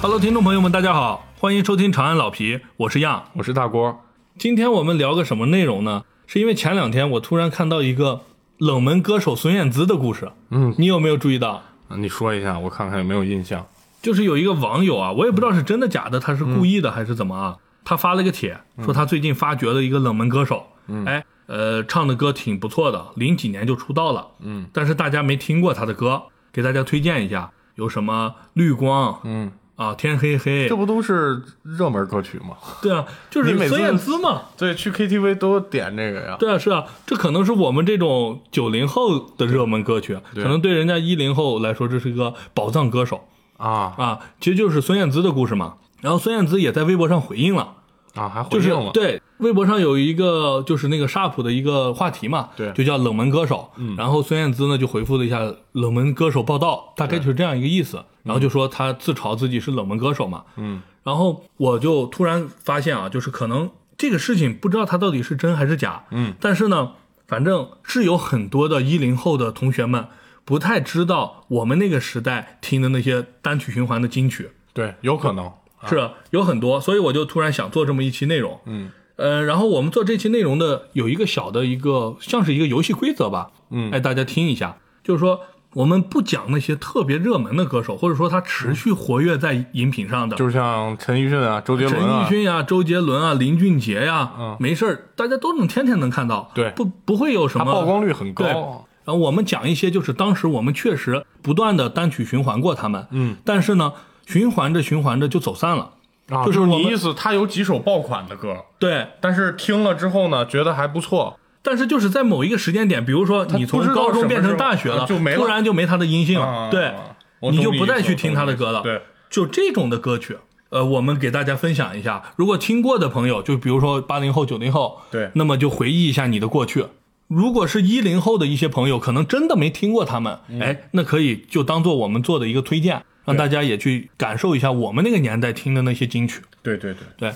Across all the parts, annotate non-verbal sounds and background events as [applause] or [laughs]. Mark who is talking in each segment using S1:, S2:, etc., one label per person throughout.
S1: Hello，听众朋友们，大家好，欢迎收听《长安老皮》，我是样。
S2: 我是大郭，
S1: 今天我们聊个什么内容呢？是因为前两天我突然看到一个冷门歌手孙燕姿的故事，
S2: 嗯，
S1: 你有没有注意到？
S2: 你说一下，我看看有没有印象。
S1: 就是有一个网友啊，我也不知道是真的假的，他是故意的还是怎么啊？他发了一个帖，
S2: 嗯
S1: 说他最近发掘了一个冷门歌手，哎，呃，唱的歌挺不错的，零几年就出道了，
S2: 嗯，
S1: 但是大家没听过他的歌，给大家推荐一下，有什么绿光
S2: 嗯，
S1: 啊，天黑黑
S2: 这，不都是热门歌曲吗？
S1: 对啊，就是
S2: 你每次
S1: 孙燕姿嘛，
S2: 对，去 KTV 都点这个呀。
S1: 对啊，是啊，这可能是我们这种九零后的热门歌曲，可
S2: 对
S1: 能对人家一零后来说，这是一个宝藏歌手
S2: 啊
S1: 啊。其实就是孙燕姿的故事嘛。然后孙燕姿也在微博上回应了，
S2: 啊，还回
S1: 就是
S2: 应了。
S1: 对微博上有一个就是那个 SUP 的一个话题嘛，
S2: 对嗯
S1: 就叫冷门歌手。然后孙燕姿呢就回复了一下冷门歌手报道，大概就是这样一个意思。然后就说她自嘲自己是冷门歌手嘛。
S2: 嗯，
S1: 然后我就突然发现啊，就是可能这个事情不知道它到底是真还是假。
S2: 嗯，
S1: 但是呢，反正是有很多的一零后的同学们不太知道我们那个时代听的那些单曲循环的金曲。
S2: 对，有可能。
S1: 是有很多，所以我就突然想做这么一期内容。
S2: 啊嗯，
S1: 呃，然后我们做这期内容的有一个小的一个像是一个游戏规则吧，
S2: 嗯
S1: 哎，大家听一下，就是说我们不讲那些特别热门的歌手，或者说他持
S2: 嗯
S1: 续活跃在荧屏上的，
S2: 就是像陈奕迅啊、周杰
S1: 陈
S2: 伦
S1: 奕
S2: 啊，
S1: 迅呀、周杰伦啊、林俊杰呀、
S2: 嗯
S1: 没事儿，大家都能天天能看到，
S2: 对
S1: 不不会有什
S2: 他
S1: 么
S2: 曝光率很
S1: 对
S2: 高。啊
S1: 然后我们讲一些，就是当时我们确实不断的单曲循环过他们，
S2: 嗯，
S1: 但是呢，循环着循环着就走散了，
S2: 啊，
S1: 就是我
S2: 你
S1: 们
S2: 意思，他有几首爆款的歌，
S1: 对，
S2: 但是听了之后呢，觉得还不错。
S1: 但是就是在某一个时间点，比如说你从
S2: 不知道
S1: 高中变成大学
S2: 什
S1: 了，
S2: 么时候就没了
S1: 突然就没他的音信了，
S2: 啊
S1: 对，
S2: 我懂
S1: 你就
S2: 意
S1: 不
S2: 思
S1: 再去
S2: 我
S1: 听
S2: 懂
S1: 他的
S2: 意思
S1: 歌了
S2: 对，
S1: 就这种的歌曲，呃，我们给大家分享一下。如果听过的朋友，就比如说八零后、九零后，
S2: 对
S1: 那么就回忆一下你的过去。如果是一零后的一些朋友，可能真的没听过他们，哎，那可以就当做我们做的一个推荐，让
S2: 嗯对
S1: 大家也去感受一下我们那个年代听的那些金曲。
S2: 对对对，
S1: 对。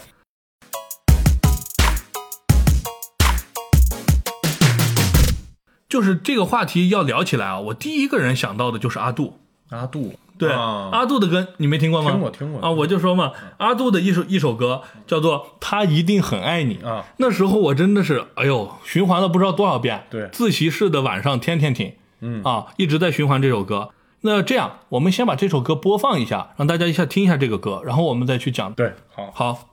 S1: 就是这个话题要聊起来啊，我第一个人想到的就是阿杜。
S2: 阿杜，
S1: 对，
S2: 啊，
S1: 阿杜的歌你没听过吗？
S2: 听过听过嗯
S1: 啊，我就说嘛，阿杜的一首一首歌叫做《他一定很爱你》
S2: 啊，
S1: 那时候我真的是，哎呦，循环了不知道多少遍。
S2: 对
S1: 自习室的晚上天天听，
S2: 嗯
S1: 啊，一直在循环这首歌。那这样，我们先把这首歌播放一下，让大家一下听一下这个歌，然后我们再去讲
S2: 对，好，
S1: 好，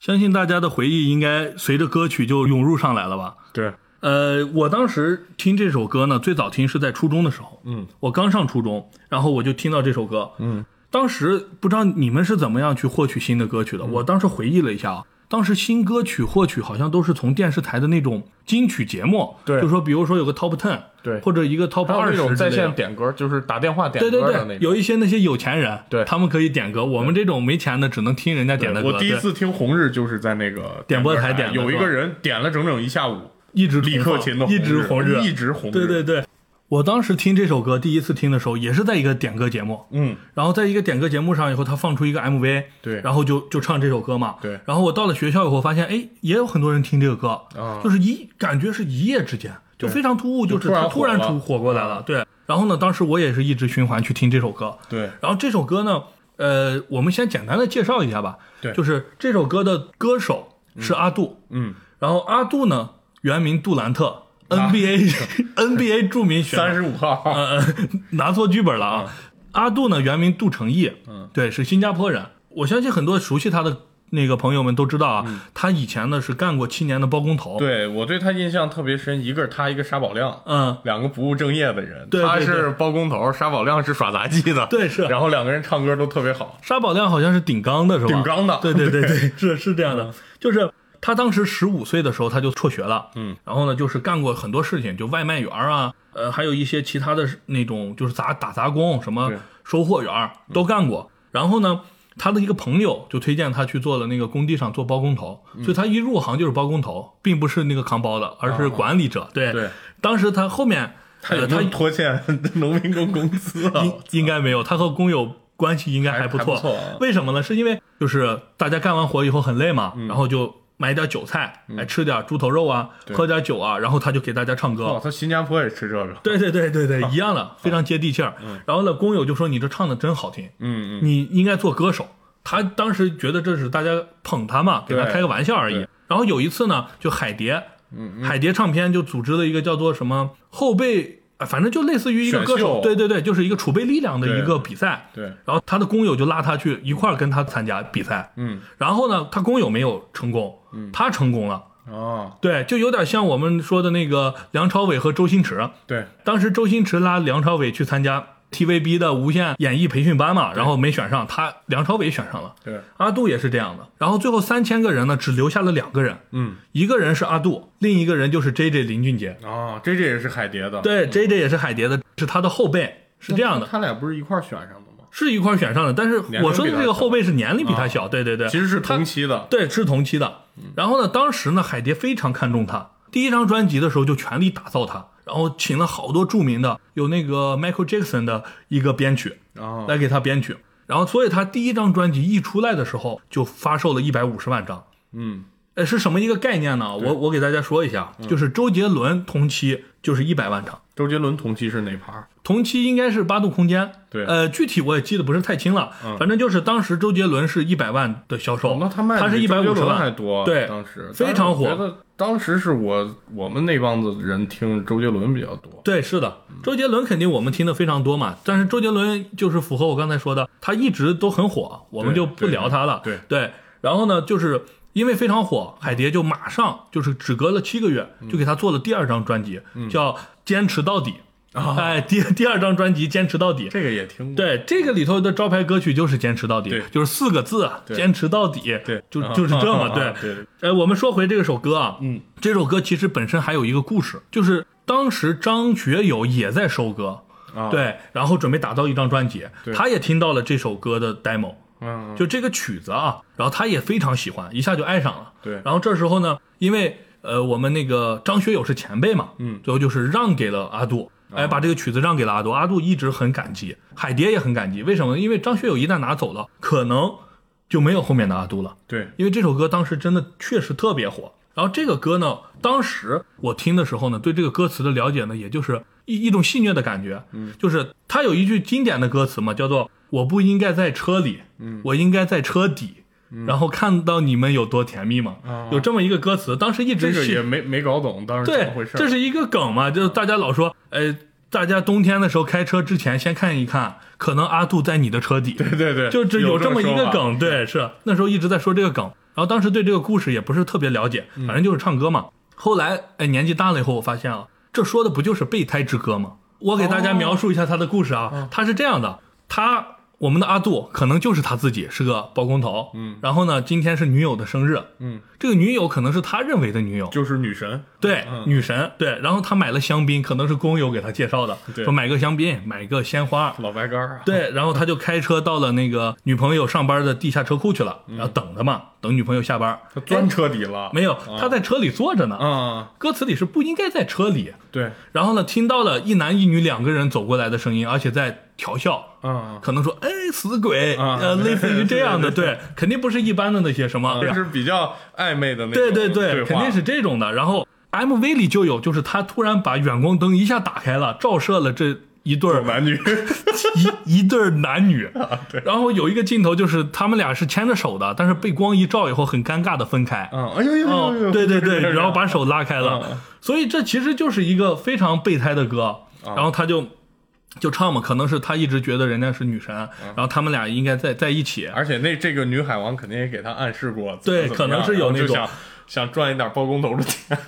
S1: 相信大家的回忆应该随着歌曲就涌入上来了吧？
S2: 对，
S1: 呃，我当时听这首歌呢，最早听是在初中的时候，
S2: 嗯，
S1: 我刚上初中，然后我就听到这首歌，
S2: 嗯，
S1: 当时不知道你们是怎么样去获取新的歌
S2: 嗯
S1: 曲的，我当时回忆了一下啊。当时新歌曲获取好像都是从电视台的那种金曲节目，
S2: 对
S1: 就说比如说有个 top ten，
S2: 对
S1: 或者一个 top
S2: 还有
S1: 二
S2: 那
S1: 十
S2: 种在线点歌，就是打电话点
S1: 对对
S2: 歌的
S1: 对
S2: 那，种。
S1: 有一些那些有钱人，
S2: 对
S1: 他们可以点歌，我们这种没钱的只能听人家点的歌。
S2: 我第一
S1: 对
S2: 次听红日就是在那个
S1: 点播台
S2: 台
S1: 点的
S2: 有一
S1: 是
S2: 个
S1: 吧
S2: 人点了整整一下午，
S1: 一直
S2: 李克勤的
S1: 一直红日，
S2: 一直红日，
S1: 对对，对，我当时听这首歌，第一次听的时候也是在一个点歌节目，
S2: 嗯，
S1: 然后在一个点歌节目上以后，他放出一个 MV，
S2: 对
S1: 然后就就唱这首歌嘛，
S2: 对
S1: 然后我到了学校以后，发现哎，也有很多人听这个歌，
S2: 啊
S1: 就是一感觉是一夜之间，就非常突兀，就是
S2: 突然
S1: 他
S2: 火
S1: 突然
S2: 了啊
S1: 出火过来了，对。然后呢，当时我也是一直循环去听这首歌，
S2: 对，
S1: 然后这首歌呢，呃，我们先简单的介绍一下吧，
S2: 对
S1: 就是这首歌的歌手是阿杜，
S2: 嗯，啊
S1: 然后阿杜呢，原名杜兰特，NBA、NBA 著名选手，
S2: 三十五号，
S1: 呃，呃拿错剧本了啊。阿杜呢，原名杜成义，
S2: 嗯，
S1: 对，是新加坡人。我相信很多熟悉他的那个朋友们都知道啊，他以前呢是干过七年的包工头，，
S2: [laughs] 嗯对我对他印象特别深，一个是他，一个沙宝亮，
S1: 嗯，
S2: 两个不务正业的人，
S1: 对对
S2: 他
S1: 对
S2: 是包工头，沙宝亮是耍杂技的，
S1: 对是
S2: 然后两个人唱歌都特别好，
S1: 沙宝亮好像是顶缸的是吧？
S2: 顶缸的
S1: 对对对对，是是这样的，就是他当时十五岁的时候他就辍学了，
S2: 嗯，
S1: 然后呢就是干过很多事情，就外卖员啊，呃，还有一些其他的那种就是杂打杂工，什么
S2: 对
S1: 收货员儿都干过。然后呢，他的一个朋友就推荐他去做了那个工地上做包工头，
S2: 嗯
S1: 所以他一入行就是包工头，并不是那个扛包的，而是管理者。对
S2: 啊对，
S1: 当时他后面
S2: 他
S1: 呃
S2: 有没
S1: 他
S2: 有拖欠 [laughs] 农民工工资啊？
S1: 应应该没有，他和工友关系应该还不错。
S2: 还还不错啊
S1: 为什么呢？是因为就是大家干完活以后很累嘛，
S2: 嗯
S1: 然后就买点韭菜，哎，吃点猪头肉啊，喝点酒啊，然后他就给大家唱歌。
S2: 哦，他新加坡也吃这个，
S1: 对对对对
S2: 啊
S1: 对，一
S2: 嗯
S1: 样的，非常接地气儿。然后呢，工友就说你这唱的真好听，
S2: 嗯嗯，
S1: 你应该做歌手。他当时觉得这是大家捧他嘛，给他
S2: 对
S1: 开个玩笑而已
S2: 对。
S1: 然后有一次呢，就海蝶，
S2: 嗯
S1: 海蝶唱片就组织了一个叫做什么后备，啊反正就类似于一个歌
S2: 选
S1: 手，
S2: 秀
S1: 对对对，就是一个储备力量的
S2: 对
S1: 一个比赛。
S2: 对，
S1: 然后他的工友就拉他去一块儿跟他参加比赛，
S2: 嗯，
S1: 然后呢，他工友没有成功，他成功了，
S2: 哦，
S1: 对，就有点像我们说的那个梁朝伟和周星驰，
S2: 对，
S1: 当时周星驰拉梁朝伟去参加 TVB 的无线演艺培训班嘛，然后没选上，他梁朝伟选上了，
S2: 对，
S1: 阿杜也是这样的。然后最后三千个人呢，只留下了两个人，
S2: 嗯，
S1: 一个人是阿杜，另一个人就是 JJ 林俊杰。
S2: 哦，这这也是海蝶的，，
S1: 对，JJ 也是海蝶的，是他的后辈，是这样的，
S2: 他俩不是一块儿选上的吗？
S1: 是一块儿选上的。但是
S2: 嗯年龄
S1: 我说的
S2: 比他
S1: 这个
S2: 小哦
S1: 后辈是年龄比他小，对对对，
S2: 其实是同期的，
S1: 对，是同期的。然后呢，当时呢，海蝶非常看重他，第一张专辑的时候就全力打造他，然后请了好多著名的，有那个 Michael Jackson 的一个编曲
S2: 哦，
S1: 来给他编曲。然后，所以他第一张专辑一出来的时候就发售了一百五十万张。
S2: 嗯，
S1: 呃，是什么一个概念呢？我我给大家说一下，就是周杰伦同期就是一百万张，
S2: 周杰伦同期是哪盘儿？
S1: 同期应该是八度空间。
S2: 对嗯
S1: 呃，具体我也记得不是太清了，反正就是当时周杰伦是一百万的销售，
S2: 哦那他卖
S1: 他是一
S2: 比
S1: 百
S2: 周杰
S1: 五十
S2: 伦
S1: 万
S2: 还多，
S1: 对
S2: 当时
S1: 非常火
S2: 但是我觉得当时是我我们那帮子人听周杰伦比较多，
S1: 对，是的，周杰伦肯定我们听的非常多嘛，但是周杰伦就是符合我刚才说的，他一直都很火，我们
S2: 对
S1: 就不聊他了。
S2: 对
S1: 然后呢，就是因为非常火，海蝶就马上就是只隔了七个月，
S2: 嗯
S1: 就给他做了第二张专辑，叫《坚持到底》。
S2: 哦
S1: 哎，第 [laughs] 第二张专辑《坚持到底》。
S2: 这个也
S1: 嗯
S2: 听过，
S1: 对，这个里头的招牌歌曲就是“坚持到底
S2: 对”，
S1: 就是四个字啊，“
S2: 对
S1: 坚持到底”，
S2: 对
S1: 就
S2: 啊
S1: 就是这么
S2: 啊
S1: 对
S2: 啊。对
S1: 哎，我们说回这个首歌啊，嗯，这首歌其实本身还有一个故事，就是当时张学友也在收歌，
S2: 啊，，
S1: 对，然后准备打造一张专辑，
S2: 对
S1: 他也听到了这首歌的 demo，
S2: 嗯，
S1: 就这个曲子啊，然后他也非常喜欢，一下就爱上了。
S2: 对
S1: 然后这时候呢，因为呃，我们那个张学友是前辈嘛，
S2: 嗯哦
S1: 最后就是让给了阿杜，哎，把这个曲子让给了阿杜，阿杜一直很感激，海蝶也很感激，为什么呢？因为张学友一旦拿走了，可能就没有后面的阿杜了。
S2: 对，
S1: 因为这首歌当时真的确实特别火。然后这个歌呢，当时我听的时候呢，对这个歌词的了解呢，也就是一一种戏谑的感觉。嗯，就是它有一句经典的歌词嘛，叫做“我不应该在车里，嗯，我应该在车底，然后看到你们有多甜蜜嘛”，
S2: 嗯啊
S1: 有这么一个歌词，当时一直
S2: 这个
S1: 戏
S2: 也没没搞懂当时怎
S1: 对
S2: 么回， [laughs] 事儿，
S1: 这是一个梗嘛，就是大家老说，哎，大家冬天的时候开车之前先看一看，可能阿杜在你的车底，对
S2: 对 [laughs] 对对，
S1: 就只有
S2: 有
S1: 这么一
S2: 说
S1: 个
S2: 法，
S1: 梗，对，是那时候一直在说这个梗，然后当时对这个故事也不是特别了解，反正就是唱歌嘛。后来哎，年纪大了以后，我发现啊，这说的不就是备胎之歌吗？我给大家描述一下他的故事啊，他是这样的，他我们的阿杜可能就是他自己是个包工头，嗯，然后呢，今天是女友的生日，
S2: 嗯，
S1: 这个女友可能是他认为的女友，
S2: 就是女神，
S1: 对，女神，对，然后他买了香槟，可能是工友给他介绍的，
S2: 对
S1: 说买个香槟，买个鲜花，
S2: 老白干儿啊，
S1: 对，然后他就开车到了那个女朋友上班的地下车库去了，然后等他嘛，等女朋友下班。
S2: 他钻车底了，
S1: 哎没有，他在车里坐着呢。
S2: 啊，
S1: 歌词里是不应该在车里。
S2: 对，
S1: 然后呢，听到了一男一女两个人走过来的声音，而且在调笑，
S2: 啊，
S1: 可能说“哎，死鬼”，
S2: 啊
S1: 呃，类似于这样的，
S2: 对
S1: 对，肯定不是一般的那些什么，
S2: 这是比较暧昧的那
S1: 啊对
S2: 种
S1: 对
S2: 对
S1: 对，
S2: 话
S1: 肯定是这种的。然后 MV 里就有，就是他突然把远光灯一下打开了，照射了这一对儿
S2: 男女，
S1: [laughs] 一一对儿男
S2: [laughs]
S1: 女，
S2: 啊
S1: 然后有一个镜头就是他们俩是牵着手的，但是被光一照以后很尴尬的分开。
S2: 嗯，哎呦呦呦呦
S1: 哦
S2: 呦，，
S1: 对对
S2: 这 [laughs]
S1: 对，
S2: 个
S1: 然后把手拉开
S2: 嗯
S1: 了，所以这其实就是一个非常备胎的歌。
S2: 嗯
S1: 然后他就就唱嘛，可能是他一直觉得人家是女神，
S2: 嗯
S1: 然后他们俩应该在在一起。
S2: 而且那这个女海王肯定也给他暗示过，怎么
S1: 对
S2: 怎么样
S1: 可能是有那种
S2: 然后就想想赚一点包工头的钱，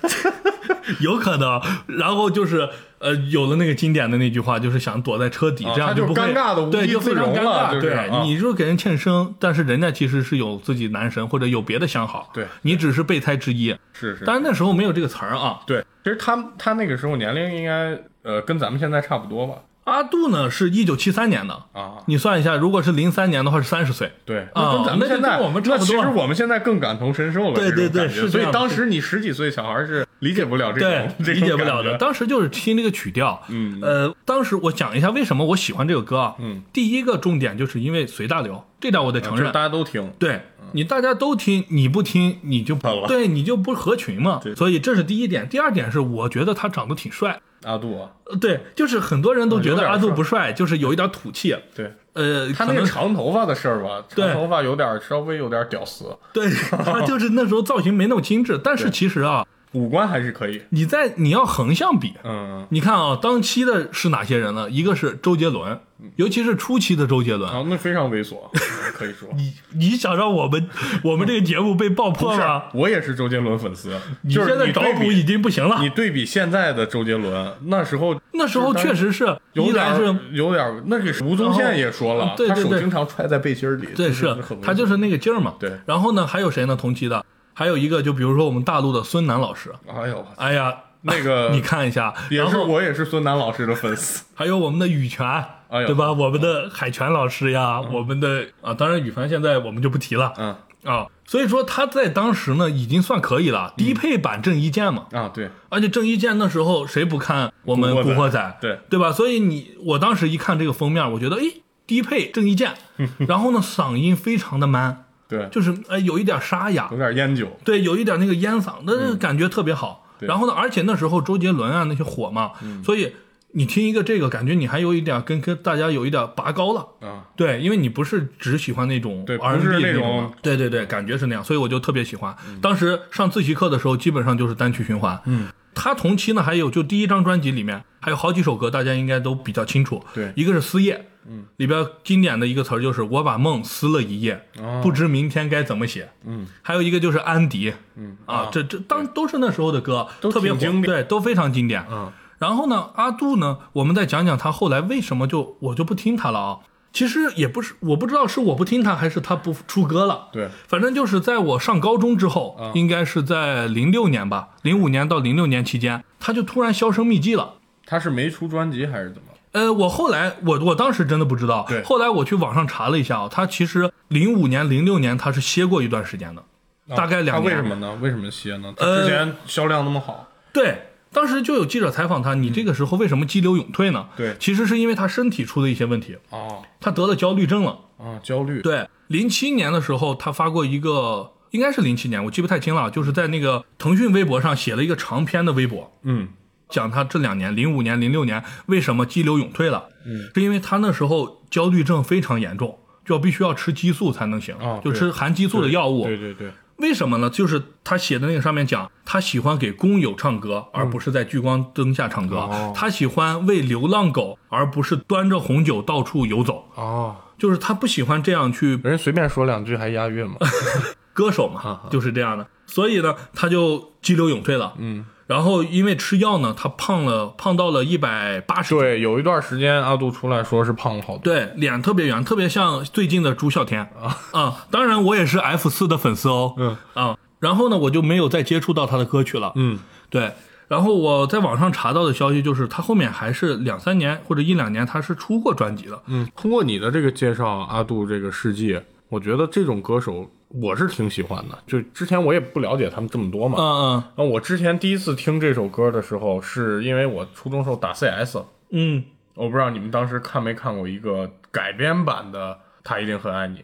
S1: 有可能。然后就是呃，有了那个经典的那句话，就是想躲在车底，
S2: 啊
S1: 这样不会
S2: 他就尴尬地无地
S1: 对，就
S2: 自
S1: 非常
S2: 容
S1: 尴
S2: 了
S1: 尬。
S2: 就是
S1: 对，
S2: 啊
S1: 你就是给人欠生，但是人家其实是有自己男神或者有别的相好，
S2: 对
S1: 你只是备胎之一。
S2: 是是
S1: 但 [laughs] 是那时候没有这个词儿啊。
S2: 对，其实他他那个时候年龄应该呃跟咱们现在差不多吧，
S1: 阿杜呢是一九七三年的，
S2: 啊，
S1: 你算一下，如果是零三年的话是三十岁。
S2: 对，
S1: 啊
S2: 那
S1: 那
S2: 跟咱们
S1: 就
S2: 现在
S1: 跟我们
S2: 那
S1: 差不
S2: 其
S1: 多啊
S2: 实我们现在更感同身受了，
S1: 对
S2: 这种
S1: 对对
S2: 感觉
S1: 是这
S2: 所
S1: 样
S2: 以
S1: 的
S2: 当时你十几岁小孩是理解不了 [laughs] 这
S1: 对
S2: 种，这
S1: 理
S2: 种
S1: 解不了
S2: 感觉
S1: 的。当时就是听这个曲调，
S2: 嗯
S1: 呃，当时我讲一下为什么我喜欢这个歌啊。
S2: 嗯，啊
S1: 第一个重点就是因为随大流，这点我得承
S2: 就是
S1: 认。
S2: 大家都听，
S1: 对你大家都听，你不听你就
S2: 好了
S1: 对你就不合群嘛
S2: 对。
S1: 所以这是第一点。第二点是，我觉得他长得挺帅，
S2: 阿杜啊，
S1: 呃对，就是很多人都觉
S2: 有
S1: 得
S2: 点
S1: 阿杜
S2: 帅
S1: 不帅，就是有一点土气。
S2: 对
S1: 呃，
S2: 他
S1: 可
S2: 那
S1: 能
S2: 个长头发的事儿吧，
S1: 对
S2: 长头发有点稍微有点屌丝， [laughs]
S1: 对他就是那时候造型没那么精致，但是其实啊，
S2: 五官还是可以。
S1: 你在你要横向比，
S2: 嗯，
S1: 你看啊，当期的是哪些人呢？一个是周杰伦，
S2: 嗯
S1: 尤其是初期的周杰伦
S2: 然。后啊那非常猥琐，嗯可以说。
S1: 你你想让我
S2: [laughs]
S1: 们我们这个节目被爆破
S2: 不是
S1: 吗？，
S2: 我也是周杰伦粉丝。
S1: 你
S2: 就是
S1: 现在
S2: 你
S1: 找
S2: 对
S1: 补
S2: 比
S1: 已经不行了
S2: 你。对比现在的周杰伦，那时候
S1: 那时候
S2: 就是
S1: 确实是，
S2: 有
S1: 一
S2: 点
S1: 来
S2: 儿
S1: 是
S2: 有点儿，那个吴宗宪也说了，
S1: 嗯对对
S2: 他手
S1: 对
S2: 经常揣在背心儿里， [laughs]
S1: 对，
S2: 就是很猥
S1: 他就是那个劲儿嘛。
S2: 对
S1: 然后呢，还有谁呢？同期的还有一个，就比如说我们大陆的孙楠老师，
S2: 哎呦，
S1: 哎呀，
S2: 那个
S1: 你看一下，
S2: 也
S1: 然
S2: 是
S1: 后
S2: 我也是孙楠老师的
S1: [laughs]
S2: 粉丝，
S1: 还有我们的羽泉。
S2: 哎呦
S1: 对吧？我们的海泉老师呀，我们的啊，当然羽泉现在我们就不提了
S2: 嗯嗯
S1: 啊。所以说他在当时呢，已经算可以了，低配版郑伊健嘛。
S2: 啊，对，
S1: 而且郑伊健那时候谁不看我们《
S2: 古
S1: 古
S2: 惑仔
S1: 惑仔》
S2: 对
S1: 对吧？所以你我当时一看这个封面，我觉得诶，低配郑伊健，
S2: [laughs]
S1: 然后呢嗓音非常的 man，
S2: 对，
S1: 就是哎有一点沙哑
S2: 有，点烟酒，
S1: 对，有一点那个烟嗓，那那个感觉特别好。
S2: 对
S1: 然后呢，而且那时候周杰伦啊那些火嘛，所以你听一个这个，感觉你还有一点跟跟大家有一点拔高了。
S2: 啊，
S1: 对，因为你不是只喜欢那种
S2: 对
S1: R
S2: 不是
S1: 那
S2: 那种嗯
S1: 嘛对对对，感觉是那样，所以我就特别喜欢。当时上自习课的时候，基本上就是单曲循环。嗯，他同期呢还有就第一张专辑里面还有好几首歌，大家应该都比较清楚。
S2: 对
S1: 一个是《撕夜》，嗯，里边经典的一个词儿就是“我把梦撕了一夜，
S2: 哦
S1: 不知明天该怎么写”。
S2: 嗯，
S1: 还有一个就是《安迪》，
S2: 嗯
S1: 啊，这这当都是那时候的歌，
S2: 都
S1: 特别火
S2: 挺经典
S1: 对，都非常经典。
S2: 嗯，
S1: 然后呢，阿杜呢，我们再讲讲他后来为什么就我就不听他了啊。其实也不是，我不知道是我不听他，还是他不出歌了。
S2: 对，嗯
S1: 反正就是在我上高中之后，应该是在零六年吧，零五年到零六年期间，他就突然销声匿迹了。
S2: 他是没出专辑还是怎么？
S1: 呃，我后来我我当时真的不知道，
S2: 对
S1: 后来我去网上查了一下啊，他其实零五年、零六年他是歇过一段时间的，
S2: 啊
S1: 大概两
S2: 他为
S1: 年。
S2: 什么呢？为什么歇呢？他
S1: 呃
S2: 之前销量那么好，
S1: 对，当时就有记者采访他，你这个时候为什么激流勇退呢？
S2: 对
S1: 其实是因为他身体出了一些问题，
S2: 啊
S1: 他得了焦虑症了。
S2: 啊，焦虑，
S1: 对，零七年的时候，他发过一个，应该是零七年，我记不太清了，就是在那个腾讯微博上写了一个长篇的微博，
S2: 嗯，
S1: 讲他这两年，零五年、零六年为什么激流勇退了。嗯，是因为他那时候焦虑症非常严重，就要必须要吃激素才能行，
S2: 啊
S1: 就
S2: 对
S1: 吃含激素的药物。
S2: 对对对，
S1: 为什么呢？就是他写的那个上面讲，他喜欢给工友唱歌，而不是在聚光灯下唱歌。
S2: 哦
S1: 他喜欢喂流浪狗，而不是端着红酒到处游走。
S2: 哦，
S1: 就是他不喜欢这样去
S2: 人家随便说两句还押韵嘛， [laughs]
S1: 歌手嘛，就是这样的。所以呢，他就激流勇退了。嗯，然后因为吃药呢，他胖了，胖到了一百八十。
S2: 对，有一段时间阿杜出来说是胖了好多，
S1: 对，脸特别圆，特别像最近的朱孝天啊、当然，我也是 F 四的粉丝哦。
S2: 嗯
S1: 啊，然后呢，我就没有再接触到他的歌曲了。
S2: 嗯，
S1: 对。然后我在网上查到的消息就是，他后面还是两三年或者一两年，他是出过专辑的。
S2: 嗯，通过你的这个介绍，阿杜这个事迹，我觉得这种歌手我是挺喜欢的。就之前我也不了解他们这么多嘛。
S1: 嗯
S2: 那我之前第一次听这首歌的时候，是因为我初中时候打 CS，
S1: 嗯嗯，
S2: 我不知道你们当时看没看过一个改编版的《他一定很爱你》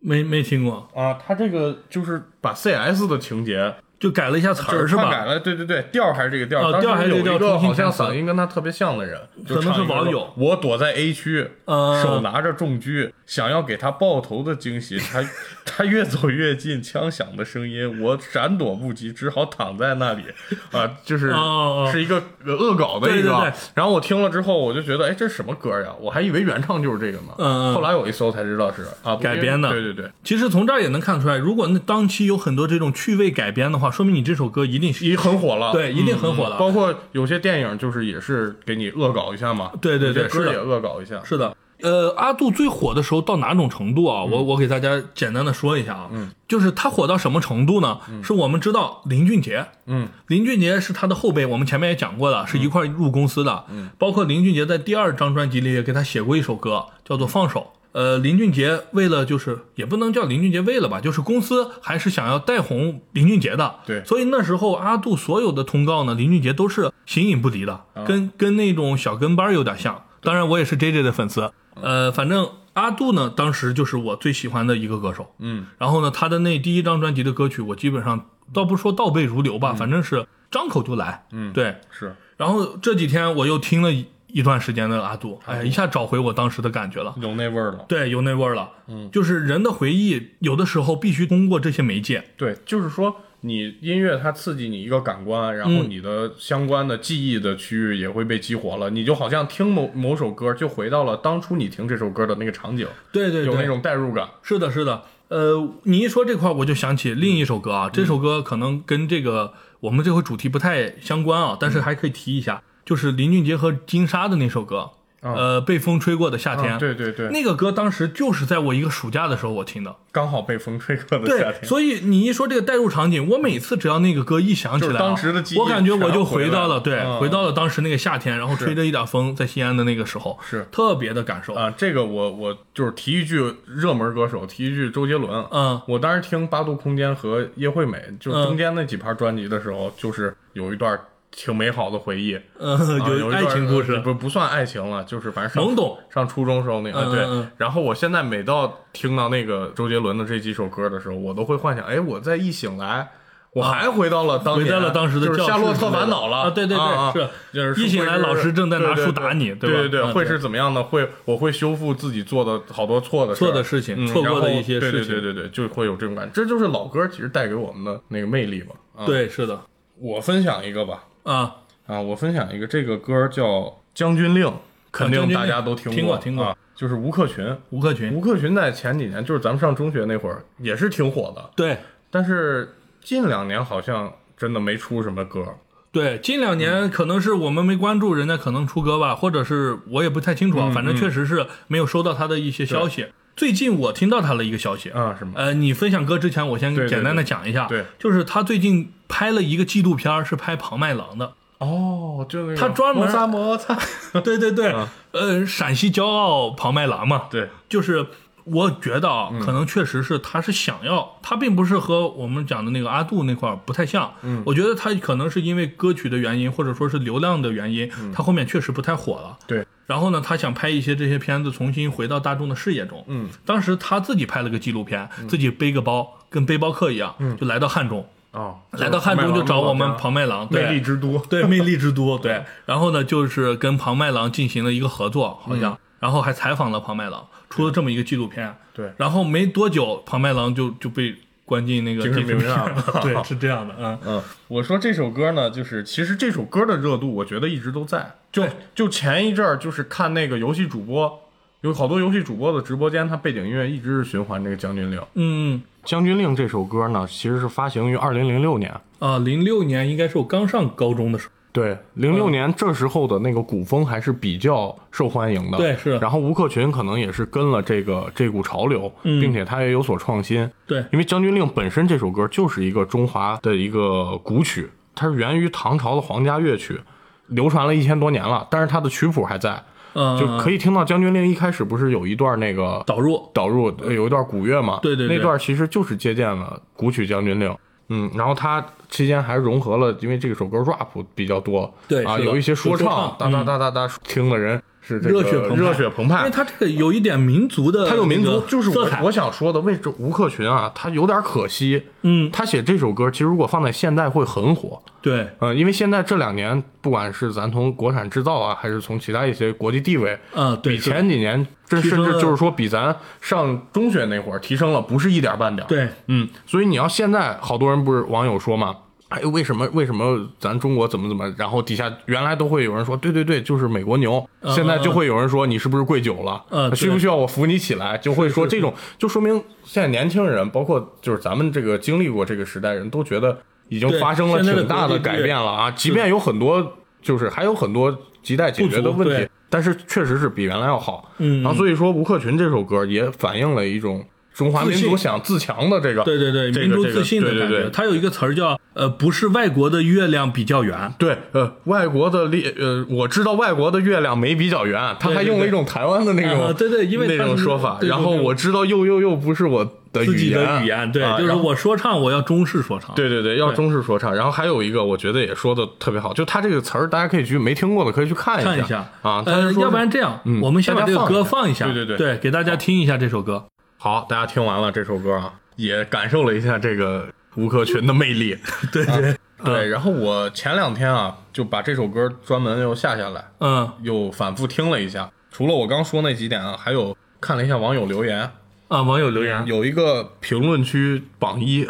S1: 没没听过，
S2: 啊，他这个就是把 CS 的情节
S1: 就改了一下词
S2: 就
S1: 儿是
S2: 篡改
S1: 吧？
S2: 了，对对对，调儿还是这个调儿，
S1: 哦
S2: 当时
S1: 调儿还是这个
S2: 有一
S1: 调儿
S2: 个
S1: 重新
S2: 好像
S1: 填词
S2: 嗓音跟他特别像的人，
S1: 可能是
S2: 就唱一个
S1: 网
S2: 说
S1: 友
S2: 我躲在 A 区，
S1: 嗯
S2: 手拿着重狙，想要给他爆头的惊喜， [laughs] 他他越走越近，枪响的声音，我闪躲不及，只好躺在那里，啊，就是
S1: 哦哦哦
S2: 是一个恶搞的一
S1: 对对
S2: 个
S1: 对。
S2: 然后我听了之后，我就觉得，哎，这什么歌呀？我还以为原唱就是这个呢。
S1: 嗯嗯
S2: 后来我一搜才知道是啊
S1: 改编的
S2: 对对对，
S1: 其实从这儿也能看出来，如果那当期有很多这种趣味改编的话，说明你这首歌一定是
S2: 已很火了。嗯
S1: 对，一定很火了。
S2: 包括有些电影就是也是给你恶搞一下嘛，
S1: 对对对
S2: 有些
S1: 是的
S2: 歌也恶搞一下，
S1: 是的，呃，阿杜最火的时候到哪种程度啊？我我给大家简单的说一下啊，就是他火到什么程度呢？是我们知道林俊杰，
S2: 嗯，
S1: 林俊杰是他的后辈，我们前面也讲过了，是一块儿入公司的，嗯，包括林俊杰在第二张专辑里也给他写过一首歌，叫做《放手》。呃，林俊杰为了就是也不能叫林俊杰为了吧，就是公司还是想要带红林俊杰的，
S2: 对
S1: 所以那时候阿杜所有的通告呢，林俊杰都是形影不离的，跟跟那种小跟班儿有点像。当然，我也是 J J 的粉丝。呃，反正阿杜呢，当时就是我最喜欢的一个歌手。
S2: 嗯，
S1: 然后呢，他的那第一张专辑的歌曲，我基本上倒不说倒背如流吧，反正是张口就来。嗯，对。
S2: 是
S1: 然后这几天我又听了一一段时间的阿杜，哎，一下找回我当时的感觉了。
S2: 有那味儿了。
S1: 对，有那味儿了。嗯，就是人的回忆，有的时候必须通过这些媒介。
S2: 对，就是说你音乐它刺激你一个感官，然后你的相关的记忆的区域也会被激活
S1: 嗯
S2: 了，你就好像听某某首歌，就回到了当初你听这首歌的那个场景，
S1: 对对对，
S2: 有那种代入感。
S1: 是的，是的。呃，你一说这块，我就想起另一首歌啊。这首歌可能跟这个我们这回主题不太相关啊，但是还可以提一下，就是林俊杰和金莎的那首歌，呃，被风吹过的夏天。
S2: 啊对对对，
S1: 那个歌当时就是在我一个暑假的时候我听的。
S2: 刚好被风吹过的夏
S1: 对，
S2: 天。
S1: 所以你一说这个代入场景，我每次只要那个歌一响起
S2: 就
S1: 来
S2: 是
S1: 啊，
S2: 当时的记忆
S1: 我感觉我就
S2: 全
S1: 到了，
S2: 回来
S1: 对
S2: 了，嗯
S1: 回到了当时那个夏天，然后吹着一点风，在西安的那个时候，
S2: 是
S1: 特别的感受。
S2: 啊，这个我我就是提一句热门歌手，提一句周杰伦。啊
S1: 嗯，
S2: 我当时听《八度空间》和《叶惠美》，就中间那几盘专辑的时候，就是有一段挺美好的回忆，
S1: 呃，
S2: 啊有一
S1: 爱
S2: 段
S1: 情故事
S2: 呃，不不算爱情了，就是反正上
S1: 懵懂。
S2: 上初中时候那个、
S1: 嗯
S2: 对、
S1: 嗯嗯
S2: 然后我现在每到听到那个周杰伦的这几首歌的时候，我都会幻想，哎，我再一醒来。我还回到了当
S1: 啊回
S2: 年，
S1: 到了当时的
S2: 就是
S1: 教室
S2: 夏洛
S1: 之
S2: 特
S1: 类的
S2: 烦恼了
S1: 啊对对对
S2: 啊啊
S1: 是
S2: 就是
S1: 一醒来
S2: 会是
S1: 老师正在拿
S2: 对对
S1: 书
S2: 对
S1: 打你对
S2: 对
S1: 吧
S2: 对
S1: 嗯
S2: 会
S1: 对
S2: 是怎么样呢？会我会修复自己做的好多错的
S1: 错的
S2: 儿
S1: 事情
S2: 嗯
S1: 错过的
S2: 然后
S1: 一些
S2: 对
S1: 事情
S2: 对对对对，就会有这种感觉。这就是老歌其实带给我们的那个魅力嘛。啊，
S1: 对，是的，
S2: 我分享一个吧，
S1: 啊，
S2: 啊，我分享一个，这个歌叫《将军令》，肯
S1: 啊
S2: 定大家都听
S1: 听过
S2: 过，
S1: 听过
S2: 啊就是吴克群。
S1: 吴克群，
S2: 吴克群在前几年，就是咱们上中学那会儿，也是挺火的，
S1: 对
S2: 但是近两年好像真的没出什么歌。
S1: 对，近两
S2: 嗯
S1: 年可能是我们没关注，人家可能出歌吧，或者是我也不太清楚
S2: 嗯
S1: 啊，反正确实是没有收到他的一些消息。最近我听到他的一个消息，
S2: 啊，什么？
S1: 呃，你分享歌之前，我先
S2: 对对
S1: 简单的讲一下，
S2: 对对
S1: 就是他最近拍了一个纪录片儿，是拍庞麦郎的，
S2: 哦，就那个
S1: 他专门
S2: 摩擦摩擦，
S1: [laughs] 对对对，呃，陕西骄傲庞麦郎嘛，
S2: 啊对，
S1: 就是我觉得啊，可能确实是他是想要，他并不是和我们讲的那个阿杜那块儿不太像。嗯，我觉得他可能是因为歌曲的原因，或者说是流量的原因，他后面确实不太火了。
S2: 对，
S1: 然后呢，他想拍一些这些片子，重新回到大众的视野中。嗯，当时他自己拍了个纪录片，自己背个包，跟背包客一样，就来到汉中，
S2: 哦，
S1: 来到汉中就找我们庞
S2: 旁
S1: 麦郎，对
S2: 魅力之都，
S1: [laughs] 对，魅力之都，对。然后呢，就是跟庞麦郎进行了一个合作，好
S2: 嗯
S1: 像，然后还采访了庞麦郎，出了这么一个纪录片。
S2: 对
S1: 然后没多久，庞麦郎就就被关进那个
S2: 精神病院了 [laughs]
S1: 了。对，是这样的，嗯，
S2: 嗯，我说这首歌呢，就是其实这首歌的热度，我觉得一直都在。就
S1: 对
S2: 就前一阵儿，就是看那个游戏主播，有好多游戏主播的直播间，他背景音乐一直是循环这个《将军令》。《
S1: 嗯
S2: 将军令》这首歌呢，其实是发行于二零零六年。
S1: 啊，零六年应该是我刚上高中的时候。
S2: 对，零
S1: 嗯
S2: 六年这时候的那个古风还是比较受欢迎的。
S1: 对是
S2: 然后吴克群可能也是跟了这个这股潮流，
S1: 嗯
S2: 并且他也有所创新。
S1: 对，
S2: 因为《将军令》本身这首歌就是一个中华的一个古曲，它是源于唐朝的皇家乐曲，流传了一千多年了，但是它的曲谱还在，
S1: 嗯，
S2: 就可以听到《将军令》一开始不是有一段那个
S1: 导入。
S2: 导入呃有一段古乐嘛，
S1: 对对对
S2: 那段其实就是借鉴了古曲《将军令》。嗯，然后它期间还融合了，因为这首歌 rap 比较多，
S1: 对
S2: 啊，
S1: 是的
S2: 有一些说
S1: 有说唱嗯
S2: 哒哒哒哒哒，听的人是这
S1: 热
S2: 个
S1: 血澎湃
S2: 热血澎
S1: 因为
S2: 湃，
S1: 它这个有一点民族的，
S2: 他有民族，就是
S1: 色
S2: 我
S1: 彩
S2: 我想说的，为什么吴克群啊，他有点可惜，
S1: 嗯，
S2: 他写这首歌，其实如果放在现代会很火，
S1: 对，
S2: 嗯、因为现在这两年，不管是咱从国产制造啊，还是从其他一些国际地位，
S1: 嗯，对，
S2: 比前几年，这
S1: 提
S2: 甚
S1: 升
S2: 至
S1: 了
S2: 就是说比咱上中学那会儿提升了，不是一点半点。，
S1: 对，
S2: 嗯，所以你要现在，好多人不是网友说嘛。哎，为什么为什么咱中国怎么怎么？然后底下原来都会有人说，对对对，就是美国牛。
S1: 嗯
S2: 现在就会有人说你是不是跪久了？
S1: 嗯对
S2: 需不需要我扶你起来？就会说这种，就说明现在年轻人，包括就是咱们这个经历过这个时代人都觉得已经
S1: 对
S2: 发生了
S1: 现在的
S2: 挺大
S1: 国
S2: 的
S1: 际
S2: 改
S1: 地位
S2: 变了啊。即便有很多就是还有很多亟待解决的
S1: 不足
S2: 问题
S1: 对，
S2: 但是确实是比原来要好。
S1: 嗯
S2: 然后所以说吴克群这首歌也反映了一种中华民
S1: 自
S2: 族
S1: 信
S2: 想自强的这个
S1: 对对对，
S2: 这个
S1: 民族
S2: 这个
S1: 自信的
S2: 对
S1: 感
S2: 对
S1: 觉。
S2: 对
S1: 它有一个词儿叫呃，不是外国的月亮比较圆。
S2: 对，呃，外国的列，呃，我知道外国的月亮没比较圆，他
S1: 对
S2: 还
S1: 对
S2: 用了一种台湾的那种，
S1: 啊对对因为
S2: 那
S1: 它
S2: 种
S1: 是
S2: 说法。
S1: 对对
S2: 然后
S1: 对
S2: 我知道又又又不是我的
S1: 自己
S2: 呃言，
S1: 的语言，对，
S2: 啊
S1: 就是
S2: 然后
S1: 我说唱，我要中式说唱，
S2: 对对对，要中式说唱。然后还有一个，我觉得也说的特别好，就他这个词儿，大家可以去没听过的可以去看一下
S1: 看一下
S2: 啊。他
S1: 呃
S2: 是，说
S1: 要不然
S2: 是
S1: 这样
S2: 嗯，
S1: 我们先把这个歌放一下，
S2: 大家放一下对对对
S1: 对，给大家听一下这首歌。
S2: 好，大家
S1: [laughs]
S2: [laughs] 听完了这首歌啊，也感受了一下这个吴克群的魅力。对对、对，然后我前两天啊，就把这首歌专门又下下来，
S1: 嗯
S2: 又反复听了一下。除了我刚说那几点啊，还有看了一下网友留言，
S1: 啊，网友留言，
S2: 有一个嗯评论区榜一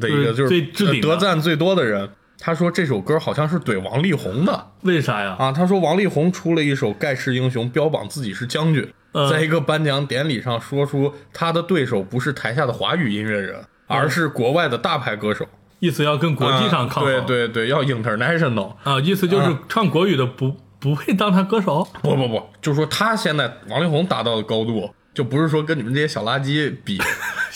S2: 的一个
S1: 就是
S2: 就是
S1: 最置顶的
S2: 得赞最多的人，他说这首歌好像是怼王力宏的
S1: 为啥呀？
S2: 啊。他说王力宏出了一首《盖世英雄》，标榜自己是将军，
S1: 嗯
S2: 在一个颁奖典礼上说出他的对手不是台下的华语音乐人，而是国外的大牌歌手。啊
S1: 意思要跟嗯国际上抗衡，
S2: 对对对，要 international。
S1: 啊，意思就是唱国语的不不配当他歌手
S2: 不不不，就是说他现在王力宏达到的高度，就不是说跟你们这些小垃圾
S1: [laughs]
S2: 比，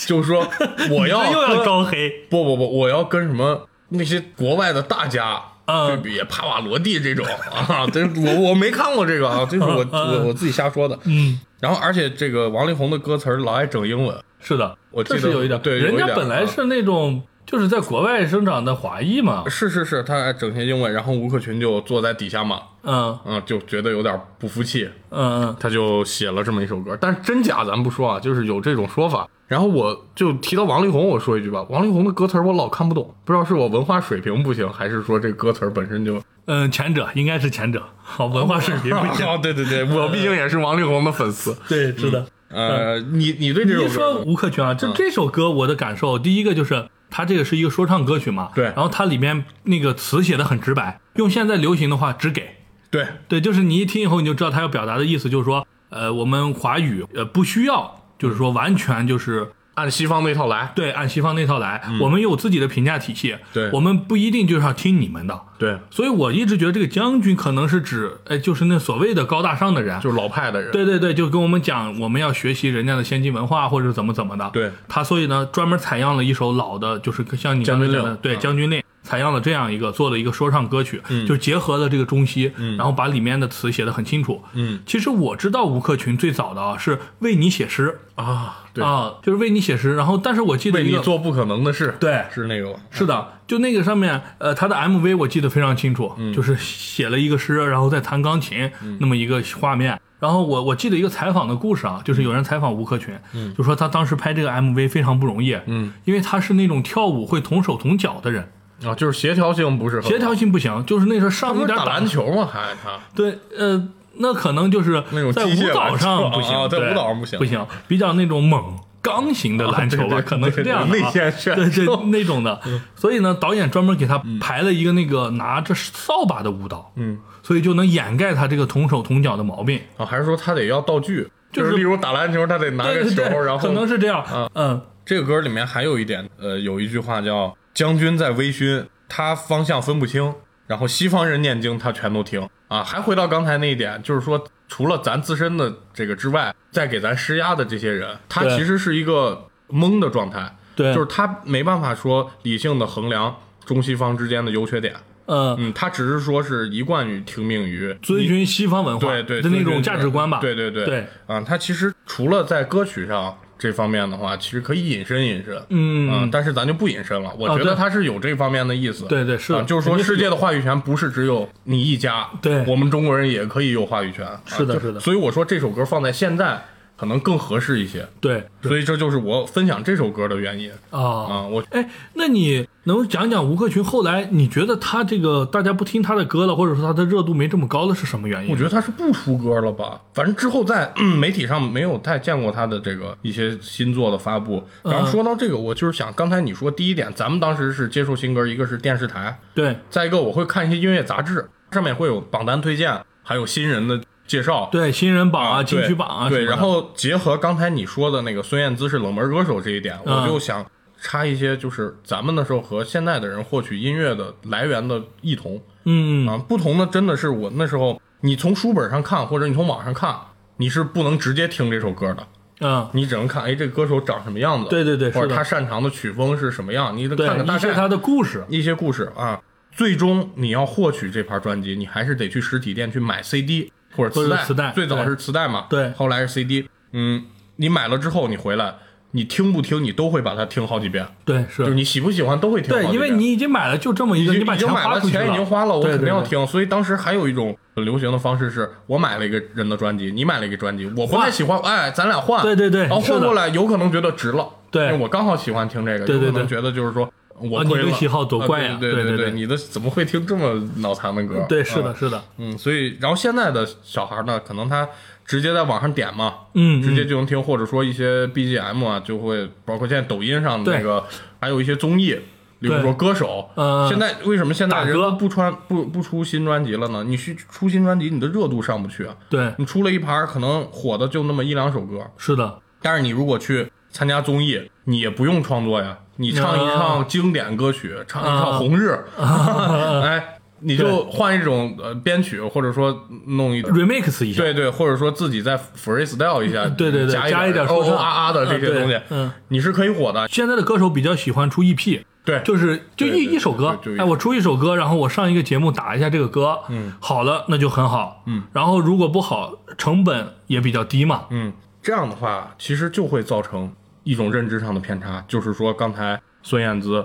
S2: 就是说我要
S1: 又
S2: 跟
S1: 要招黑，
S2: 不不不，我要跟什么那些国外的大家
S1: 嗯
S2: 对比，帕瓦罗蒂这种啊，这我我没看过这个
S1: [laughs]
S2: 啊，这是我
S1: 嗯嗯
S2: 我我自己瞎说的。
S1: 嗯，
S2: 然后而且这个王力宏的歌词儿老爱整英文，
S1: 是的，
S2: 我
S1: 这
S2: 记得
S1: 是有一点，
S2: 对有一
S1: 人
S2: 点啊
S1: 家本来是那种就是在国外生长的华裔嘛，
S2: 是是是，他爱整些英文，然后吴克群就坐在底下骂，
S1: 嗯
S2: 嗯，就觉得有点不服气，
S1: 嗯嗯，
S2: 他就写了这么一首歌，但是真假咱不说啊，就是有这种说法。然后我就提到王力宏，我说一句吧，王力宏的歌词儿我老看不懂，不知道是我文化水平不行，还是说这歌词儿本身
S1: [laughs]
S2: 就……
S1: 嗯，前者应该是前者，好，文化水平不一样，
S2: 哦，对对对，我毕竟也是王力宏的粉丝。
S1: [laughs] 对，是的。
S2: 呃，你你对这首
S1: 你
S2: 歌
S1: 嗯一说吴克群啊，这这首歌我的感受，第一个就是它这个是一个说唱歌曲嘛，
S2: 对
S1: 然后它里面那个词写的很直白，用现在流行的话，只给，
S2: 对
S1: 对，就是你一听以后你就知道他要表达的意思，就是说，呃，我们华语呃不需要，就是说完全就是
S2: 按西方那套来，
S1: 对按西方那套来，我们有自己的评价体系，
S2: 对
S1: 我们不一定就是要听你们的。
S2: 对，
S1: 所以我一直觉得这个将军可能是指，哎，就是那所谓的高大上的人，
S2: 就是老派的人。
S1: 对对对，就跟我们讲，我们要学习人家的先进文化，或者怎么怎么的。
S2: 对
S1: 他，所以呢，专门采样了一首老的，就是像你刚才
S2: 将军
S1: 讲
S2: 啊令
S1: 的，对《将军令》，采样了这样一个，做了一个说唱歌曲，
S2: 嗯
S1: 就结合了这个中西，然后把里面的词写得很清楚。
S2: 嗯，
S1: 其实我知道吴克群最早的啊是为你写诗
S2: 啊，对，
S1: 啊，就是为你写诗，然后但是我记得
S2: 为
S1: 一
S2: 你
S1: 个。
S2: 做不可能的事，
S1: 对
S2: 是那个吧？
S1: 是的，就那个上面，呃，他的 MV 我记得非常清楚，就是写了一个诗，然后在弹钢琴、那么一个画面。然后我我记得一个采访的故事啊，就是有人采访吴克群，就说他当时拍这个 MV 非常不容易，嗯，因为他是那种跳舞会同手同脚的人，
S2: 啊，就是协调性不是很好
S1: 协，调性不行，就是那时候
S2: 他
S1: 上有
S2: 不是
S1: 点
S2: 打篮，球吗？还他
S1: 对，呃，那可能就是
S2: 那种
S1: 在
S2: 机
S1: 舞
S2: 械
S1: 蹈上
S2: 篮球
S1: 不行，
S2: 啊在
S1: 对
S2: 舞蹈上不行
S1: 不行，比较那种猛刚型的篮球吧，
S2: 啊对对
S1: 可能是这样的、啊，
S2: 对对内线选手嗯
S1: 对对那种的。所以呢，导演专门给他排了一个那个拿着扫把的舞蹈，嗯，所以就能掩盖他这个同手同脚的毛病。
S2: 啊，还是说他得要道具？
S1: 就
S2: 就是例如打篮球，他得拿
S1: 对
S2: 个
S1: 对
S2: 球，
S1: 对，
S2: 然后
S1: 可能是这样，嗯，
S2: 这个歌里面还有一点，呃，有一句话叫“将军在微醺”，他方向分不清，然后西方人念经他全都听啊。还回到刚才那一点，就是说，除了咱自身的这个之外，再给咱施压的这些人，他
S1: 对
S2: 其实是一个懵的状态，
S1: 对，
S2: 就是他没办法说理性的衡量中西方之间的优缺点，
S1: 嗯，
S2: 嗯，他只是说是一贯于听命于
S1: 遵循西方文化
S2: 对对
S1: 的那
S2: 对对
S1: 种价值观吧，
S2: 对对对
S1: 对
S2: 啊，他其实除了在歌曲上这方面的话，其实可以引申引申，啊
S1: 嗯哦
S2: 但是咱就不引申了。我觉
S1: 对
S2: 得他是有这方面的意思，
S1: 对对是
S2: 啊就是
S1: 肯
S2: 说
S1: 定是
S2: 世界的话语权不是只有你一家，
S1: 对
S2: 我们中国人也可以有话语权，
S1: 是的
S2: 啊就是
S1: 的
S2: 所以我说这首歌放在现在可能更合适一些，
S1: 对
S2: 所以这就是我分享这首歌的原因
S1: 啊
S2: 啊，我。
S1: 哎，那你能讲讲吴克群后来你觉得他这个大家不听他的歌了，或者说他的热度没这么高了，是什么原因？
S2: 我觉得他是不出歌了吧，反正之后在、嗯媒体上没有太见过他的这个一些新作的发布。然
S1: 嗯
S2: 后说到这个，我就是想刚才你说第一点，咱们当时是接触新歌，一个是电视台，
S1: 对
S2: 再一个我会看一些音乐杂志，上面会有榜单推荐，还有新人的介绍。
S1: 对，新人榜啊、
S2: 啊，
S1: 金
S2: 对
S1: 曲榜啊什么
S2: 对，
S1: 的，
S2: 然后结合刚才你说的那个孙燕姿是冷门歌手这一点，
S1: 嗯
S2: 我就想插一些，就是咱们那时候和现在的人获取音乐的来源的异同。
S1: 嗯，
S2: 啊，不同的真的是我那时候，你从书本上看或者你从网上看，你是不能直接听这首歌的，
S1: 嗯，
S2: 你只能看哎这歌手长什么样子，
S1: 对对对是
S2: 或者
S1: 的
S2: 他擅长的曲风是什么样，你得
S1: 对
S2: 看看，大
S1: 一些
S2: 概
S1: 他的故事，
S2: 一些故事啊。最终你要获取这盘专辑，你还是得去实体店去买 CD 或者
S1: 或
S2: 磁
S1: 者
S2: 带，
S1: 磁带
S2: 最早
S1: 对
S2: 是磁带嘛，
S1: 对
S2: 后来是 CD，嗯，你买了之后你回来，你听不听你都会把它听好几遍，
S1: 对
S2: 就是
S1: 是，
S2: 你喜不喜欢都会听好几
S1: 对，
S2: 遍，
S1: 因为你已经买了就这么一个，你
S2: 已经
S1: 把
S2: 已经买
S1: 花
S2: 了，
S1: 出去
S2: 钱已经花了，我
S1: 对
S2: 肯定要
S1: 对对
S2: 听。所以当时还有一种很流行的方式是，我买了一个人的专辑，你买了一个专辑，我不太
S1: 换
S2: 喜欢，哎，咱俩换。
S1: 对对对
S2: 然后
S1: 是的
S2: 换过来有可能觉得值了，
S1: 对
S2: 因为我刚好喜欢听这个，
S1: 对对
S2: 有可
S1: 对
S2: 能觉得就是说。我
S1: 啊你
S2: 会了
S1: 对喜好多怪呀
S2: 啊对
S1: 对
S2: 对
S1: 对对
S2: 你的怎么会听这么脑残的歌？
S1: 对，是
S2: 啊
S1: 的，是的，
S2: 嗯，所以然后现在的小孩呢，可能他直接在网上点嘛，
S1: 嗯，
S2: 直接
S1: 嗯
S2: 就能听，或者说一些 BGM 啊，就会包括现在抖音上的那个，还有一些综艺，比如说歌手。
S1: 嗯
S2: 现在为什么现在
S1: 打
S2: 人
S1: 歌
S2: 都不穿不不出新专辑了呢？你去出新专辑，你的热度上不去啊。
S1: 对，
S2: 你出了一盘，可能火的就那么一两首歌，
S1: 是的，
S2: 但是你如果去参加综艺，你也不用创作呀，你唱
S1: 嗯
S2: 一唱经典歌曲，唱一唱
S1: [laughs]
S2: 红日，哎，你就换一种呃编曲，或者说弄一
S1: remix 一下，
S2: 对对，或者说自己再 freestyle [laughs] 一下，
S1: 对对对
S2: 加
S1: 加一点
S2: 哦
S1: 说唱
S2: 哦啊啊的这
S1: 啊
S2: 些
S1: 对
S2: 东西，
S1: 嗯，
S2: 你是可以火的，
S1: 现在的歌手比较喜欢出 E EP，
S2: 对，
S1: 就是就
S2: 对
S1: 一
S2: 对
S1: 一首歌
S2: 就就一，
S1: 哎，我出一首歌，然后我上一个节目打一下这个歌，嗯，好了那就很好，嗯，然后如果不好，成本也比较低嘛，
S2: 嗯，这样的话其实就会造成一种认知上的偏差，就是说刚才孙燕姿，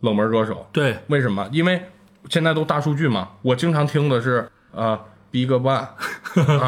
S2: 冷门歌手，
S1: 对，
S2: 为什么？因为现在都大数据嘛，我经常听的是呃。Big [laughs] Bang，啊，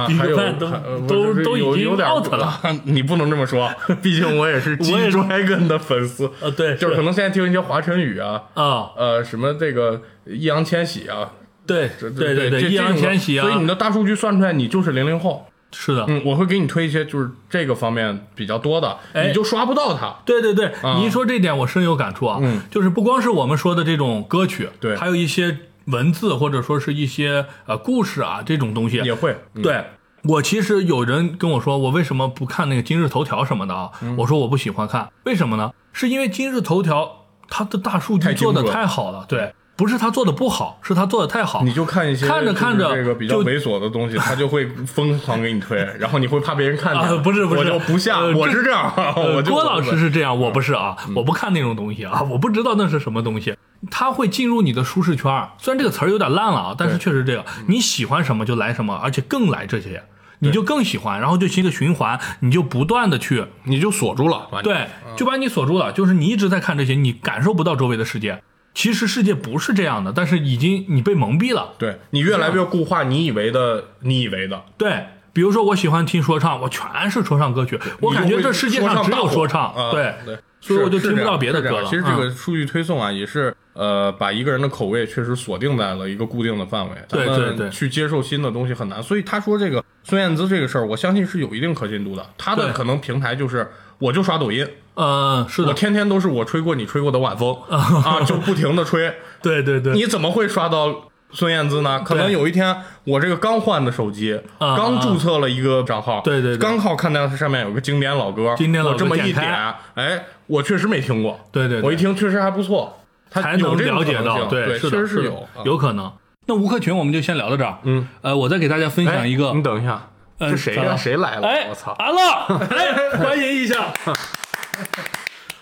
S1: Big
S2: 还有
S1: Bang 都
S2: 还呃
S1: 都
S2: 我就是
S1: 都已
S2: 有
S1: 经
S2: 有点啊
S1: out 了，
S2: 你不能这么说，毕竟 [laughs] 我也是 G
S1: 我也是
S2: Dragon 的粉丝，
S1: 呃，对，
S2: 就是可能现在听一些华晨宇啊，
S1: 啊，
S2: 呃，什么这个易烊千玺啊，
S1: 对
S2: 这
S1: 对
S2: 这这
S1: 对，易
S2: 这种
S1: 烊千玺啊
S2: 所，以你的大数据算出来，你就是零零后。
S1: 是的，
S2: 嗯，我会给你推一些就是这个方面比较多的，
S1: 哎
S2: 你就刷不到他。
S1: 对对对，你一说这点，我深有感触啊。
S2: 啊嗯，
S1: 就是不光是我们说的这种歌曲，
S2: 对
S1: 还有一些文字或者说是一些呃故事啊这种东西。
S2: 也会，嗯
S1: 对我其实有人跟我说，我为什么不看那个今日头条什么的啊？
S2: 嗯
S1: 我说我不喜欢看，为什么呢？是因为今日头条它的大数
S2: 太
S1: 据
S2: 精
S1: 做的
S2: 准
S1: 太好了，对，不是它做的不好，是它做的太好。
S2: 你就看一些
S1: 看着看着
S2: 就是这个比较
S1: 就
S2: 猥琐
S1: [laughs]
S2: 的东西，他就会疯狂给你推，然后你会怕被人看
S1: 啊
S2: 见。
S1: 不是不是
S2: 我就不下，
S1: 呃
S2: 我
S1: 这
S2: 是这 [laughs] 样，我嗯
S1: 呃，
S2: 就
S1: 郭老师是这样，我不是啊，我不看那种东西啊， [laughs] 我不知道那是什么东西。它会进入你的舒适圈儿，虽然这个词儿有点烂了啊，但是确实这个，
S2: 嗯
S1: 你喜欢什么就来什么，而且更来这些，你就更喜欢，然后就是一个循环，你就不断的去，
S2: 你嗯就锁住了，完全，
S1: 对，就把你锁住了，就是你一直在看这些，你感受不到周围的世界。其实世界不是这样的，但是已经你被蒙蔽了。
S2: 对你越来越固化你以为的，你以为的，
S1: 对，比如说我喜欢听说唱，我全是说唱歌曲，我
S2: 你就
S1: 感觉
S2: 会
S1: 这世界
S2: 说
S1: 上
S2: 唱
S1: 只
S2: 大
S1: 有
S2: 火
S1: 说唱
S2: 啊。
S1: 对，
S2: 对，
S1: 所以
S2: 是
S1: 我就是听不
S2: 这样
S1: 到别的
S2: 是这
S1: 歌
S2: 样
S1: 了
S2: 其实这
S1: 嗯
S2: 个数据推送啊，也是呃，把一个人的口味确实锁定在了一个固定的范围，
S1: 对
S2: 咱们
S1: 对对
S2: 去接受新的东西很难。所以他说这个孙燕姿这个事儿，我相信是有一定可信度的。他的
S1: 对
S2: 可能平台就是。我就刷抖音，
S1: 嗯，是
S2: 我
S1: 的，
S2: 天天都是我吹过你吹过的
S1: [laughs]
S2: 晚风啊，就不停的吹。
S1: 对对 [laughs] 对。
S2: 你怎么会刷到孙燕姿呢？可能
S1: 对
S2: 有一天我这个刚换的手机，
S1: 啊
S2: 刚注册了一个账号，
S1: 对对对
S2: 刚好看到它上面有个经典老歌，
S1: 经典老歌
S2: 我这么一
S1: 点
S2: 点
S1: 开，
S2: 哎，我确实没听过，
S1: 对对对
S2: 我一听确实还不错，它
S1: 才
S2: 有
S1: 能
S2: 这种
S1: 了解
S2: 可能
S1: 到，
S2: 性对，
S1: 是
S2: 确
S1: 的，
S2: 实
S1: 是的
S2: 有啊
S1: 有可能。那吴克群我们就先聊到这儿，嗯，呃，我再给大家分享一个
S2: 哎，你等一下，
S1: 嗯
S2: 是谁
S1: 咋
S2: 呀？
S1: 了
S2: 谁来
S1: 哎
S2: 了？，我操！
S1: 阿浪，哎，欢迎一下。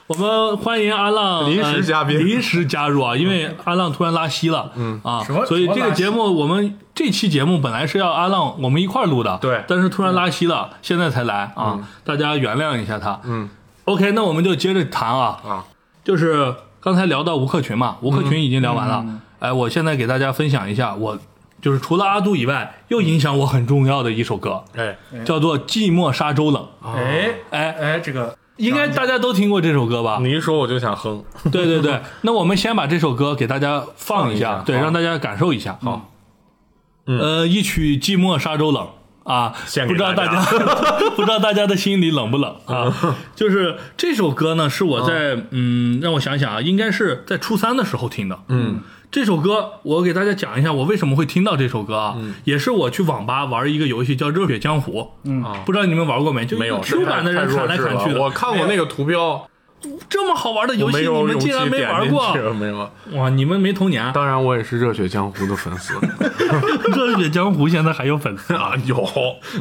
S1: 我们欢迎阿浪
S2: [laughs] 临时
S1: 呃
S2: 嘉宾嗯
S1: 临时加入啊，因为阿浪突然拉稀了，嗯啊
S2: 什么，
S1: 所以这
S2: 什么
S1: 个
S2: 拉稀
S1: 节目我们这期节目本来是要阿浪我们一块儿录的，
S2: 对嗯
S1: 但是突然拉稀了，现在才来啊，大家原谅一下他，嗯，OK，那我们就接着谈啊，
S2: 啊，嗯
S1: 就是刚才聊到吴克群嘛，吴克群已经聊完了，哎，我现在给大家分享一下，我就是除了阿杜以外，又影响我很重要的一首歌，
S2: 哎
S1: 叫做《寂寞沙洲冷》。
S2: 哎，
S1: 哎，
S3: 哎，这个？
S1: 应该大家都听过这首歌吧？
S2: 你一说我就想哼，
S1: [laughs] 对对对，那我们先把这首歌给大家放一
S2: 放一
S1: 下
S2: 下，
S1: 对，
S2: 好嗯
S1: 让大家感受一下。好，呃，一曲《寂寞沙洲冷》啊，
S2: 献
S1: 不
S2: 给
S1: 知道
S2: 大
S1: 大
S2: 家嗯
S1: 家不知道大家 [laughs] 的心里冷不冷啊？就是这首歌呢，是我在嗯，让我想想啊，应该是在初三的时候听的。嗯，这首歌我给大家讲一下，我为什么会听到这首歌啊？
S2: 嗯
S1: 也是我去网吧玩一个游戏叫《热血江湖》。嗯，不知道你们玩过没？就
S2: 没
S1: [laughs]
S2: 有
S1: Q 版的人
S2: 太弱
S1: 砍来
S2: 智
S1: 砍去
S2: 了
S1: 的，
S2: 我看过那个图标，
S1: 这么好玩的游
S2: 我
S1: 戏，
S2: 没
S1: 你
S2: 有
S1: 们
S2: 勇气
S1: 竟然没
S2: 点
S1: 玩
S2: 进
S1: 过
S2: 去？没 [laughs] 有。
S1: 哇，你们没童年啊
S3: 当然我也是热血江湖的粉丝，
S1: [laughs] 热血江湖现在还有粉 [laughs] 丝
S2: 啊，有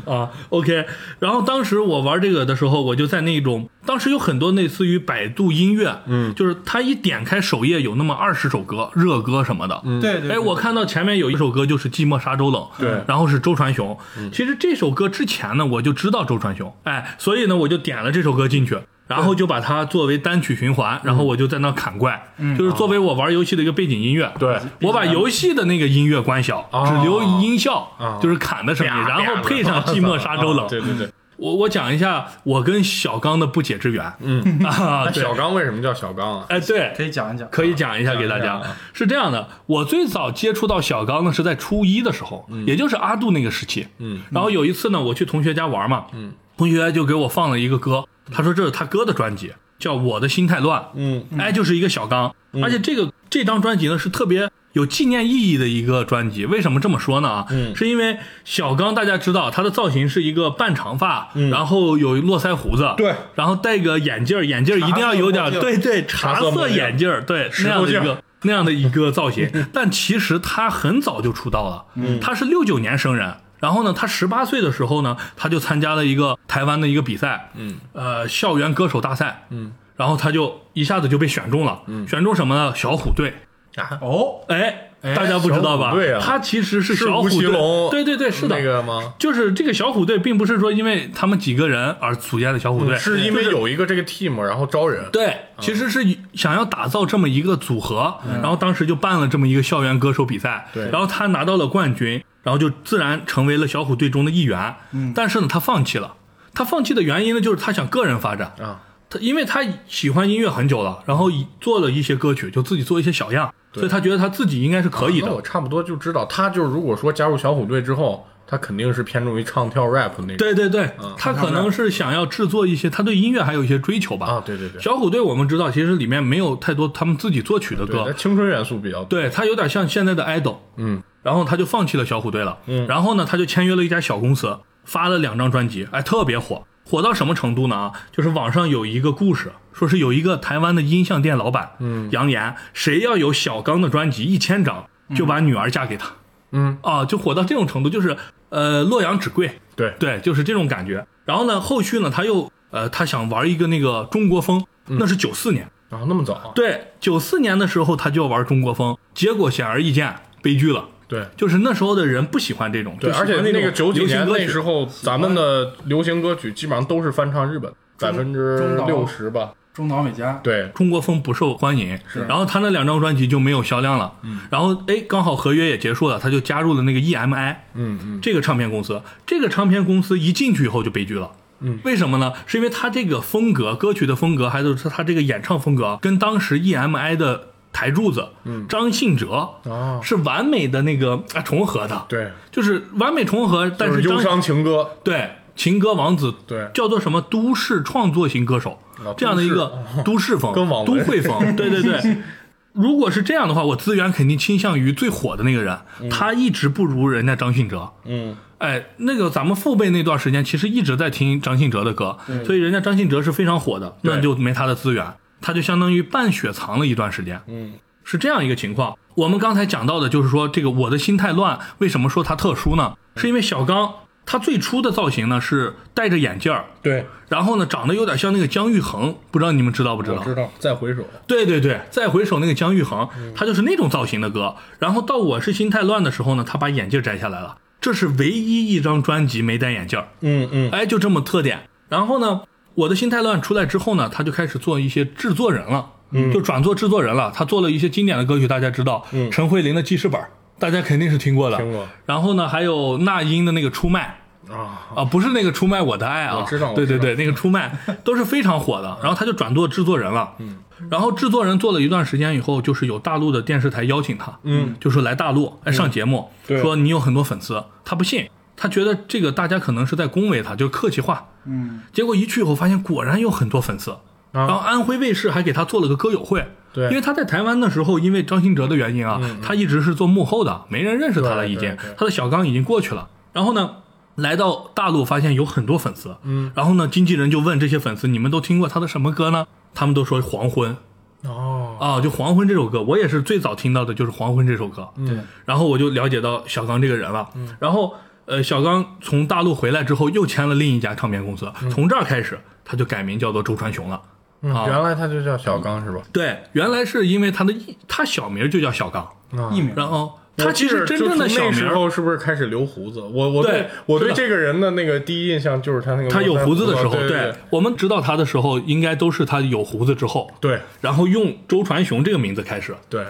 S1: 啊？OK，然后当时我玩这个的时候，我就在那种，当时有很多类似于百度音乐，嗯，就是它一点开首页有那么二十首歌，热歌什么的，嗯，
S3: 对对
S1: 哎，我看到前面有一首歌就是《寂寞沙洲冷》，
S2: 对
S1: 然后是周传雄。其实这首歌之前呢，我就知道周传雄，哎，所以呢，我就点了这首歌进去，然后就把它作为单曲循环，然后我就在那砍怪，就是作为我玩游戏的一个背景音乐。
S2: [laughs] 对
S1: 我把游戏的那个音乐关小，只留音效，就是砍的声音，
S2: 哦啪
S1: 然后配上《寂寞沙洲冷》
S2: 啊对对对，
S1: 我我讲一下我跟小刚的不解
S2: [laughs]
S1: 之缘。嗯啊，
S2: 那
S1: 对
S2: 小，刚为什么叫小刚啊？
S1: 哎，对，
S4: 可以讲一讲。
S1: 可以讲一下给大
S2: 讲
S1: 家
S2: 一下啊。
S1: 是这样的，我最早接触到小刚呢是在初一的时候，也就是阿杜那个时期。
S2: 嗯，
S1: 然后有一次呢，我去同学家玩嘛，嗯，同学就给我放了一个歌，他说这是他哥的专辑，叫《我的心太乱》。
S2: 嗯
S1: 哎，就是一个小刚，而且这个这张专辑呢是特别有纪念意义的一个专辑。为什么这么说呢？啊，
S2: 嗯
S1: 是因为小刚大家知道他的造型是一个半长发，然后有络腮胡子，
S2: 嗯对，
S1: 然后戴个眼镜儿，眼镜儿一定要有点
S2: 茶色墨镜
S1: 对对
S2: 茶
S1: 茶
S2: 色墨
S1: 色
S2: 镜
S1: 眼镜儿，对那样的一
S2: 石头镜
S1: 个。那样的一个造
S2: [laughs]
S1: 型，但其实他很早就出道了，
S2: 嗯
S1: 他是六九年生人，然后呢，他十八岁的时候呢，他就参加了一个台湾的一个比赛，
S2: 嗯，
S1: 呃，校园歌手大赛，
S2: 嗯，
S1: 然后他就一下子就被选中了，选中什么呢？小虎队，
S2: 啊，
S4: 哦，
S1: 哎，
S2: 哎
S1: 大家不知道吧？
S2: 小虎队啊
S1: 他其实是小虎
S2: 是吴奇
S1: 队，
S2: 隆
S1: 对对对，是的，
S2: 那个吗？
S1: 就是这个小虎队，并不是说因为他们几个人而组建的小虎队，
S2: 嗯是因为有一个这个 team，然后招人。
S1: 对，其实是想要打造这么一个组合，然后当时就办了这么一个校园歌手比赛，
S2: 嗯对
S1: 然后他拿到了冠军，然后就自然成为了小虎队中的一员。嗯，但是呢，他放弃了。他放弃的原因呢，就是他想个人发展
S2: 啊。
S1: 他因为他喜欢音乐很久了，然后以做了一些歌曲，就自己做一些小样，所以他 [laughs] 觉得他自己应该是可以
S2: 啊那
S1: 的
S2: 我。差不多就知道，他就是如果说加入小虎队之后，他肯定是偏重于唱跳 rap 啊那种。
S1: 对对对，他可能是想要制作一些，他对音乐还有一些追求吧。
S2: 啊，对对对，
S1: 小虎队我们知道，其实里面没有太多他们自己作曲的
S2: 对，
S1: 歌
S2: 他，青春元素比较多。
S1: 对他有点像现在的 idol，
S2: 嗯，
S1: 然后他就放弃了小虎队了，
S2: 嗯
S1: 然后呢，他就签约了一家小公司，发了两张专辑，哎，特别火，火到什么程度呢？啊，就是网上有一个故事，说是有一个台湾的音像店老板，嗯，扬言谁要有小刚的专辑一千张，就把女儿嫁给他，
S2: 嗯，
S1: 啊，就火到这种程度，就是呃，洛阳纸贵，
S2: 对
S1: 对，就是这种感觉。然后呢，后续呢，他又呃，他想玩一个那个中国风，
S2: 嗯
S1: 那是九四年。
S2: 啊，那么早啊？
S1: 对，九四年的时候他就要玩中国风，结果显而易见悲剧了。
S2: 对
S1: 就是那时候的人不喜欢这种，
S2: 对，
S1: 就喜
S2: 而
S1: 欢
S2: 且
S1: 那
S2: 那个
S1: 种
S2: 九几
S1: 流行
S2: 年
S1: 歌
S2: 那
S1: 曲
S2: 时候，咱们的流行歌曲基本上都是翻唱日本，百分之
S4: 中岛
S2: 六十吧。
S4: 中岛美嘉，
S2: 对，
S1: 中国风不受欢迎，然后他那两张专辑就没有销量了。
S2: 嗯
S1: 然后哎，刚好合约也结束了，他就加入了那个 EMI，
S2: 嗯嗯，
S1: 这个唱片公司，这个唱片公司一进去以后就悲剧了。
S2: 嗯，
S1: 为什么呢？是因为他这个风格、歌曲的风格，还有他这个演唱风格，跟当时 EMI 的台柱子，嗯，张信哲
S2: 哦
S1: 是完美的那个啊重合的，，
S2: 对，
S1: 就是完美重合。但
S2: 就是是忧
S1: 张
S2: 伤情歌。
S1: 对情歌王子，
S2: 对
S1: 叫做什么都市创作型歌手
S2: 啊，
S1: 这样的一个 [laughs] 都市风、
S2: 跟网
S1: 都
S2: 文
S1: 会风，
S2: [laughs]
S1: 对对对。如果是这样的话，我资源肯定倾向于最火的那个人，他一直不如人家张信哲。
S2: 嗯，
S1: 哎，那个咱们父辈那段时间其实一直在听张信哲的歌，所以人家张信哲是非常火的，
S2: 嗯对
S1: 那就没他的资源，他就相当于半雪藏了一段时间。
S2: 嗯，
S1: 是这样一个情况。我们刚才讲到的就是说，这个我的心太乱，为什么说它特殊呢？是因为小刚他最初的造型呢是戴着眼镜儿，
S2: 对，
S1: 然后呢长得有点像那个姜育恒，不知道你们知道不知
S2: 我
S1: 道？
S2: 知道。再回首，
S1: 对对对，再回首那个姜育恒，
S2: 嗯
S1: 他就是那种造型的歌。然后到我是心太乱的时候呢，他把眼镜摘下来了，这是唯一一张专辑没戴眼镜儿。
S2: 嗯嗯，
S1: 哎，就这么特点。然后呢，我的心太乱出来之后呢，他就开始做一些制作人了，
S2: 嗯
S1: 就转做制作人了。他做了一些经典的歌曲，大家知道，陈慧琳的记事本，大家肯定是听过的。
S2: 听过。
S1: 然后呢，还有那英的那个出卖。
S2: 啊，
S1: 啊，不是那个出卖我的爱啊，
S2: 我知道我
S1: 对对
S2: 知道
S1: 对，那个出卖都是非常火的。然后他就转做制作人了，嗯，然后制作人做了一段时间以后，就是有大陆的电视台邀请他，嗯，就说来大陆来上节目，
S2: 嗯对
S1: 说你有很多粉丝，他不信，他觉得这个大家可能是在恭维他，就客气话，
S4: 嗯，
S1: 结果一去以后发现果然有很多粉丝，然后安徽卫视还给他做了个歌友会。
S2: 啊对嗯
S1: 因为他在台湾的时候，因为张信哲的原因啊，他一直是做幕后的，没人认识他了，
S2: 对
S1: 已经
S2: 对对。
S1: 他的小刚已经过去了。然后呢，来到大陆发现有很多粉丝，嗯，然后呢，经纪人就问这些粉丝，你们都听过他的什么歌呢？他们都说《黄昏》
S2: 哦，
S1: 啊，就《黄昏》这首歌，我也是最早听到的就是《黄昏》这首歌。
S4: 对，
S1: 然后我就了解到小刚这个人了。
S2: 嗯
S1: 然后呃，小刚从大陆回来之后，又签了另一家唱片公司，从这儿开始他就改名叫做周传雄了。
S2: 嗯
S1: 啊
S2: 原来他就叫小刚是吧？
S1: 对，原来是因为他的艺他小名就叫小刚，
S2: 啊
S4: 艺名
S1: 然后
S2: 我
S1: 他
S2: 记
S1: 其
S2: 着
S1: 实真正的
S2: 就
S1: 小
S2: 从那
S1: 名
S2: 时
S1: 儿，
S2: 候是不是开始留胡子？我我
S1: 对
S2: 对我对
S1: 是的
S2: 这个人的那个第一印象就是他那个
S1: 他有胡子的时候，
S2: 对对
S1: 我们知道他的时候，应该都是他有胡子之后，
S2: 对
S1: 然后用周传雄这个名字开始。
S2: 对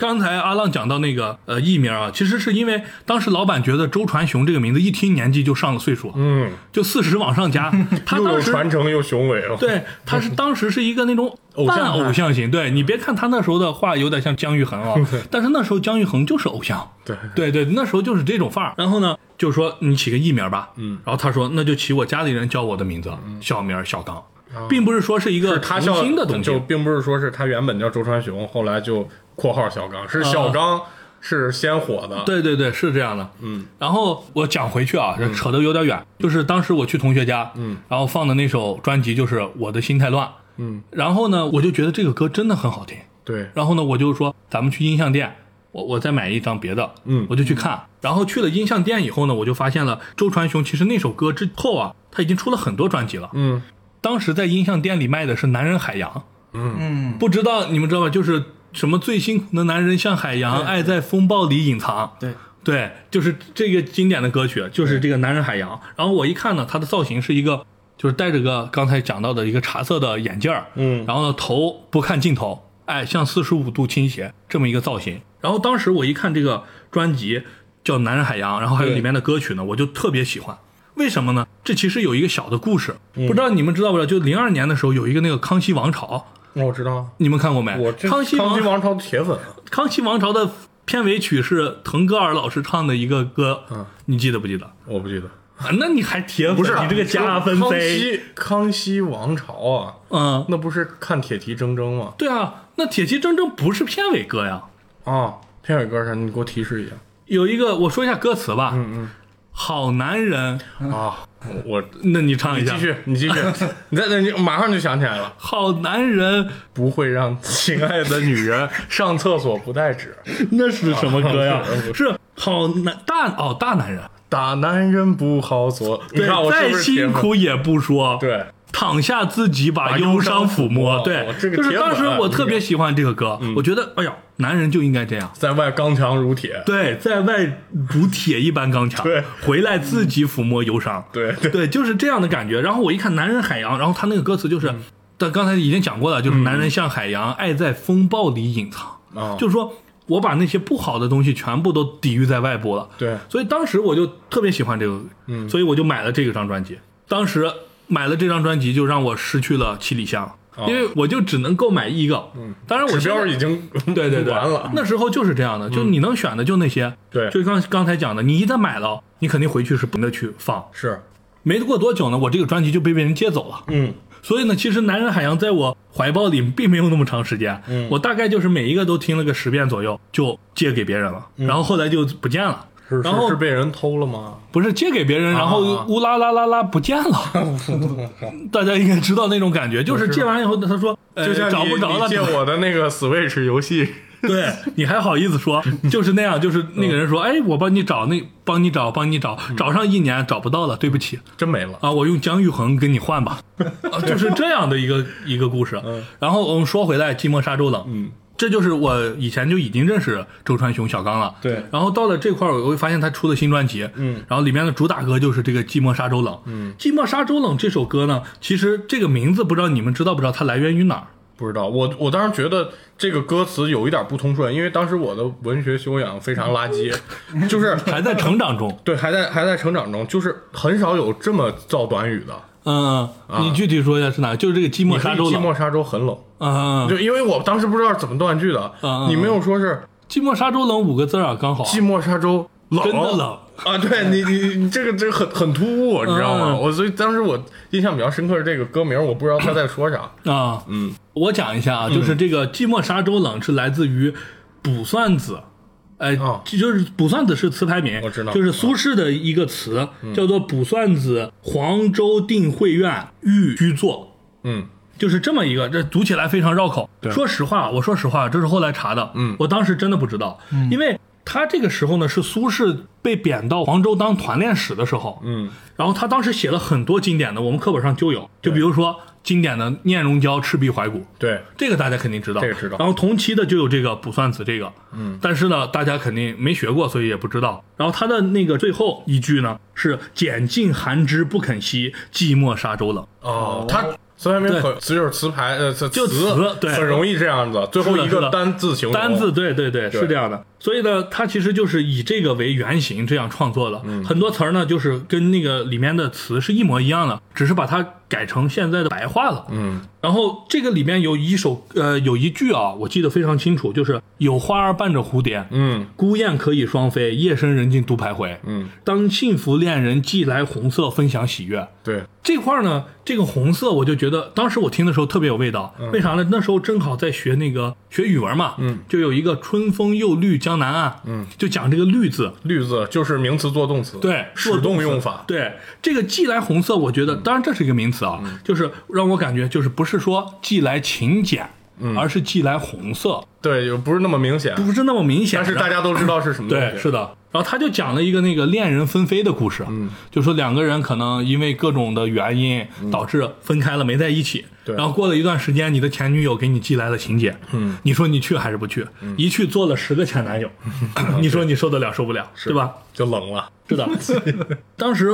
S1: 刚才阿浪讲到那个呃艺名啊，其实是因为当时老板觉得周传雄这个名字一听年纪就上了岁数，
S2: 嗯，
S1: 就四十往上
S2: [laughs]
S1: 加，他
S2: 又有
S1: 当时
S2: 传承又雄伟哦。， [laughs]
S1: 对，他是当时是一个那种
S2: 偶像派
S1: 半偶像型。对你别看他那时候的话有点像姜育恒
S2: [laughs]
S1: 啊，但是那时候姜育恒就是偶像。
S2: 对
S1: 对对，那时候就是这种范儿。然后呢，就说你起个艺名吧，嗯，然后他说那就起我家里人叫我的名字，小名小刚，并不是说是一个
S2: 嗯哦他
S1: 重
S2: 叫
S1: 新的东
S2: 就
S1: 西。
S2: 并不是说是他原本叫周传雄，后来就括号小刚，是小刚是先火的。
S1: 啊对对对，是这样的，嗯。然后我讲回去啊，扯得有点远，就是当时我去同学家，嗯，然后放的那首专辑就是《我的心太乱》，
S2: 嗯，
S1: 然后呢，我就觉得这个歌真的很好听，
S2: 对，
S1: 然后呢，我就说咱们去音像店，我我再买一张别的，
S2: 嗯
S1: 我就去看。然后去了音像店以后呢，我就发现了周传雄其实那首歌之后啊，他已经出了很多专辑了。
S2: 嗯，
S1: 当时在音像店里卖的是《男人海洋》，嗯不知道你们知道吧？就是什么最辛苦的男人像海洋，爱在风暴里隐藏。
S4: 对，
S1: 对，就是这个经典的歌曲，就是这个《男人海洋》。然后我一看呢，他的造型是一个，就是戴着个刚才讲到的一个茶色的眼镜儿，
S2: 嗯
S1: 然后呢头不看镜头，哎，向四十五度倾斜这么一个造型。然后当时我一看这个专辑叫《男人海洋》，然后还有
S2: 对
S1: 里面的歌曲呢，我就特别喜欢。为什么呢？这其实有一个小的故事，
S2: 嗯
S1: 不知道你们知道不知道？就零二年的时候有一个那个《康熙王朝》，
S2: 那哦我知道，
S1: 你们看过没？
S2: 我这
S1: 康熙
S2: 康
S1: 王
S2: 熙王朝的铁粉啊，
S1: 康熙王朝的片尾曲是腾格尔老师唱的一个歌，
S2: 嗯
S1: 你记得不记得？
S2: 我不记得。
S1: 啊，那你还铁粉？你这个加分
S2: 康
S1: 妃？
S2: 熙康熙王朝啊，
S1: 嗯，
S2: 那不是看铁蹄铮铮吗？
S1: 对啊，那铁骑铮铮不是片尾歌呀。
S2: 啊，片尾歌啥？你给我提示一下。
S1: 有一个，我说一下歌词吧。嗯嗯。好男人，
S2: 啊，我
S1: 那你唱一
S2: 你
S1: 下。
S2: 继续，你
S1: [laughs]
S2: 继续，你再你马上就想起来了。
S1: 好男人，
S2: 不会让亲爱的女人上厕所不带纸，
S1: 那是什么歌呀
S2: 啊
S1: [laughs]
S2: 是？
S1: 是好男大哦，大男人。
S2: 打男人不好做。你
S1: 对
S2: 看，我是
S1: 再
S2: 不是铁
S1: 辛
S2: 粉？
S1: 苦也不说。。
S2: 对，
S1: 躺下自己把忧伤抚摸，
S2: 把忧伤抚摸
S1: 对
S2: 哦，这个
S1: 就是
S2: 铁粉
S1: 当时我特别喜欢这个歌，我觉得，哎呀，男人就应该这样，
S2: 在外刚强如铁。
S1: 对，在外如铁一般刚强，
S2: 对，
S1: 回来自己抚摸忧伤，
S2: 对对
S1: 嗯对，就是这样的感觉。然后我一看《男人海洋》，然后他那个歌词就是，但刚才已经讲过了，就是男人像海洋，爱在风暴里隐藏，
S2: 啊，
S1: 就是说我把那些不好的东西全部都抵御在外部了，
S2: 对
S1: 所以当时我就特别喜欢这个，嗯，所以我就买了这张专辑。当时买了这张专辑，就让我失去了七里香，因为我就只能购买一个。嗯，当然我
S2: 哦指
S1: 现在
S2: 标已经
S1: 对对对
S2: 完了。嗯
S1: 那时候就是这样的，就你能选的就那些。
S2: 对
S1: 就刚刚才讲的，你一旦买了，你肯定回去是不能去放。
S2: 是，
S1: 没过多久呢，我这个专辑就被别人接走了。
S2: 嗯，
S1: 所以呢，其实《男人海洋》在我怀抱里并没有那么长时间，
S2: 嗯
S1: 我大概就是每一个都听了个十遍左右，就借给别人了，然后后来就不见了。
S2: 嗯是
S1: 然后
S2: 是是被人偷了吗？
S1: 不是借给别
S2: 啊
S1: 人，然后乌拉拉拉拉不见
S2: [laughs]
S1: 了。大家应该知道那种感觉，就是借完以后，他说呃
S2: 就像你
S1: 找不着了 [laughs]
S2: 你，借我的那个 Switch 游戏，
S1: 对你还好意思
S2: [laughs]
S1: 说，就是那样，就是那个人
S2: 嗯
S1: 说，哎，我帮你找那，帮你找，帮你找，找上一年找不到了，对不起
S2: 真没了。
S1: 啊，我用姜育恒跟你换 [laughs] 吧，啊，就是这样的一个一个故事。然后我们说回来，《寂寞沙洲冷》，嗯，这就是我以前就已经认识周传雄、小刚了，
S2: 对
S1: 然后到了这块儿，我会发现他出了新专辑，嗯，然后里面的主打歌就是这个《寂寞沙洲冷》，嗯，《寂寞沙洲冷》这首歌呢，其实这个名字不知道你们知道不知道它来源于哪 [laughs] 儿？
S2: 不知道，我我当时觉得这个歌词有一点不通顺，因为当时我的文学修养非常垃圾，就是
S1: 还在成长中。
S2: 对还在还在成长中，就是很少有这么造短语的。
S1: 嗯，你具体说一下是哪？就是这个寂寞沙洲
S2: 你可以
S1: 冷
S2: 寂。寞沙洲很冷，
S1: 嗯，嗯嗯
S2: 就因为我当时不知道怎么断句的
S1: 嗯嗯，
S2: 你没有说是
S1: 寂寞沙洲冷五个字儿啊，刚好。
S2: 寂寞沙洲冷，
S1: 真的冷
S2: 啊！对你你你这个这个很很突兀，你知道吗？
S1: 嗯
S2: 我所以当时我印象比较深刻是这个歌名，我不知道他在说啥。
S1: 啊，嗯，我讲一下啊，就是
S2: 嗯
S1: 这个寂寞沙洲冷是来自于卜算子。哎
S2: 哦，
S1: 就是卜算子是词牌名，
S2: 我知道嗯
S1: 就是苏轼的一个词，叫做“卜算子黄州定慧院寓居作”。
S2: 嗯，
S1: 就是这么一个，这读起来非常绕口。说实话，我说实话，这是后来查的，嗯，我当时真的不知道，因为他这个时候呢是苏轼被贬到黄州当团练使的时候，嗯，然后他当时写了很多经典的，我们课本上就有，就比如说经典的《念荣郊》《赤壁怀古》，
S2: 对，
S1: 这个大家肯定知道，
S2: 这个知道
S1: 然后同期的就有这个卜算子这个，嗯，但是呢，大家肯定没学过，所以也不知道。然后他的那个最后一句呢是“拣尽寒枝不肯栖，寂寞沙洲冷
S2: 哦，他孙怀民
S1: 对
S2: 很就是词牌呃词
S1: 就
S2: 词
S1: 词对
S2: 很容易这样子，最后
S1: 是的
S2: 一
S1: 是
S2: 个
S1: 的
S2: 单字形”，容
S1: 单字，对对对，
S2: 对
S1: 是这样的。所以呢，他其实就是以这个为原型这样创作的，
S2: 嗯
S1: 很多词儿呢就是跟那个里面的词是一模一样的，只是把它改成现在的白话了。
S2: 嗯
S1: 然后这个里面有一首呃有一句啊，我记得非常清楚，就是“有花儿伴着蝴蝶，
S2: 嗯
S1: 孤雁可以双飞，夜深人静独徘徊。
S2: 嗯，
S1: 当幸福恋人寄来红色，分享喜悦。
S2: 对，
S1: 这块儿呢，这个红色我就觉得，当时我听的时候特别有味道。
S2: 嗯
S1: 为啥呢？那时候正好在学那个学语文嘛，嗯，就有一个“春风又绿江南岸”，嗯，就讲这个“绿”字。
S2: 绿字就是名词做动词，
S1: 对
S2: 使动用嗯法，
S1: 对，这个“寄来红色”，我觉得，当然这是一个名词啊，
S2: 嗯
S1: 就是让我感觉就是不是说寄来请柬，
S2: 嗯
S1: 而是寄来红色，
S2: 对，有不是那么明显，
S1: 不是那么明显。
S2: 但是大家都知道是什么东西，
S1: 对，是的。然后他就讲了一个那个恋人纷飞的故事，嗯，就说两个人可能因为各种的原因导致分开了，没在一起。
S2: 嗯对
S1: 然后过了一段时间，你的前女友给你寄来了请柬，嗯，你说你去还是不去？
S2: 嗯
S1: 一去做了十个前
S2: [laughs]
S1: 男友，你说你受得了受不了，对吧？
S2: 就冷了，
S1: 是的，
S2: [laughs]
S1: 当时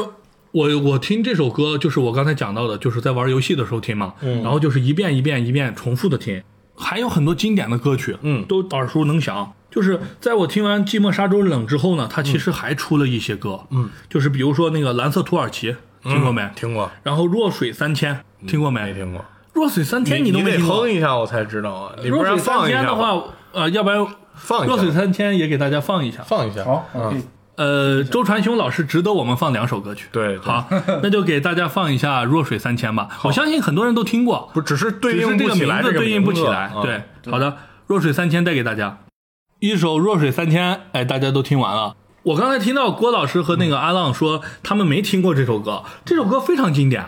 S1: 我我听这首歌，就是我刚才讲到的，就是在玩游戏的时候听嘛，
S2: 嗯
S1: 然后就是一遍一遍一遍重复的听，还有很多经典的歌曲，
S2: 嗯
S1: 都耳熟能详。就是在我听完《寂寞沙洲冷》之后呢，它其实还出了一些歌，嗯，就是比如说那个《蓝色土耳其》，听过没？
S2: 听过
S1: 然后《弱水三千》，听过没？
S2: 嗯没听过？
S1: 弱水三千》都
S2: 你
S1: 没
S2: 得
S1: 听过
S2: 哼？一下我才知道啊，你不
S1: 弱
S2: 然
S1: 水
S2: 放
S1: 三
S2: 一
S1: 千
S2: 下
S1: 的
S2: 吧，
S1: 话，呃，要不然
S2: 放一下
S1: 弱水三千》也给大家放一下。
S2: 放一下，嗯
S4: 好，我可以
S1: 呃，周传雄老师值得我们放两首歌曲。
S2: 对
S1: [laughs]
S2: 对
S1: 好，那就给大家放一下《弱水三千》吧。我相信很多人都听过，
S2: 不只是对
S1: 只
S2: 应
S1: 是这
S2: 不
S1: 个
S2: 起
S1: 名
S2: 来，
S1: 字
S2: 这个
S1: 对应不
S2: 名
S1: 起
S2: 字
S1: 来
S2: 啊。
S1: 对，好的，《弱水三千》带给大家一首《弱水三千》，哎，大家都听完了。我刚才听到郭老师和那个阿浪说，他们没听过这首歌，这首歌非常经典。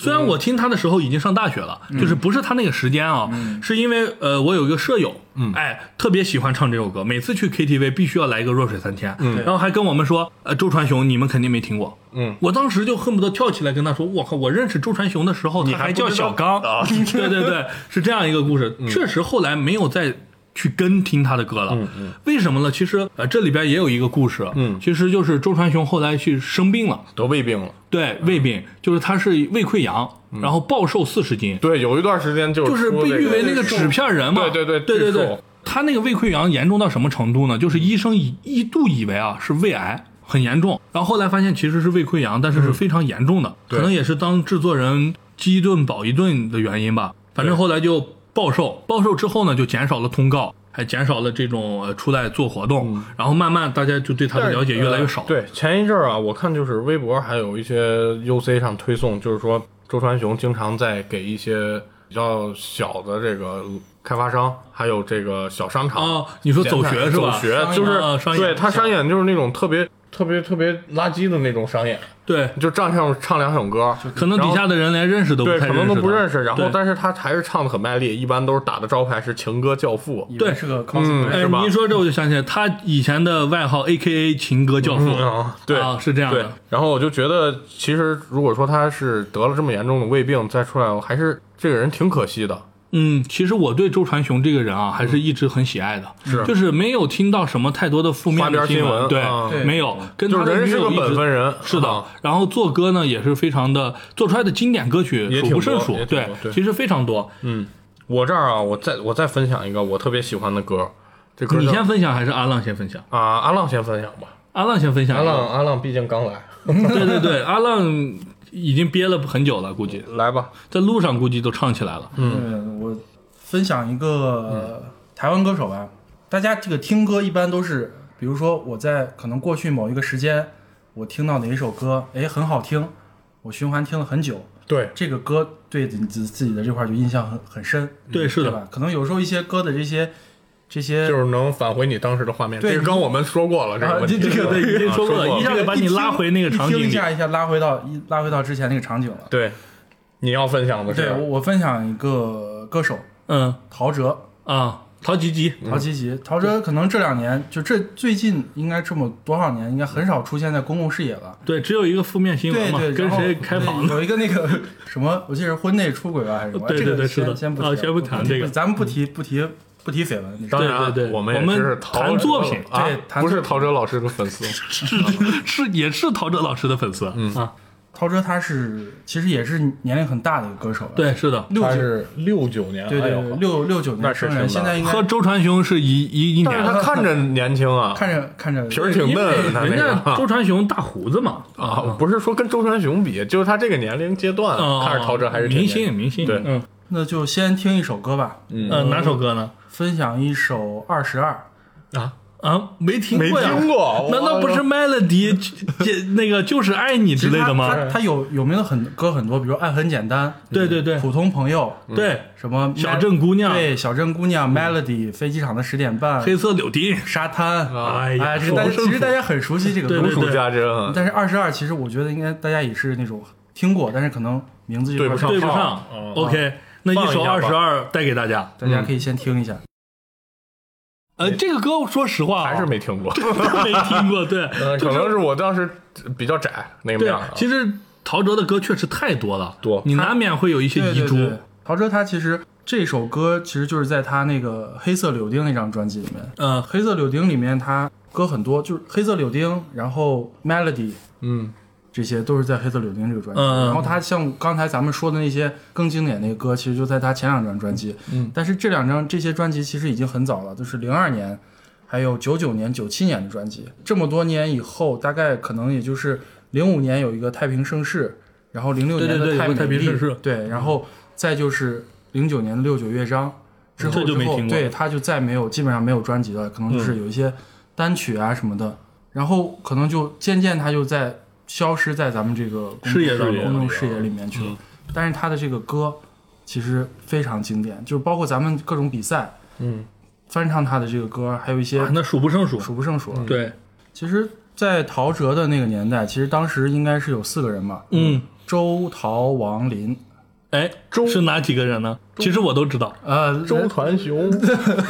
S1: 虽然我听他的时候已经上大学了，就是不是他那个时间啊，是因为呃，我有一个舍友，哎，特别喜欢唱这首歌，每次去 KTV 必须要来一个《弱水三千》，然后还跟我们说，呃，周传雄你们肯定没听过，
S2: 嗯，
S1: 我当时就恨不得跳起来跟他说，我靠，我认识周传雄的时候，他
S2: 还不
S1: 叫
S2: 知道
S1: 小刚，[laughs]
S2: 啊嗯
S1: 对对对，是这样一个故事，确实后来没有再去跟听他的歌了，为什么呢？其实呃，这里边也有一个故事，
S2: 嗯
S1: 其实就是周传雄后来去生病了，
S2: 都胃病了。
S1: 对，胃病，就是他是胃溃疡，
S2: 嗯
S1: 然后暴瘦四十斤，
S2: 对，有一段时间就是
S1: 就是
S2: 说
S1: 被
S2: 这
S1: 誉为那个
S2: 瘦
S1: 纸片人嘛。
S2: 对对
S1: 对
S2: 对
S1: 对对
S2: 巨
S1: 对
S2: 瘦，
S1: 他那个胃溃疡严重到什么程度呢？就是医生一一度以为啊是胃癌。很严重，然后后来发现其实是胃溃疡，但是是非常严重
S2: 嗯
S1: 的，可能也是当制作人饥一顿饱一顿的原因吧。反正后来就暴瘦，暴瘦之后呢，就减少了通告，还减少了这种呃出来做活动，然后慢慢大家就对他的了解越来越少。
S2: 呃嗯对，前一阵儿啊，我看就是微博还有一些 UC 上推送，就是说周传雄经常在给一些比较小的这个开发商，还有这个小商场
S1: 哦你说走学是吧
S2: 走学
S1: 商演
S2: 就是
S1: 啊商演
S2: 对他商演就是那种特别特别特别垃圾的那种商演，
S1: 对，
S2: 就唱唱唱两首歌，
S1: 可能底
S2: 然后
S1: 下的人连认识都不
S2: 对
S1: 太
S2: 可能都不认
S1: 认
S2: 识，然后
S1: 对
S2: 但是他还是唱的很卖力，一般都是打的招牌是情歌教父，
S4: 以
S1: 对
S4: 为是个
S2: 嗯
S4: cosplay，
S1: 哎，
S2: 是吧
S1: 你一说这我就想起来，他以前的外号 A K A 情歌
S2: [laughs]
S1: 教父，
S2: 啊，对
S1: 啊是这样的
S2: 对，然后我就觉得，其实如果说他是得了这么严重的胃病再出来，我还是这个人挺可惜的。
S1: 嗯，其实我对周传雄这个人啊，还是一直很喜爱的，
S2: 是
S1: 就是没有听到什么太多的负面的
S2: 花边新
S1: 闻，
S2: 闻
S1: 对，
S2: 啊
S4: 对
S1: 没有，跟
S2: 就
S1: 他
S2: 是
S1: 的
S2: 人是
S1: 女
S2: 个
S1: 友一直
S2: 本分人，
S1: 是的
S2: 啊，
S1: 然后做歌呢也是非常的，做出来的经典歌曲数
S2: 也挺
S1: 不
S2: 多
S1: 胜数
S2: 也，挺
S1: 对
S2: 多，对
S1: 其实非常多。
S2: 我这儿啊，我再我再分享一个我特别喜欢的歌，这歌叫
S1: 你先分享还是阿浪先分享？
S2: 啊，阿浪先分享吧。
S1: 阿浪先分享
S2: 阿
S1: 一个，
S2: 浪阿浪毕竟刚来，
S1: [laughs] 对对对，阿浪已经憋了很久了，估计
S2: 来吧，
S1: 在路上估计都唱起来了。
S4: 嗯，我分享一个台湾歌手吧。大家这个听歌一般都是，比如说我在可能过去某一个时间，我听到哪一首歌，哎，很好听，我循环听了很久，
S2: 对，
S4: 这个歌对你自自己的这块就印象很很深，
S1: 对，是
S4: 对
S1: 的，
S4: 吧？可能有时候一些歌的这些这些
S2: 就是能返回你当时的画面。
S4: 对
S2: 这个刚我们说过了，这个
S4: 啊
S2: 问题，
S4: 这这个
S1: 对已经
S2: 啊
S1: 说
S2: 说
S1: 过了一下子把你
S4: 听
S1: 拉回那个场景里
S4: 一听一下一下拉回到一拉回到之前那个场景了。
S2: 对，你要分享的
S1: 啊
S4: 对，我
S2: 是
S4: 我分享一个歌手
S1: 嗯
S4: 陶喆，
S1: 啊，陶吉吉，
S4: 陶吉吉，陶喆可能这两年就这最近应该这么多少年，应该很少出现在公共视野了。
S1: 对，只有一个负面新闻
S4: 对
S1: 嘛，
S4: 对，
S1: 跟
S4: 然后
S1: 谁开房
S4: 对
S1: 呢？
S4: 有一个那个什么，我记得是婚内出轨吧还是什么？
S1: 对对
S4: 这
S1: 对
S4: 个
S1: 是的
S4: 先先不
S1: 啊
S4: 提
S1: 先不谈这个
S4: 咱们不提不提不不提绯闻。你知道
S3: 当
S1: 对
S3: 然，
S1: 对对
S3: 我们也
S1: 我们
S3: 是陶
S1: 谈
S3: 喆
S1: 作品
S2: 呃
S3: 啊
S4: 对谈
S3: 不
S4: 作
S3: 是
S4: 品
S3: 陶喆老师的粉丝。
S1: 是是也是陶喆老师的粉丝，嗯啊，
S4: 陶喆他是其实也是年龄很大的一个歌手了，
S1: 对，是的，
S4: 六
S2: 他
S4: 九
S2: 是六九年，
S4: 对
S2: 哎
S4: 对
S2: 呦
S4: 对六六九
S2: 那
S4: 年
S2: 是
S4: 生人，
S2: 挺
S4: 现
S2: 大
S4: 在应该
S1: 和周传雄是一一一
S2: 但
S1: 年
S2: 是他
S1: 的，
S2: 看着年轻啊，
S4: 看着看着
S3: 皮儿挺
S1: [laughs] 因为
S3: 嫩，他那
S1: 人家
S3: 个
S1: 周传雄大胡子嘛，
S3: 啊，不是说跟周传雄比，就是他这个年龄阶段，
S1: 啊，
S2: 看着陶喆还是挺
S1: 明
S2: 年轻
S1: 星明星，
S2: 对
S1: 嗯
S4: 那就先听一首歌吧，
S1: 呃哪首歌呢？
S4: 分享一首《二十二》。
S1: 啊，没听
S2: 没
S1: 过呀，
S2: 听
S1: [laughs]
S2: 过，
S1: 难道不是 Melody 就就那个就是爱你之类的
S4: 哦其实他
S1: 吗？
S4: 他他有有名的很歌很多，比如《爱很简单》，
S1: 对对对
S4: 普通朋友，
S1: 对，
S4: 什么
S1: 小镇姑娘嗯
S4: 对，小镇姑娘，Melody，飞机场的十点半，
S1: 黑色柳丁，
S4: 沙滩，
S1: 哎呀
S4: 这个大家
S1: 手
S4: 其实大家很熟悉这个
S1: 对
S4: 歌
S1: 对
S4: 手，
S3: 如数家珍啊。
S4: 但是二十二其实我觉得应该大家也是那种听过，但是可能名字就
S2: 对不上
S1: 对不上
S2: 啊啊。
S1: OK，那哦一首
S2: 放
S1: 二
S2: 一下
S1: 十
S2: 吧
S1: 二带给大家。
S4: 大家可以先听一下。
S1: 呃，这个歌说实话啊
S2: 还是没听过，
S1: 没听过，对，
S4: 呃
S2: 嗯
S1: 就
S2: 可
S1: 是
S2: 能是我当时比较窄那个
S1: 对
S2: 面儿啊，。
S1: 其实陶喆的歌确实太多了，
S2: 多
S1: 你难免会有一些
S4: 对
S1: 遗
S4: 对对
S1: 珠。，
S4: 陶喆他其实这首歌其实就是在他那个《黑色柳丁》那张专辑里面，
S1: 嗯，
S4: 呃黑色柳丁里面它歌很多，就是黑色柳丁，然后 Melody，
S2: 嗯，
S4: 这些都是在黑色柳丁这个专
S1: 嗯
S4: 辑。
S1: 嗯
S4: 然后它像刚才咱们说的那些更经典那个歌，其实就在它前两张专辑。嗯，但是这两张这些专辑其实已经很早了，就是零二年，还有九九年、九七年的专辑。这么多年以后，大概可能也就是零五年有一个《太平盛世》，然后零六年
S1: 对对
S4: 的
S1: 对有个
S4: 太
S1: 太
S4: 美
S1: 平
S4: 丽
S1: 盛世嗯
S4: 对，然后再就是零九年的六九乐章。之后
S1: 这就没
S4: 之后
S1: 听过
S4: 对，他就再没有基本上没有专辑了，可能就是有一些单曲啊什么的，然后可能就渐渐他就在消失在咱们这个公众
S1: 视野当中
S4: 公众视野里面
S1: 嗯
S4: 去了。但是他的这个歌其实非常经典，就是包括咱们各种比赛，
S2: 嗯，
S4: 翻唱他的这个歌，还有一些
S1: 啊那嗯数不胜数。
S4: 数不胜数了。
S1: 对，
S4: 其实，在陶喆的那个年代，其实当时应该是有四个人嘛，
S1: 嗯，
S4: 周、陶、王、林，
S1: 哎，
S2: 周
S1: 是哪几个人呢？其实我都知
S4: [laughs]
S1: 道，
S4: 呃，
S2: 周传雄，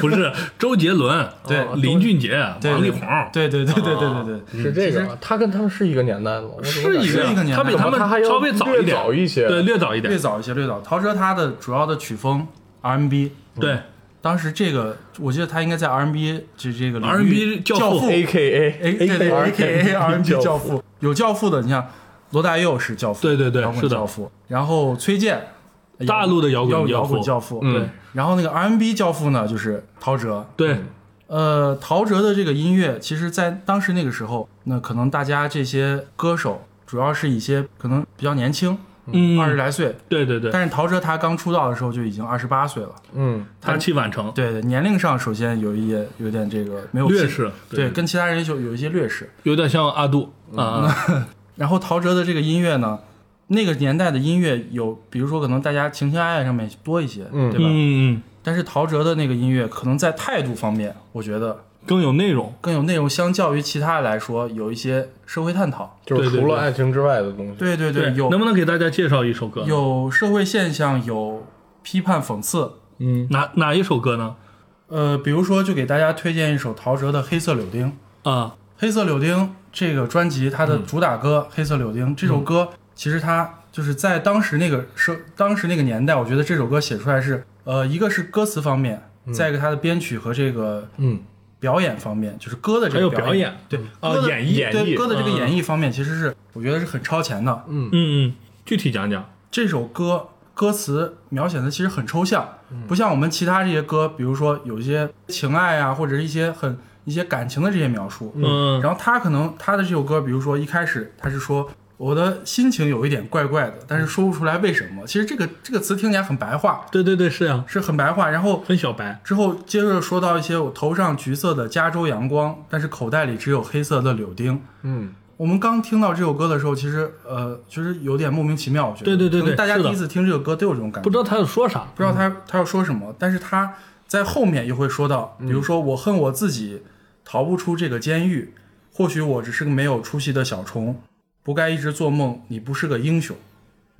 S1: 不是周杰伦、
S4: 对
S1: 哦林俊杰、
S4: 对
S1: 王力宏，哦
S4: 对对对对对对对，
S2: 是这个，他跟他们是一个年代的吗？我怎么
S1: 是
S2: 感觉
S1: 一
S4: 是一个
S1: 个，
S4: 年代
S1: 他比他
S2: 他还
S1: 们
S2: 要
S1: 稍微早一
S2: 略
S1: 点，
S2: 早一些
S1: 对，略早一
S4: 略
S1: 点，
S4: 早一些，略早。陶喆他的主要的曲风 R&B，
S1: 对，
S4: 当时这个我记得他应该在 R&B 这这个领域
S1: R&B
S4: 教
S1: 教父
S2: A K A
S4: 哎对对
S2: A
S4: ，A
S2: K
S1: [laughs]
S4: K A R&B 教
S2: 教
S4: 父，有教父的，你像罗大佑是教父，
S1: 对对对
S4: 摇滚
S1: 是的
S4: 教父。然后崔健，
S1: 大陆的摇滚
S4: 摇
S1: 教父嗯
S4: 滚教父，
S1: 对
S4: 对。然后那个 R&B 教父呢，就是陶喆。
S1: 对，
S4: 呃，陶喆的这个音乐，其实，在当时那个时候，那可能大家这些歌手，主要是一些可能比较年轻，
S1: 嗯，
S4: 二十来岁。
S1: 对对对，
S4: 但是陶喆他刚出道的时候就已经二十八岁了，
S2: 嗯，
S1: 大器晚成，
S4: 对对，年龄上首先有一也有点这个没有
S1: 劣
S4: 其
S1: 势，
S4: 对，嗯跟其他人有有一些劣势。
S1: 有点像阿杜啊，
S4: 然后陶喆的这个音乐呢，那个年代的音乐有，比如说可能大家情情爱爱上面多一些，
S2: 嗯
S4: [laughs] 对吧？
S1: 嗯，
S4: 但是陶喆的那个音乐，可能在态度方面，我觉得
S1: 更有内容，
S4: 更有内容，相较于其他来说，有一些社会探讨。
S2: 就是
S1: 对对
S2: 除了
S1: 对
S2: 爱情之外的东西。
S4: 对对对，有
S1: 能不能给大家介绍一首歌？
S4: 有社会现象，有批判讽刺。
S2: 嗯，
S1: 哪哪一首歌呢？
S4: 呃，比如说，就给大家推荐一首陶喆的《黑色柳丁》。
S1: 啊，
S4: 《黑色柳丁》这个专辑，它的主打歌《黑色柳丁》这首歌，
S1: 嗯
S4: 其实它就是在当时那个社，当时那个年代，我觉得这首歌写出来是，呃，一个是歌词方面，再一个它的编曲和这个
S2: 嗯
S4: 表演方面，就是歌的这
S1: 还
S4: 个
S1: 有
S4: 表
S1: 表演，
S4: 对
S1: 啊
S4: 歌的
S1: 演绎
S2: 演
S4: 对
S2: 绎
S4: 歌的这个
S1: 嗯
S4: 演绎方面，其实是我觉得是很超前的。
S1: 嗯嗯，具体讲讲。
S4: 这首歌歌词描写的其实很抽象，
S1: 嗯
S4: 不像我们其他这些歌，比如说有一些情爱啊，或者是一些很一些感情的这些描述，
S1: 嗯，
S4: 然后他可能他的这首歌，比如说一开始他是说我的心情有一点怪怪的，但是说不出来为什么。其实这个这个词听起来很白话，
S1: 对对对，是呀，
S4: 是很白话。然后
S1: 很小白，
S4: 之后接着说到一些我头上橘色的加州阳光，但是口袋里只有黑色的柳丁。
S2: 嗯，
S4: 我们刚听到这首歌的时候，其实呃，其实有点莫名其妙，我觉得。
S1: 对对对对
S4: 可能大家
S1: 是
S4: 第
S1: 的
S4: 一次听这个歌都有这种感觉，
S1: 不知道他要说啥。
S4: 不知道他他要说什么，但是他在后面又会说到，比如说我恨我自己逃不出这个监狱，或许我只是个没有出息的小虫，不该一直做梦，你不是个英雄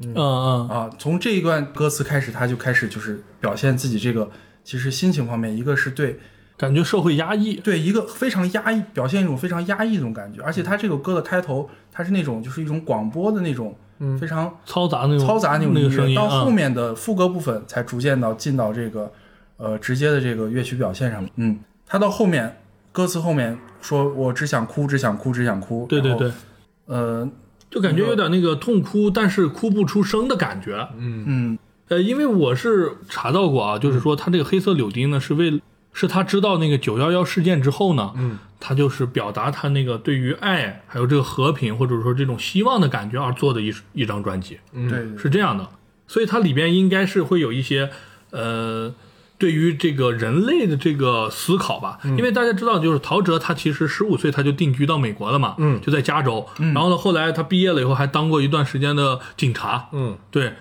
S1: 嗯嗯
S4: 啊。从这一段歌词开始，他就开始就是表现自己这个其实心情方面，一个是对
S1: 感觉社会压抑，
S4: 对一个非常压抑，表现一种非常压抑的一种感觉，而且他这个歌的开头，它是那种就是一种广播的那种非常
S1: 嘈杂那种
S4: 嘈杂那种
S1: 那
S4: 音
S1: 个
S4: 乐，
S1: 声音
S4: 到后
S1: 啊，
S4: 面的副歌部分才逐渐到进到这个呃直接的这个乐曲表现上面。嗯，他到后面歌词后面说我只想哭，只想哭，只想哭。
S1: 对对
S4: 然后，
S1: 对，
S4: 呃
S1: 就感觉有点那个痛哭，但是哭不出声的感觉。
S4: 嗯
S1: 呃，因为我是查到过啊，就是说他这个黑色柳丁呢，是为是他知道那个九幺幺事件之后呢，嗯，他就是表达他那个对于爱还有这个和平或者说这种希望的感觉而做的一一张专辑，
S4: 对对
S1: 嗯是这样的。所以它里边应该是会有一些呃，对于这个人类的这个思考吧，因为大家知道，就是陶喆他其实十五岁他就定居到美国了嘛，嗯，就在加州，然后呢，后来他毕业了以后还当过一段时间的警察，
S5: 嗯，
S1: 对，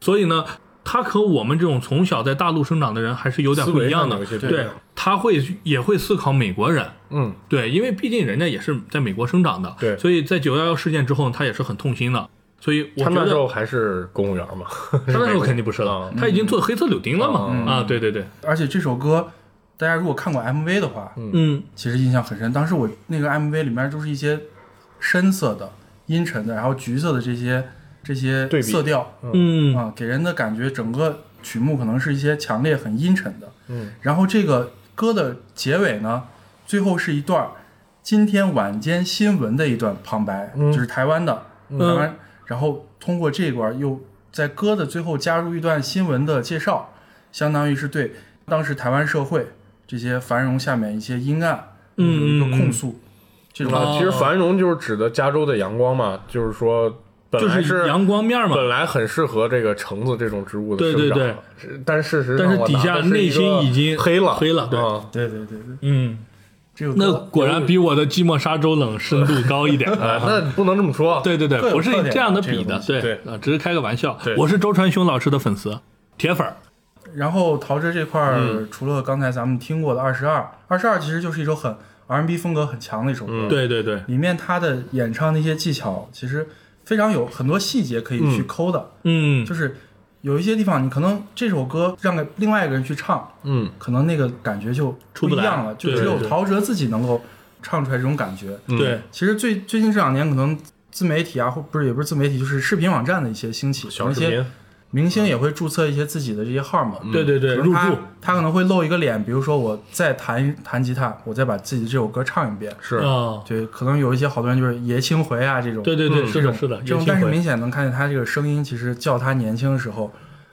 S1: 所以呢，他和我们这种从小在大陆生长的人还是有点不一样的
S5: 思维上有一些，不一
S1: 对
S5: 样，
S1: 他会也会思考美国人，
S5: 嗯，
S1: 对，因为毕竟人家也是在美国生长的，
S5: 对
S1: 所以在九幺幺事件之后，他也是很痛心的。所以我
S2: 他
S1: 觉
S2: 那时
S1: 得
S2: 候还是公务员嘛，
S1: 他那时候肯嗯定不是
S5: 啊
S1: 了，他已经做黑色柳丁了嘛。啊，对对对，
S4: 而且这首歌，大家如果看过 MV 的话，
S1: 嗯，
S4: 其实印象很深。当时我那个 MV 里面就是一些深色的、阴沉的，然后橘色的这些这些
S2: 对比
S4: 色调，
S1: 嗯
S4: 啊，给人的感觉整个曲目可能是一些强烈、很阴沉的。嗯，然后这个歌的结尾呢，最后是一段儿今天晚间新闻的一段旁白，就是台湾的、台湾，然后通过这一段又在歌的最后加入一段新闻的介绍，相当于是对当时台湾社会这些繁荣下面一些阴暗，
S1: 嗯
S4: 有一个
S1: 嗯嗯
S4: 控诉，这种
S1: 哦
S2: 啊，其实繁荣就是指的加州的阳光嘛，就是说本
S1: 嗯就
S2: 来
S1: 是阳光面嘛。
S2: 本来很适合这个橙子这种植物的
S1: 对
S2: 生长，
S1: 对
S2: 是但是事实上
S1: 但是
S2: 我
S1: 底
S2: 拿
S1: 下
S2: 的是一
S1: 内心
S2: 个
S1: 已经
S2: 黑了，
S1: 黑了对
S2: 啊
S4: 对对对对，
S1: 嗯，
S4: 这个
S1: 那
S4: 歌
S1: 果然比我的寂寞沙洲冷深度高一点。
S2: 哎那不能这么说，
S1: 对对对
S4: 各，有
S1: 不是
S4: 特点
S1: 这样的
S4: 这个
S1: 比的，
S4: 东西
S1: 对
S5: 对
S1: 啊，只是开个玩笑
S5: 对。
S1: 我是周传雄老师的粉丝，铁粉儿。
S4: 然后陶喆这块儿，
S1: 嗯
S4: 除了刚才咱们听过的《二十二》，《二十二》其实就是一首很 R&B 风格很强的一首歌，
S1: 对对对，
S4: 里面他的演唱的一些技巧，其实非常有很多细节可以去抠的，
S1: 嗯
S4: 就是有一些地方你可能这首歌让给另外一个人去唱，
S2: 嗯，
S4: 可能那个感觉就
S1: 出
S4: 不
S1: 不
S4: 一
S1: 来
S4: 样了，就
S1: 对
S4: 只有
S1: 对嗯
S4: 陶喆自己能够唱出来这种感觉。
S1: 对，
S4: 其实最最近这两年可能。自媒体啊，或不是也不是自媒体，就是视频网站的一些兴起，可
S2: 小
S4: 能一
S2: 视
S4: 些
S2: 频，
S4: 明
S1: 嗯
S4: 星也会注册一些自己的这些号码，
S1: 对对对，
S4: 可
S1: 入
S4: 嗯能他
S1: 驻
S4: 他可能会露一个脸，比如说我再弹弹吉他，我再把自己这首歌唱一遍。
S2: 是
S1: 啊，
S4: 对，可能有一些好多人就是爷青回啊这种，
S1: 对对对，
S4: 这
S1: 是
S4: 种
S1: 的，是的，
S4: 这种
S1: 有，机
S4: 但是
S1: 会
S4: 明显能看见他这个声音，其实较他年轻的时候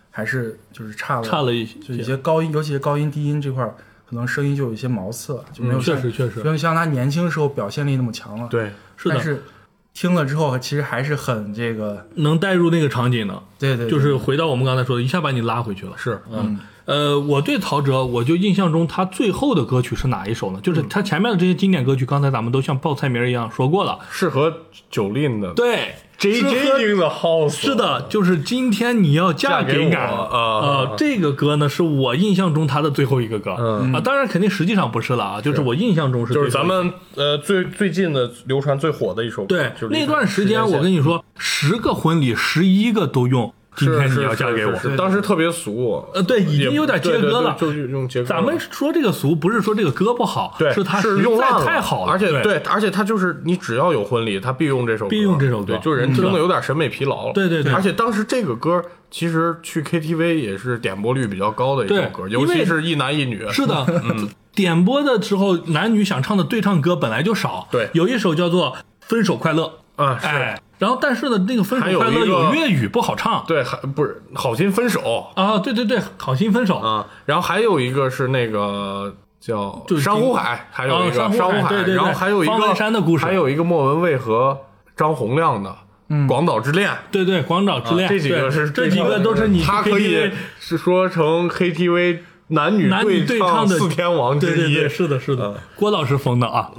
S4: 还是就是差了，
S1: 差了一
S4: 就一
S1: 些，
S4: 些高音，尤其是高音低音这块儿，可能声音就有一些毛刺了，就没有像、
S1: 嗯确实确实
S4: 没有像他年轻时候表现力那么强了。，
S2: 对，
S1: 是
S4: 但
S1: 的，
S4: 是听了之后其实还是很这个，
S1: 能带入那个场景的，
S4: 对对，对
S1: 就是回到我们刚才说的，一下把你拉回去了。
S2: 是
S1: 嗯，呃，我对陶喆，我就印象中他最后的歌曲是哪一首呢？
S4: 嗯
S1: 就是他前面的这些经典歌曲，刚才咱们都像报菜名儿一样说过了。
S2: 适合九令的
S1: 对
S2: J
S1: 是和
S2: J in the house，
S1: 是，的，就是今天你要嫁
S2: 嫁给我
S1: 俺
S2: 啊
S1: 呃，这个歌呢是我印象中他的最后一个歌
S2: 嗯
S1: 啊，当然肯定实际上不是了啊，就是我印象中是
S5: 就是
S1: 最后
S5: 咱
S1: 一个
S5: 们呃最最近的流传最火的一首歌，
S1: 对
S5: 就是
S1: 那段时间，我跟
S5: 你
S1: 你说，十个婚礼十一个都用今天你要嫁给我，
S2: 是是当时特别俗，
S1: 呃，对，已经有点切割了，
S2: 对对对就是用切割了。
S1: 咱们说这个俗，不是说这个歌不好，
S2: 对
S1: 是它
S2: 是
S1: 实
S2: 用
S1: 在
S2: 烂了
S1: 太好了，
S2: 而且
S1: 对
S2: 对，而且他就是你只要有婚礼，他必用这首歌，
S1: 必用这首歌嗯
S2: 对，就人听的有点审美疲劳了。
S1: 对对对
S2: 而且当时这个歌其实去 KTV 也是点播率比较高的一首歌，
S1: 对
S2: 尤
S1: 因为
S2: 其是一男一女。
S1: 是的，
S2: 嗯
S1: 点播的时候男女想唱的对唱歌本来就少，
S2: 对
S1: 有一首叫做《分手快乐
S2: 啊，》，是。
S1: 哎，然后但是呢，那个《分手
S2: 还有
S1: 快乐
S2: 一》个
S1: 有粤语不好唱，
S2: 对，还不是好心分手
S1: 啊，对对对，好心分手，
S2: 啊，然后还有一个是那个叫
S1: 就是
S2: 珊瑚海，还有一个
S1: 啊珊瑚海
S2: 珊瑚海，
S1: 对对对
S2: 然后还有一个
S1: 方文山的故事
S2: 还有一个莫文蔚和张洪亮的《广岛之恋》，
S1: 对对，《广岛嗯之恋》
S2: 啊这几个
S1: 对
S2: 是
S1: 这几个都是你
S2: 他可
S1: KTV
S2: 以是说成 KTV 男女
S1: 男女对
S2: 唱
S1: 的
S2: 四天王
S1: 对
S2: 之
S1: 对
S2: 一
S1: 对，。是的，是的，郭老师疯的啊，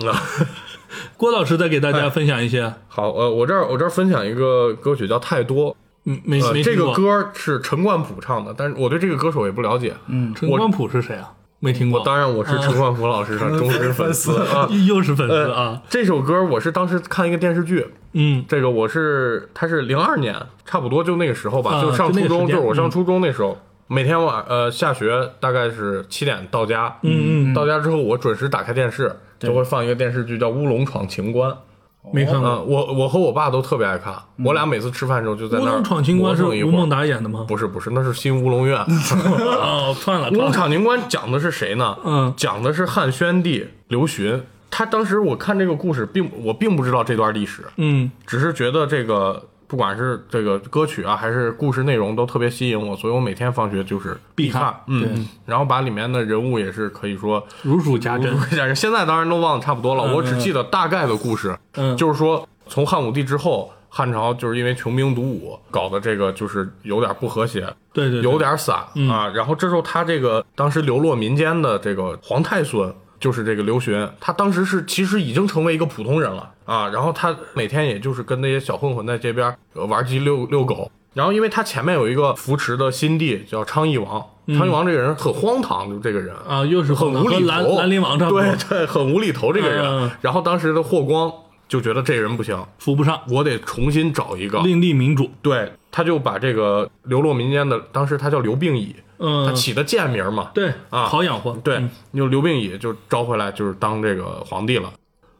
S1: [laughs] 郭老师再给大
S2: 哎
S1: 家分享一些，
S2: 好，呃，我这儿我这儿分享一个歌曲叫《太多》，
S1: 嗯，没
S2: 呃
S1: 没，
S2: 这
S1: 听
S2: 个
S1: 过，
S2: 歌是陈冠甫唱的，但是我对这个歌手也不了解。嗯，
S1: 陈光甫是谁啊？没听过，
S2: 当然我是陈冠甫老师的忠实粉丝啊。
S1: 又 [laughs] 是粉丝
S2: 呃
S1: 啊，
S2: 这首歌我是当时看一个电视剧，
S1: 嗯
S2: 这个我是它是零二年，差不多就那个时候吧，
S1: 啊
S2: 就上初
S1: 就那个时
S2: 中，
S1: 间嗯
S2: 就是我上初中那时候，每天晚呃下学大概是七点到家，嗯
S1: 嗯嗯。
S2: 到家之后我准时打开电视，就会放一个电视剧叫《乌龙闯情关》。
S1: 没看过。
S2: 嗯，我我和我爸都特别爱看，我俩每次吃饭的时候就在
S1: 嗯乌
S2: 那儿
S1: 龙闯情关是
S2: 磨蹭一会
S1: 吴
S2: 儿嗯
S1: 孟达演的吗？
S2: 不是不是，那是新乌
S1: [laughs]
S2: 龙院。
S1: 哦，串了，
S2: 乌龙
S1: 串了。
S2: 闯情关讲的是谁呢？
S1: 嗯
S2: 讲的是汉宣帝刘询。他当时我看这个故事，并我并不知道这段历史，
S1: 嗯
S2: 只是觉得这个不管是这个歌曲啊，还是故事内容都特别吸引我，所以我每天放学就是必
S1: 看
S2: 看。嗯，然后把里面的人物也是可以说 [laughs]
S1: 如数家珍。
S2: 嗯现在当然都忘得差不多了，我只记得大概的故事，
S1: 嗯
S2: 就是说从汉武帝之后，汉朝就是因为穷兵黩武搞的这个就是有点不和谐，
S1: 对对，嗯对
S2: 有点散啊。然后这时候他这个当时流落民间的这个皇太孙，就是这个刘询，他当时是其实已经成为一个普通人了啊。然后他每天也就是跟那些小混混在这边呃玩鸡遛遛狗。然后因为他前面有一个扶持的新帝叫昌邑王，昌邑王这个人很荒唐，就这个人
S1: 嗯啊，又是
S2: 很
S1: 后
S2: 无
S1: 和
S2: 厘
S1: 兰
S2: 头，
S1: 兰陵王差不多
S2: 对对，很无厘头这个人。
S1: 嗯嗯
S2: 然后当时的霍光就觉得这人不行，
S1: 扶不上，
S2: 我得重新找一个。
S1: 另立民主。
S2: 对，他就把这个流落民间的，当时他叫刘病已，他
S1: 嗯，
S2: 起的贱名嘛。
S1: 对
S2: 啊
S1: 好养活。
S2: 对
S1: 嗯，
S2: 就刘病已就招回来，就是当这个皇帝了。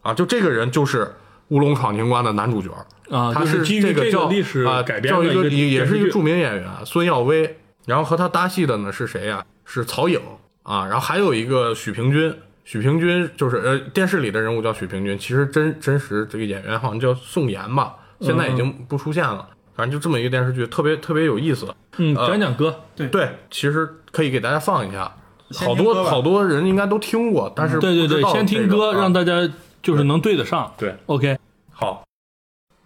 S2: 啊，就这个人就是《乌龙闯情关》的男主角，
S1: 啊，
S2: 他
S1: 就是基于
S2: 个
S1: 这
S2: 叫
S1: 个历史
S2: 啊
S1: 改编
S2: 叫
S1: 的
S2: 一
S1: 个
S2: 也也
S1: 电
S2: 是
S1: 视
S2: 一个
S1: 剧
S2: 著名演员孙耀威，然后和他搭戏的呢是谁呀、是曹颖啊，然后还有一个许平君，许平君就是呃电视里的人物叫许平君，其实真真实这个演员好像叫宋妍吧，现
S1: 嗯
S2: 在已经不出现了。反正就这么一个电视剧，特别特别有意思。
S1: 嗯，
S2: 呃
S1: 讲讲歌，
S2: 对，其实可以给大家放一下，
S4: 先
S2: 好
S4: 听
S2: 多
S4: 歌吧
S2: 好多人应该都听过，但是
S1: 对嗯对
S2: 不知
S1: 对，
S2: 道
S1: 先听
S2: 这个
S1: 歌，
S2: 啊
S1: 让大家就是能对得上。
S2: 对
S1: OK，
S2: 好，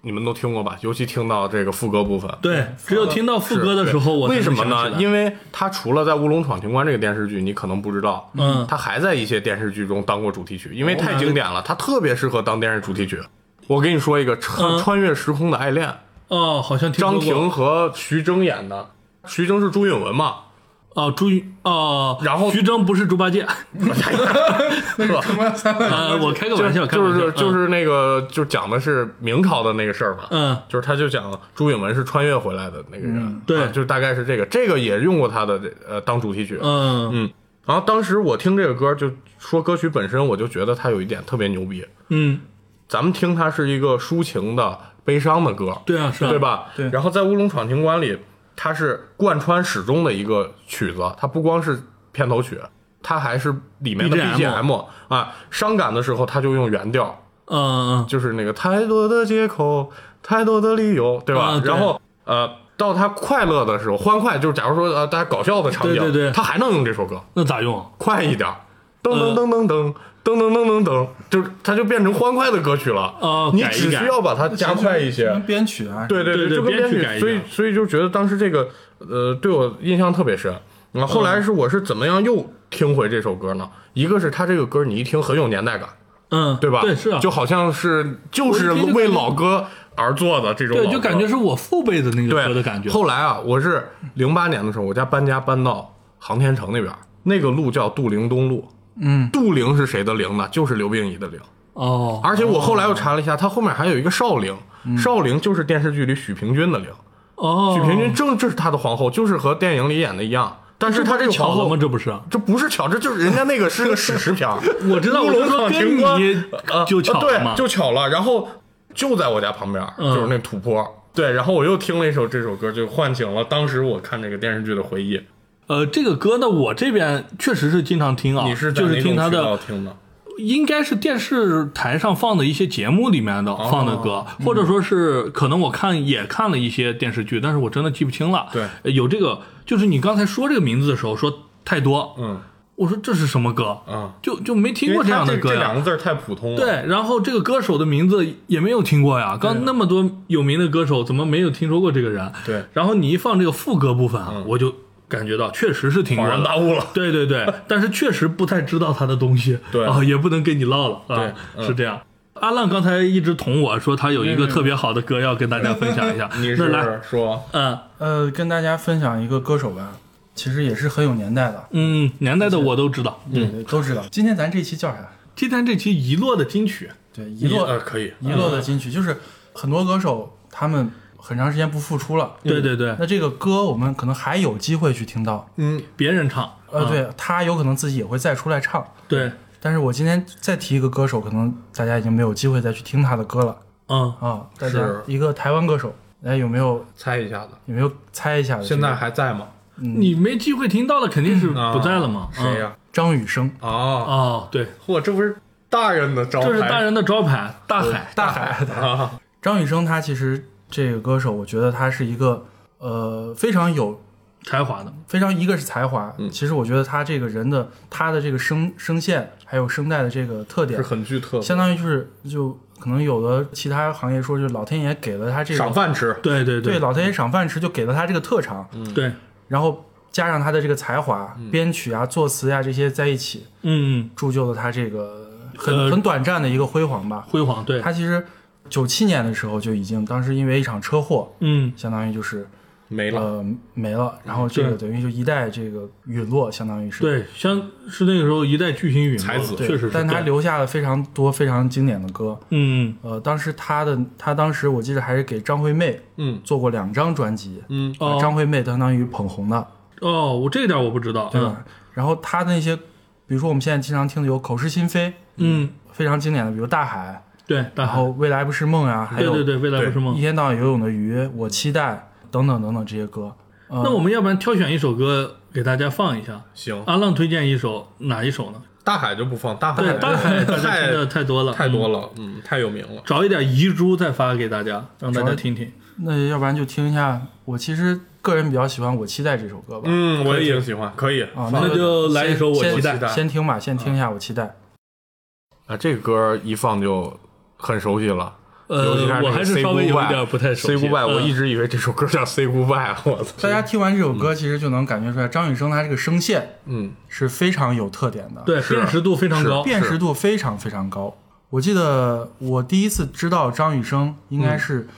S2: 你们都听过吧？尤其听到这个副歌部分，
S1: 对，只有听到副歌的时候，我才
S2: 为什么
S1: 能想起
S2: 呢？
S1: 来
S2: 因为他除了在《乌龙闯情关》这个电视剧，你可能不知道，
S1: 嗯哦
S2: 他还在一些电视剧中当过主题曲，因为太经典了，他特别适合当电视主题曲。我跟你说一个穿
S1: 嗯
S2: 穿越时空的爱恋，
S1: 哦，好像听说
S2: 张
S1: 过
S2: 庭和徐峥演的，徐峥是朱允文嘛？
S1: 哦，朱云哦，
S2: 然后
S1: 徐峥不是猪八
S2: [laughs]
S1: 戒，
S4: 什么三
S1: [laughs]
S4: 分
S1: 呃，我开个玩笑，开
S2: 就
S1: 个玩笑嗯
S2: 是就是那个就讲的是明朝的那个事儿嘛，
S1: 嗯
S2: 就是他就讲朱允文是穿越回来的那个人，
S1: 对
S2: 啊就大概是这个，这个也用过他的这呃当主题曲，
S1: 嗯嗯
S2: 嗯，然后当时我听这个歌，就说歌曲本身，我就觉得它有一点特别牛逼。
S1: 嗯，
S2: 咱们听它是一个抒情的、悲伤的歌，
S1: 对啊，是啊，
S2: 对？吧？
S4: 对
S2: 然后在《乌龙闯情关》里，它是贯穿始终的一个曲子，它不光是片头曲，它还是里面的
S1: BGM
S2: BGM 啊。伤感的时候，它就用原调，
S1: 嗯嗯
S2: 就是那个太多的借口，太多的理由，对吧？
S1: 啊对
S2: 然后呃，到他快乐的时候，欢快，就是假如说呃大家搞笑的场景，
S1: 对对对
S2: 他还能用这首歌。
S1: 那咋用？啊
S2: 快一点儿，噔噔噔噔噔噔噔噔噔噔，就是它就变成欢快的歌曲了。
S1: 哦
S2: 你
S1: 改一
S2: 只
S1: 改
S2: 需要把它加快一些。
S4: 编曲啊，
S2: 对对
S1: 对对
S2: 就跟
S1: 编曲改
S2: 曲，
S1: 一
S2: 所以
S1: 下
S2: 所以就觉得当时这个呃对我印象特别深。然后后
S1: 嗯
S2: 来是我是怎么样又听回这首歌呢？一个是它这个歌你一听很有年代感，
S1: 嗯，
S2: 对吧？
S1: 对，是啊，
S2: 就好像是就是
S1: 我一听就
S2: 为
S1: 感觉
S2: 老歌而做的这种老
S1: 对，
S2: 歌，
S1: 就感觉是我父辈的那个
S2: 对
S1: 歌的感觉。
S2: 后来啊，我是零八年的时候，我家搬家搬到航天城那边儿，那个路叫杜陵东路。
S4: 嗯，
S2: 杜陵是谁的陵呢？就是刘病已的陵。
S1: 哦，
S2: 而且我后来又查了一下，他后面还有一个少陵，
S1: 嗯
S2: 少陵就是电视剧里许平君的陵。
S1: 哦，
S2: 许平君正这是他的皇后，就是和电影里演的一样。但是他这个皇
S1: 巧了吗
S2: 后？，
S1: 这不是？啊
S2: 这不是巧，这就是人家那个是个史诗片儿。
S1: [laughs] 我知道，
S2: 乌
S1: 我
S2: 龙
S1: 就说
S2: 闯
S1: 跟
S2: 情关
S1: 你
S2: 啊，
S1: 就巧了嘛
S2: 对，。就巧了。然后就在我家旁边，
S1: 嗯
S2: 就是那土坡。对，然后我又听了一首这首歌，就唤醒了当时我看这个电视剧的回忆。
S1: 呃，这个歌呢，我这边确实是经常听啊，
S2: 你是在
S1: 就
S2: 哪
S1: 是
S2: 种
S1: 听他
S2: 渠
S1: 的
S2: 道听的？
S1: 应该是电视台上放的一些节目里面的放的歌，或者说是可能我看也看了一些电视剧，但是我真的记不清了。
S2: 对
S1: 呃，有这个，就是你刚才说这个名字的时候说太多，
S2: 嗯
S1: 我说这是什么歌？
S2: 啊，
S1: 就就没听过
S2: 因为
S1: 样
S2: 他
S1: 的
S2: 这
S1: 歌
S2: 这两
S1: 呀。
S2: 个字儿太普通了。
S1: 对，然后这个歌手的名字也没有听过呀。刚那么多有名的歌手，怎么没有听说过这个人？
S2: 对
S1: 然后你一放这个副歌部分啊，我就感觉到确实是听过
S2: 恍然
S1: 的。
S2: 大悟了。
S1: 对对对，但是确实不太知道他的东西，
S2: [laughs] 对
S1: 啊，也不能跟你唠了啊，
S2: 对嗯
S1: 是这样。阿浪刚才一直捅我说他有一个特别好的歌要跟大家分享一下，
S2: 嗯你
S1: 那来，
S2: 是说
S1: 嗯
S4: 呃，跟大家分享一个歌手吧，其实也是很有年代的，
S1: 嗯，年代的我都知道。
S3: 嗯
S4: 对对，都知道。今天咱这期叫啥？
S1: 今天这期遗落的金曲，
S4: 对，
S3: 嗯
S4: 遗落
S2: 呃可以
S4: 遗落的金曲，就是很多歌手他们很长时间不复出了，
S2: 嗯
S1: 对对对，
S4: 那这个歌我们可能还有机会去听到，
S1: 别人唱，
S3: 嗯
S1: 啊
S4: 呃，对他有可能自己也会再出来唱，
S1: 对，
S4: 但是我今天再提一个歌手，可能大家已经没有机会再去听他的歌了。
S1: 嗯，
S4: 啊，大家
S3: 是
S4: 一个台湾歌手，哎，有没有
S3: 猜一下子，
S4: 有没有猜一下的？
S3: 现在还在吗？
S1: 你没机会听到了，肯定是
S2: 嗯
S1: 不在了嘛。嗯
S3: 谁呀？
S4: 张雨生，
S3: 啊，
S1: 哦，对，
S3: 嚯，这不是大人的招牌，
S1: 这是大人的招牌，大海。
S4: 大海，大海
S3: 哎啊，
S4: 张雨生他其实这个歌手，我觉得他是一个呃非常有
S1: 才华的，
S4: 非常一个是才华，
S3: 嗯
S4: 其实我觉得他这个人的他的这个声声线还有声带的这个特
S3: 是
S4: 点，
S3: 很具特色，
S4: 相当于就是就可能有的其他行业说就是老天爷给了他这
S3: 赏
S4: 个
S3: 饭吃，
S1: 对对
S4: 对老天爷赏饭吃，就给了他这个特长，
S3: 嗯
S1: 对，
S4: 然后加上他的这个才华，编曲啊、作词呀、这些在一起，
S1: 嗯，
S4: 铸就了他这个很、
S1: 呃
S4: 很短暂的一个辉煌吧。
S1: 辉煌，对，
S4: 他其实九七年的时候就已经，当时因为一场车祸，
S1: 嗯，
S4: 相当于就是
S3: 没了，
S4: 呃没了，然后这个等于就一代这个陨落，相当于是。
S1: 对，像是那个时候一代巨星陨落
S3: 才子
S1: 确
S4: 对
S1: 实是，
S4: 但他
S1: 对，
S4: 留下了非常多非常经典的歌。
S1: 嗯
S4: 呃，当时他的他当时我记得还是给张惠妹
S3: 嗯
S4: 做过两张专辑，呃
S3: 嗯，
S1: 哦
S4: 张惠妹相当于捧红的，
S1: 哦，我这点我不知道，啊
S4: 对吧？然后他的那些，比如说我们现在经常听的有《口是心非》，
S1: 嗯，
S4: 非常经典的，比如《大海》，
S1: 对，大
S4: 然
S1: 海，
S4: 后《未来不是梦》啊，还
S1: 对
S4: 有
S1: 对对，未来不是
S4: 一
S1: 梦。
S4: 天到晚游泳的鱼》《我期待》等等等等这些歌。呃、
S1: 那我们要不然挑选一首歌给大家放一下？
S3: 行，
S1: 阿浪推荐一首哪一首呢？
S3: 大海就不放，大海
S1: 对，大海大家听
S3: [laughs] 太
S1: 的太多了，
S3: 太多
S1: 了，
S3: 了，嗯，太有名了，
S1: 找一点遗珠再发给大家，让大家听听。
S4: 那要不然就听一下，我其实个人比较喜欢《我期待》这首歌吧。
S3: 嗯，我
S1: 可以
S3: 也挺喜欢，可以，
S4: 啊，
S1: 那就来一首我
S4: 先
S1: 期待嗯
S4: 先先听吧，先听一下《我期待》。
S3: 啊，这个歌一放就很熟悉了。尤其
S1: 呃，
S3: 那
S1: 我
S3: 个
S1: 还是
S3: Say
S1: 稍微有一
S3: Goodbye
S1: 点不太熟悉。
S3: Say Goodbye，我
S1: 嗯
S3: 一直以为这首歌叫 Say Goodbye，我操
S4: 大，家听完这首
S1: 嗯
S4: 歌，其实就能感觉出来，张雨生他这个声线
S3: 嗯，
S4: 是非常有特点的，，
S1: 对辨识度非常高，
S4: 辨识度非常非常高。我记得我第一次知道张雨生，应
S1: 嗯
S4: 该是、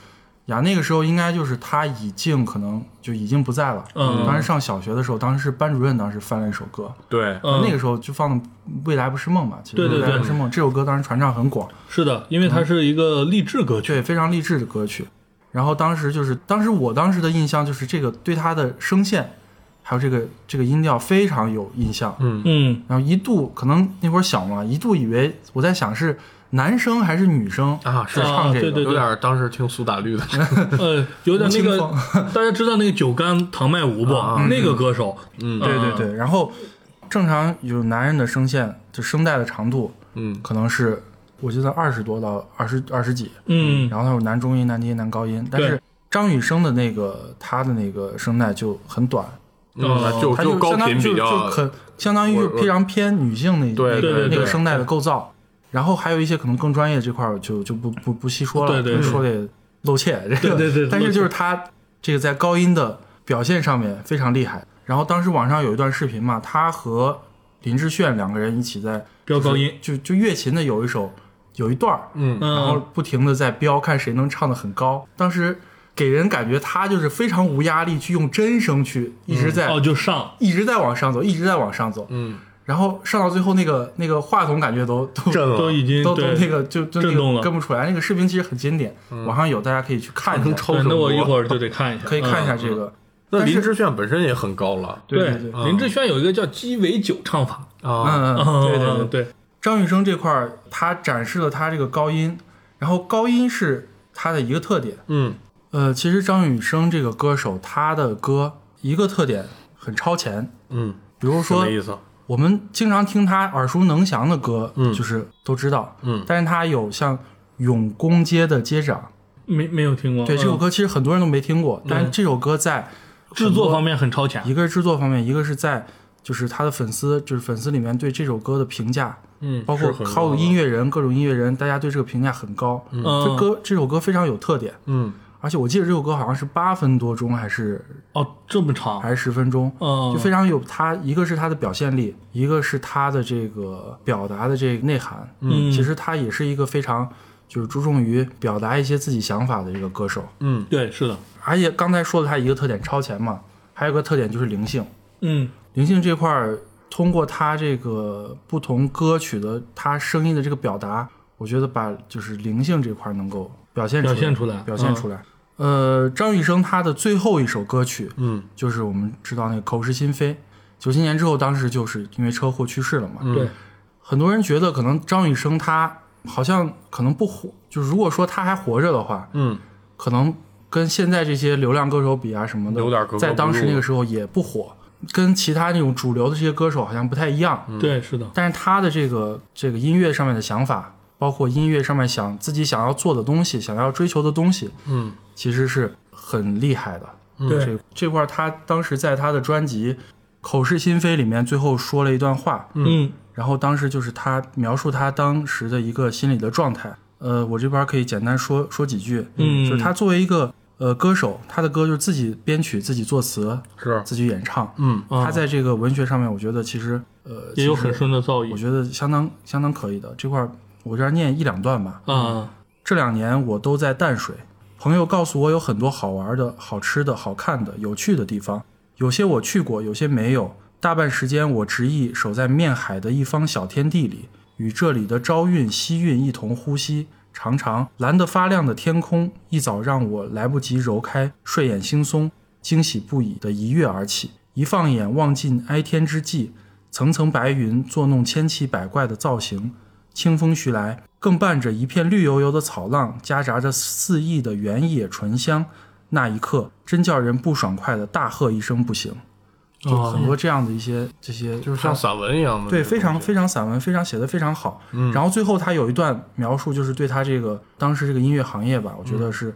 S4: 呀，那个时候应该就是他已经可能就已经不在了。
S1: 嗯
S4: 当时上小学的时候，当时是班主任当时翻了一首歌，
S3: 对，
S1: 嗯
S4: 那个时候就放的《未来不是梦》吧，其实
S1: 对对
S4: 未来
S1: 对
S4: 不是梦》这首歌当时传唱很广，
S1: 是的，因为它是一个励志歌曲。
S4: 嗯对，非常励志的歌曲。然后当时就是，当时我当时的印象就是这个对他的声线，还有这个这个音调非常有印象。
S1: 嗯，
S4: 然后一度可能那会儿小嘛，一度以为我在想是男生还是女生
S3: 啊是
S4: 唱
S1: 啊
S4: 这
S1: 对对
S4: 个，
S3: 有点当时听苏打绿的，
S1: 呃，有点那个
S4: 清，
S1: [laughs] 大家知道那个酒干倘卖无不？
S4: 啊
S1: 那个歌手，
S3: 嗯
S1: 啊
S4: 对对，对。然后正常有男人的声线，就声带的长度
S3: 嗯，
S4: 可能是我记得二十多到二十二十几，
S1: 嗯，
S4: 然后他有男中音、男低音、男高音，但
S1: 对
S4: 是张雨生的那个他的那个声带就很短，
S3: 嗯就
S4: 他就
S3: 高
S4: 相当于
S3: 频
S4: 就
S3: 比
S4: 就
S3: 较，
S4: 很相当于就是非常偏女性那
S3: 对对
S4: 那个
S1: 对
S4: 那个
S1: 对
S4: 声带的构造，然后还有一些可能更专业这块儿就就不不不细说了，
S1: 对对对
S4: 说的也露怯，这个
S1: 对对对
S4: 但
S1: 露
S4: 是
S1: 怯
S4: 就是他这个在高音的表现上面非常厉害。然后当时网上有一段视频嘛，他和林志炫两个人一起在
S1: 飙高音，
S4: 就就乐琴的有一首有一段儿，
S3: 嗯，
S4: 然后
S1: 嗯，
S4: 不停的在飙，看谁能唱的很高。当时给人感觉他就是非常无压力，去用真声去一直在、
S1: 哦，就上，
S4: 一直在往上走，一直在往上走。
S3: 嗯，
S4: 然后上到最后那个那个话筒感觉都都
S3: 震
S1: 都
S3: 了，
S1: 已经
S4: 都都那
S1: 对。
S4: 个就就那
S1: 震动
S4: 个
S1: 了嗯
S4: 跟不出来。那个视频其实很经典，网上有，大家可以去看一
S3: 能
S4: 下，
S3: 抽
S1: 对，那我一
S3: 儿。
S1: 会儿就得看一下，
S4: 可以看一下
S1: 嗯。
S4: 这个。
S3: 那
S4: 但是
S3: 林志炫本身也很高了
S4: 对对对，
S1: 对，林志炫有一个叫鸡尾酒唱法，
S3: 啊，
S4: 嗯嗯，对对对
S1: 嗯。对，
S4: 张雨生这块儿他展示了他这个高音，然后高音是他的一个特点。
S3: 嗯，
S4: 呃，其实张雨生这个歌手，他的歌一个特点很超前，
S3: 嗯，
S4: 比如
S3: 什
S4: 说
S3: 么意思？
S4: 我们经常听他耳熟能详的歌，就是都知道，
S3: 嗯，
S4: 但是他有像《永公街的街长
S1: 没没有听过。》，
S4: 对、这首
S1: 嗯
S4: 歌其实很多人都没听过，但是这首歌在
S1: 制作方面很超前，
S4: 一个是制作方面，一个是在就是他的粉丝，就是粉丝里面对这首歌的评价，
S3: 嗯，
S4: 包括好有音乐人各种音乐人，大家对这个评价很高，嗯这
S1: 嗯，
S4: 歌这首歌非常有特点，
S3: 嗯，
S4: 而且我记得这首歌好像是八分多钟还是
S1: 哦，这么长，
S4: 还是十分钟，
S1: 嗯，
S4: 哎就非常有他，一个是他的表现力，一个是他的这个表达的这个内涵。
S1: 嗯
S4: 其实他也是一个非常就是注重于表达一些自己想法的一个歌手。
S1: 对，是的，
S4: 而且刚才说的他一个特点超前嘛，还有一个特点就是灵性。
S1: 嗯
S4: 灵性这块儿，通过他这个不同歌曲的他声音的这个表达，我觉得把就是灵性这块儿能够表现出来
S1: 表现出来嗯
S4: 表现出来。呃，张雨生他的最后一首歌曲，嗯，就是我们知道那个《口是心非》，九七年
S6: 嗯
S4: 嗯之后，当时就是因为车祸去世了嘛。
S1: 对，
S4: 很多人觉得可能张雨生他好像可能不火，就是如果说他还活着的话，
S6: 嗯，
S4: 可能跟现在这些流量歌手比啊什么的，
S6: 有点格格不入
S4: 在当时那个时候也不火，跟其他那种主流的这些歌手好像不太
S6: 嗯
S4: 一样。
S1: 对，是的，
S4: 但是他的这个这个音乐上面的想法，包括音乐上面想自己想要做的东西，想要追求的东西，
S6: 嗯，
S4: 其实是很厉害的。
S1: 对，
S4: 嗯这这块儿他当时在他的专辑《口是心非》里面最后说了一段话，
S1: 嗯，
S4: 然后当时就是他描述他当时的一个心理的状态。呃，我这边可以简单说说几句，
S1: 嗯
S4: 就是他作为一个呃歌手，他的歌就是自己编曲、自己作词、
S6: 是
S4: 自己演唱。
S6: 嗯，
S1: 啊
S4: 他在这个文学上面，我觉得其实呃
S1: 也有很，
S4: 其实
S1: 深的造
S4: 我
S1: 诣
S4: 觉得相当相当可以的。这块儿我这儿念一两段吧。
S1: 啊，
S4: 这两年我都在淡水，朋友告诉我有很多好玩的、好吃的、好看的、有趣的地方，有些我去过，有些没有。大半时间我执意守在面海的一方小天地里，与这里的朝韵、夕韵一同呼吸。常常蓝得发亮的天空，一早让我来不及揉开睡眼惺忪、惊喜不已的一跃而起。一放眼望尽哀天之际，层层白云作弄千奇百怪的造型，清风徐来，更伴着一片绿油油的草浪，夹杂着肆意的原野醇香。那一刻，真叫人不爽快的大喝一声不行。就很多这样的一些这些，
S2: 就是像散文一样的，
S4: 对，非常非常散文，非常写的非常好。然后最后他有一段描述，就是对他这个当时这个音乐行业吧，我觉得是，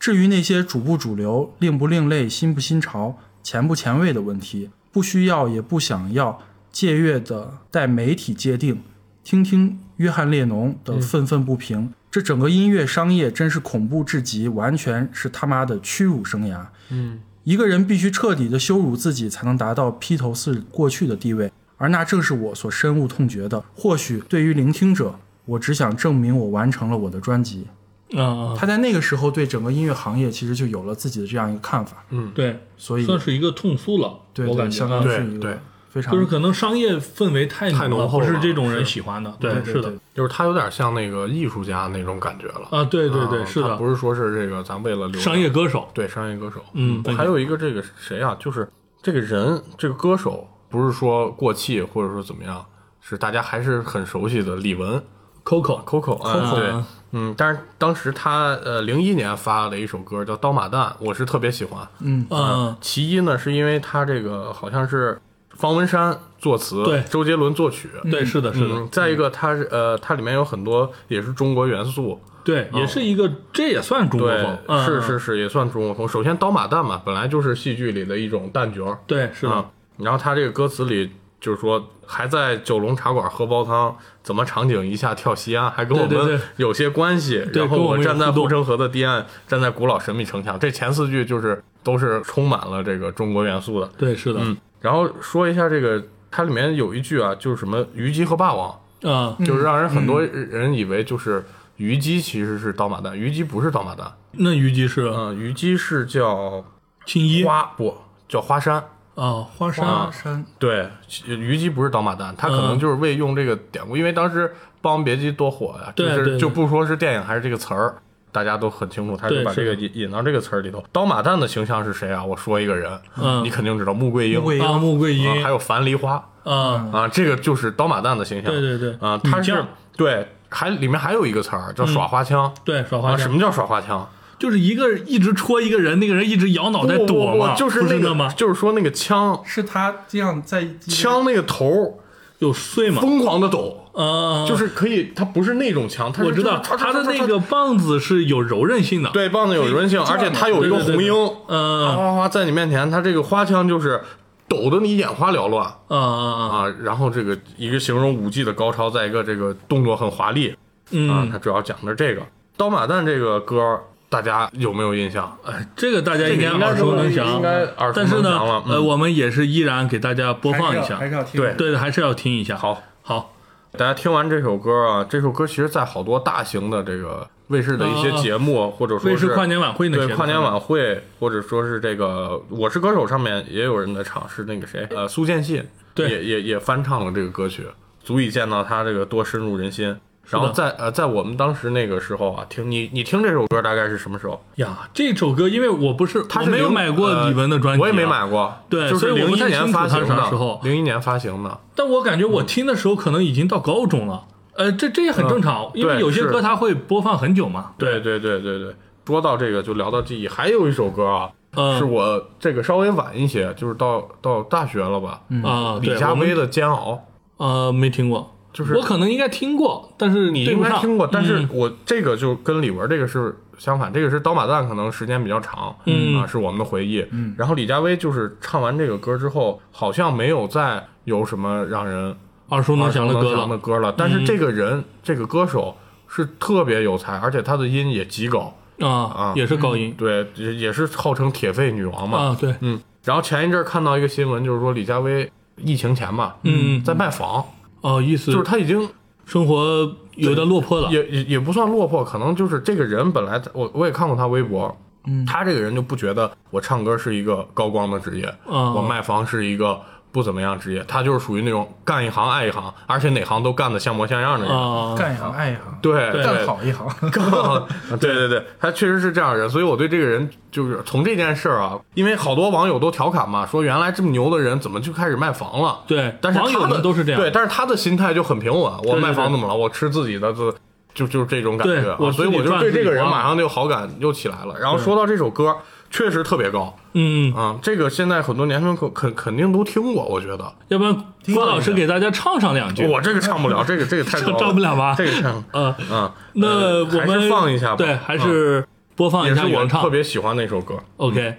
S4: 至于那些主不主流、另不另类、新不新潮、前不前卫的问题，不需要也不想要借阅的待媒体界定。听听约翰列侬的愤愤不平，这整个音乐商业真是恐怖至极，完全是他妈的屈辱生涯。一个人必须彻底的羞辱自己，才能达到披头士过去的地位，而那正是我所深恶痛绝的。或许对于聆听者，我只想证明我完成了我的专辑。
S1: 啊，
S4: 他在那个时候对整个音乐行业其实就有了自己的这样一个看法，
S1: 对，
S4: 所以
S1: 嗯算是一个痛诉了，
S4: 对
S1: 我
S4: 对，
S1: 感觉
S4: 相
S1: 啊
S4: 当于
S2: 对
S4: 是一
S2: 对
S4: 个非常
S1: 就是可能商业氛围太
S2: 太浓
S1: 了，
S2: 厚
S1: 不
S2: 了
S1: 是这种人喜欢的，
S2: 对
S4: 对对
S1: 是的
S4: 对，
S2: 就是他有点像那个艺术家那种感觉了。
S1: 啊，对对对，
S2: 啊
S1: 是
S2: 他
S1: 的，
S2: 不是说是这个咱为了流
S1: 商业歌手，
S2: 对商业歌手，
S1: 嗯
S2: 还有一个这个谁啊，就是这个人这个歌手不是说过气或者说怎么样，是大家还是很熟悉的李玟
S1: Coco，
S2: Coco 啊，
S1: Coco
S2: 对，嗯，但是当时他呃零一年发了一首歌叫《刀马旦》，我是特别喜欢，
S1: 嗯，
S2: 其一呢，是因为他这个好像是方文山作词，
S1: 对
S2: 周杰伦作曲，
S1: 对，是的，是的，
S2: 嗯，再一个它是呃，它里面有很多也是中国元素，
S1: 对，也是一个，这也算中国
S2: 哦对
S1: 风，，嗯
S2: 是，是是，也算中国风。首先刀马旦嘛，本来就是戏剧里的一种旦角儿，
S1: 对，是的，
S2: 啊然后他这个歌词里就是说，还在九龙茶馆喝煲汤，怎么场景一下跳西安，还跟我
S1: 对对
S2: 们
S1: 对
S2: 有些关系。
S1: 对
S2: 然后
S1: 跟我们有
S2: 站在
S1: 互动
S2: 护城河的堤岸，站在古老神秘城墙，这前四句就是都是充满了这个中国元素的。
S1: 对，是的，
S2: 嗯，然后说一下这个，它里面有一句啊，就是什么虞姬和霸王，
S1: 啊，
S2: 就是让人很多人以为就是虞姬其实是刀马旦，虞姬不是刀马旦，
S1: 那虞姬是
S2: 嗯，虞姬是叫
S1: 青衣
S2: 花哎不叫花山，
S1: 啊，花
S4: 花
S1: 山，
S4: 山
S2: 对，虞姬不是刀马旦，他可
S1: 嗯
S2: 能就是为用这个典故，因为当时《霸王别姬》多火呀，就
S1: 对对
S2: 是
S1: 对
S2: 就不说是电影还是这个词儿。大家都很清楚，他就
S1: 对
S2: 把这个
S1: 是
S2: 引引到这个词儿里头。刀马旦的形象是谁啊？我说一个人，
S1: 嗯
S2: 你肯定知道，穆桂英，
S4: 穆桂英
S1: 啊，穆桂
S2: 啊
S1: 英
S2: 还有樊梨花
S1: 啊，
S2: 啊，这个就是刀马旦的形象。
S1: 对对对
S2: 啊，他
S1: 女
S2: 是
S1: 将嗯
S2: 对，还里面还有一个词儿叫耍花枪，
S1: 对，耍
S2: 啊，
S1: 花
S2: 什
S1: 枪，
S2: 么叫耍花枪？
S1: 就是一个一直戳一个人，那个人一直摇脑袋
S2: 不不
S1: 躲
S2: 不
S1: 嘛，
S2: 就是
S1: 不
S2: 那
S1: 那
S2: 个
S1: 吗，？
S2: 就是说那个枪
S4: 是他这样在
S2: 枪那个头
S1: 有碎吗？
S2: 疯狂的抖，
S1: 啊，
S2: 就是可以，它不是那种枪，它是
S1: 我知道
S2: 就是
S1: 他的那个棒子是有柔韧性的，
S2: 对棒子有柔韧性，而且它有一个红缨，哗
S1: 嗯
S2: 哗哗在你面前，它这个花枪就是抖得你眼花缭乱
S1: 啊啊啊，
S2: 啊。然后这个一个形容武技的高超，再一个这个动作很华丽啊，
S1: 嗯
S2: 它，主要讲的是这个刀马旦这个歌，大家有没有印象？
S1: 哎，这个大家应该
S2: 这个应该
S1: 耳熟能详，
S2: 应该耳熟
S1: 但是
S2: 能
S1: 呢
S2: 详了，嗯
S1: 呃，我们也是依然给大家播
S4: 还是
S1: 放
S4: 要
S1: 一下
S4: 还，是要听
S2: 对
S1: 对的，还是要听一下。
S2: 好，
S1: 好，
S2: 大家听完这首歌啊，这首歌其实在好多大型的这个卫视的一些节目，或者说
S1: 啊卫视
S2: 是
S1: 跨年晚会那些
S2: 对
S1: 的
S2: 跨年晚会，或者说是这个《我是歌手》上面也有人在唱，是那个谁，呃，苏建信，
S1: 对
S2: 也也也翻唱了这个歌曲，足以见到他这个多深入人心。然后在呃，在我们当时那个时候啊，听你你听这首歌大概是什么时候？
S1: 呀，这首歌因为我不是
S2: 他
S1: 我
S2: 是
S1: 没有
S2: 零呃
S1: 买过李玟的专辑，啊
S2: 我也没，买过，
S1: 对
S2: 就是
S1: 所以我
S2: 零
S1: 不
S2: 一
S1: 太清
S2: 年
S1: 楚
S2: 发
S1: 他
S2: 行
S1: 啥
S2: 的
S1: 时候，
S2: 零一年发行的，
S1: 但我感觉我听的时候可能已经到高中了。呃，这这也很正常，因为
S2: 嗯对
S1: 有些
S2: 是
S1: 歌它会播放很久嘛。
S2: 对对对对对，说到这个就聊到记忆，还有一首歌啊，
S1: 嗯
S2: 是我这个稍微晚一些，就是到到大学了吧，
S4: 嗯
S1: 啊，对
S2: 嗯李佳
S1: 我们
S2: 薇的《煎熬
S1: 呃没听过，
S2: 就是
S1: 我可能应该听过，但是》，
S2: 你
S1: 对
S2: 应
S1: 不
S2: 该
S1: 上嗯
S2: 听过，但是我这个就跟李玟这个是相反，这个是刀马旦可能时间比较长，
S1: 嗯
S2: 啊，是我们的回忆。然后李佳薇就是唱完这个歌之后，好像没有再有什么让人啊
S1: 耳熟能详的歌
S2: 耳熟能
S1: 了。
S2: 详
S1: 嗯
S2: 的歌了，但是这个人这个歌手是特别有才，而且他的音也极高，
S1: 啊
S2: 啊，
S1: 也是高音
S2: 对，也也是号称铁肺女王嘛。
S1: 啊，对，
S2: 嗯，然后前一阵儿看到一个新闻，就是说李佳薇疫情前嘛，
S1: 嗯
S2: 在卖房，
S1: 哦，意思
S2: 就是她已经
S1: 生活有点落魄了，
S2: 也也也不算落魄，可能就是这个人本来我我也看过他微博，
S4: 嗯
S2: 他这个人就不觉得我唱歌是一个高光的职业，
S1: 啊
S2: 我卖房是一个不怎么样职业，他就是属于那种干一行爱一行，而且哪行都干得像模像样的人。
S1: 啊，
S4: 干一行爱一行，
S2: 对，对
S4: 干好一行。
S2: 更 [laughs] 对对对，他确实是这样的人，所以我对这个人就是从这件事儿啊，因为好多网友都调侃嘛，说原来这么牛的人怎么就开始卖房了？
S1: 对
S2: 但是
S1: 网友
S2: 他的
S1: 们都是这样
S2: 对，但是他的心态就很平稳，我
S1: 对
S2: 卖
S1: 对
S2: 房怎么了？我吃自己的，自就就是这种感
S1: 对
S2: 觉啊、
S1: 我自
S2: 所以
S1: 己
S2: 我就
S1: 赚
S2: 对
S1: 自己
S2: 这个人
S1: 花
S2: 马上就好感又起来了。然后说到这首歌，确实特别高
S1: 嗯，
S2: 啊、这个现在很多年轻人肯肯肯定都听过，我觉得
S1: 要不然郭老师给大家唱上两句，
S2: 我这个唱不了，这个 [laughs] 这个太高
S1: 唱唱不了吧
S2: 这个唱
S1: 呃，
S2: 嗯，
S1: 那我
S2: 还是
S1: 们
S2: 放一下吧啊
S1: 对，还是播放
S2: 也
S1: 一
S2: 是
S1: 下
S2: 我
S1: 原唱
S2: 特。别喜欢的一首歌。
S1: OK，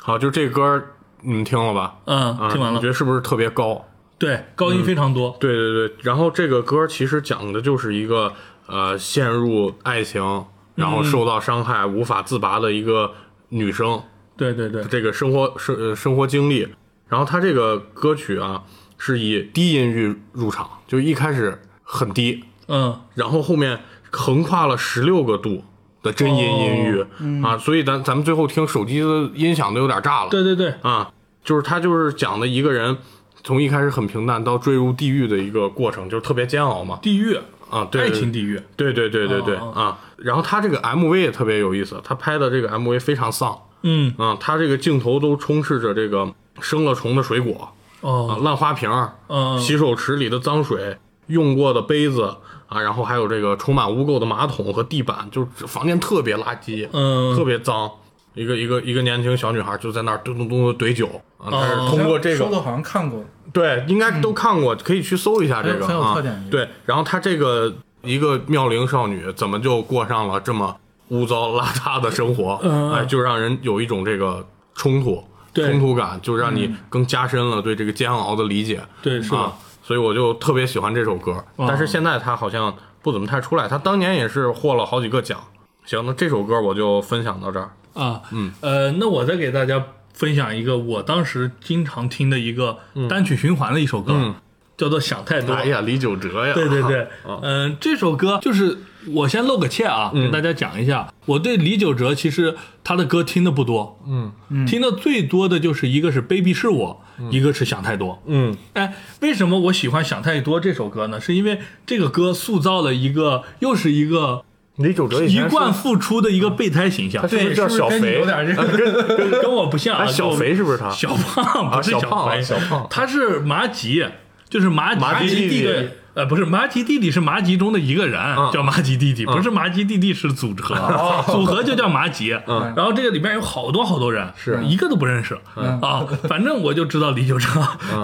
S2: 好，就这歌儿你们听了吧？
S1: 嗯，
S2: 啊，
S1: 听完
S2: 你
S1: 了
S2: 觉，得是嗯不是特别高？
S1: 对，高音非常多，
S2: 对对对，然后这个歌其实讲的就是一个呃陷入爱情，然后受到伤害、无法自拔的一个女生，
S1: 对对对，
S2: 这个生活生呃生活经历。然后她这个歌曲啊是以低音域入场，就一开始很低，
S1: 嗯，
S2: 然后后面横跨了十六个度的真音音域、啊，所以咱咱们最后听手机的音响都有点炸了。
S1: 对对对，
S2: 啊，就是他就是讲的一个人从一开始很平淡到坠入地狱的一个过程，就是特别煎熬嘛。
S1: 地狱，
S2: 啊，对，
S1: 爱情地狱，
S2: 对对对对对
S1: 哦
S2: 啊。然后他这个 MV 也特别有意思，他拍的这个 MV 非常丧
S1: 嗯，
S2: 啊，他这个镜头都充斥着这个生了虫的水果啊、
S1: 哦，
S2: 烂花瓶儿、
S1: 嗯，
S2: 洗手池里的脏水、用过的杯子啊，然后还有这个充满污垢的马桶和地板，就是房间特别垃圾。
S1: 嗯，
S2: 特别脏。一个一个一个年轻小女孩就在那儿咚咚咚的怼酒啊，但是
S1: 哦
S2: 通过这
S4: 说
S2: 个
S4: 的好像看过，
S2: 对，应该都看过，可以去搜一下
S1: 嗯
S2: 这个
S4: 很有很有
S2: 啊
S4: 特点的。
S2: 对，然后她这个一个妙龄少女怎么就过上了这么污糟邋遢的生活？
S1: 嗯
S2: 哎，就让人有一种这个冲突
S1: 对
S2: 冲突感，就让你更加深了对这个煎熬的理解。
S1: 对，是
S2: 啊
S1: 的，，啊
S2: 所以我就特别喜欢这首歌，但是现在它好像不怎么太出来。它当年也是获了好几个奖。行，那这首歌我就分享到这儿。
S1: 啊，嗯，呃，那我再给大家分享一个我当时经常听的一个单曲循环的一首歌，
S2: 嗯
S1: 叫做《想太多》。
S2: 哎呀，李玖哲呀，
S1: 对对
S2: [laughs]
S1: 对，
S2: 啊
S1: 嗯、这首歌就是我先露个怯啊，
S2: 嗯
S1: 跟大家讲一下，我对李玖哲其实他的歌听的不多，嗯，听的最多的就是一个是《Baby 是我》一个是《想太多》。
S2: 嗯，
S1: 哎，为什么我喜欢《想太多》这首歌呢？是因为这个歌塑造了一个又是一个
S2: 李玖哲以
S1: 一
S2: 前是
S1: 贯付出的一个备胎形象
S2: 他，是不是
S4: 对，是
S2: 叫
S4: 不是
S2: 小
S4: 跟你
S2: 肥？
S4: 有点这个？
S2: [laughs]
S1: 跟跟我不像啊，
S2: 哎小
S1: 就
S2: 肥是不是他
S1: 小胖
S2: 啊
S1: 不是
S2: 小胖
S1: 肥，
S2: 小胖
S1: 他是麻吉，就是麻
S2: 麻吉弟嗯弟
S1: 对呃，不是麻吉弟弟是麻吉中的一个人，叫麻吉弟弟，不是
S2: 嗯
S1: 麻吉弟弟是组合，
S2: 哦
S1: 组合就叫麻吉。
S2: 嗯
S1: 然后这个里面有好多好多人，是一个都不认识
S2: 嗯
S1: 啊，反正我就知道李玖哲，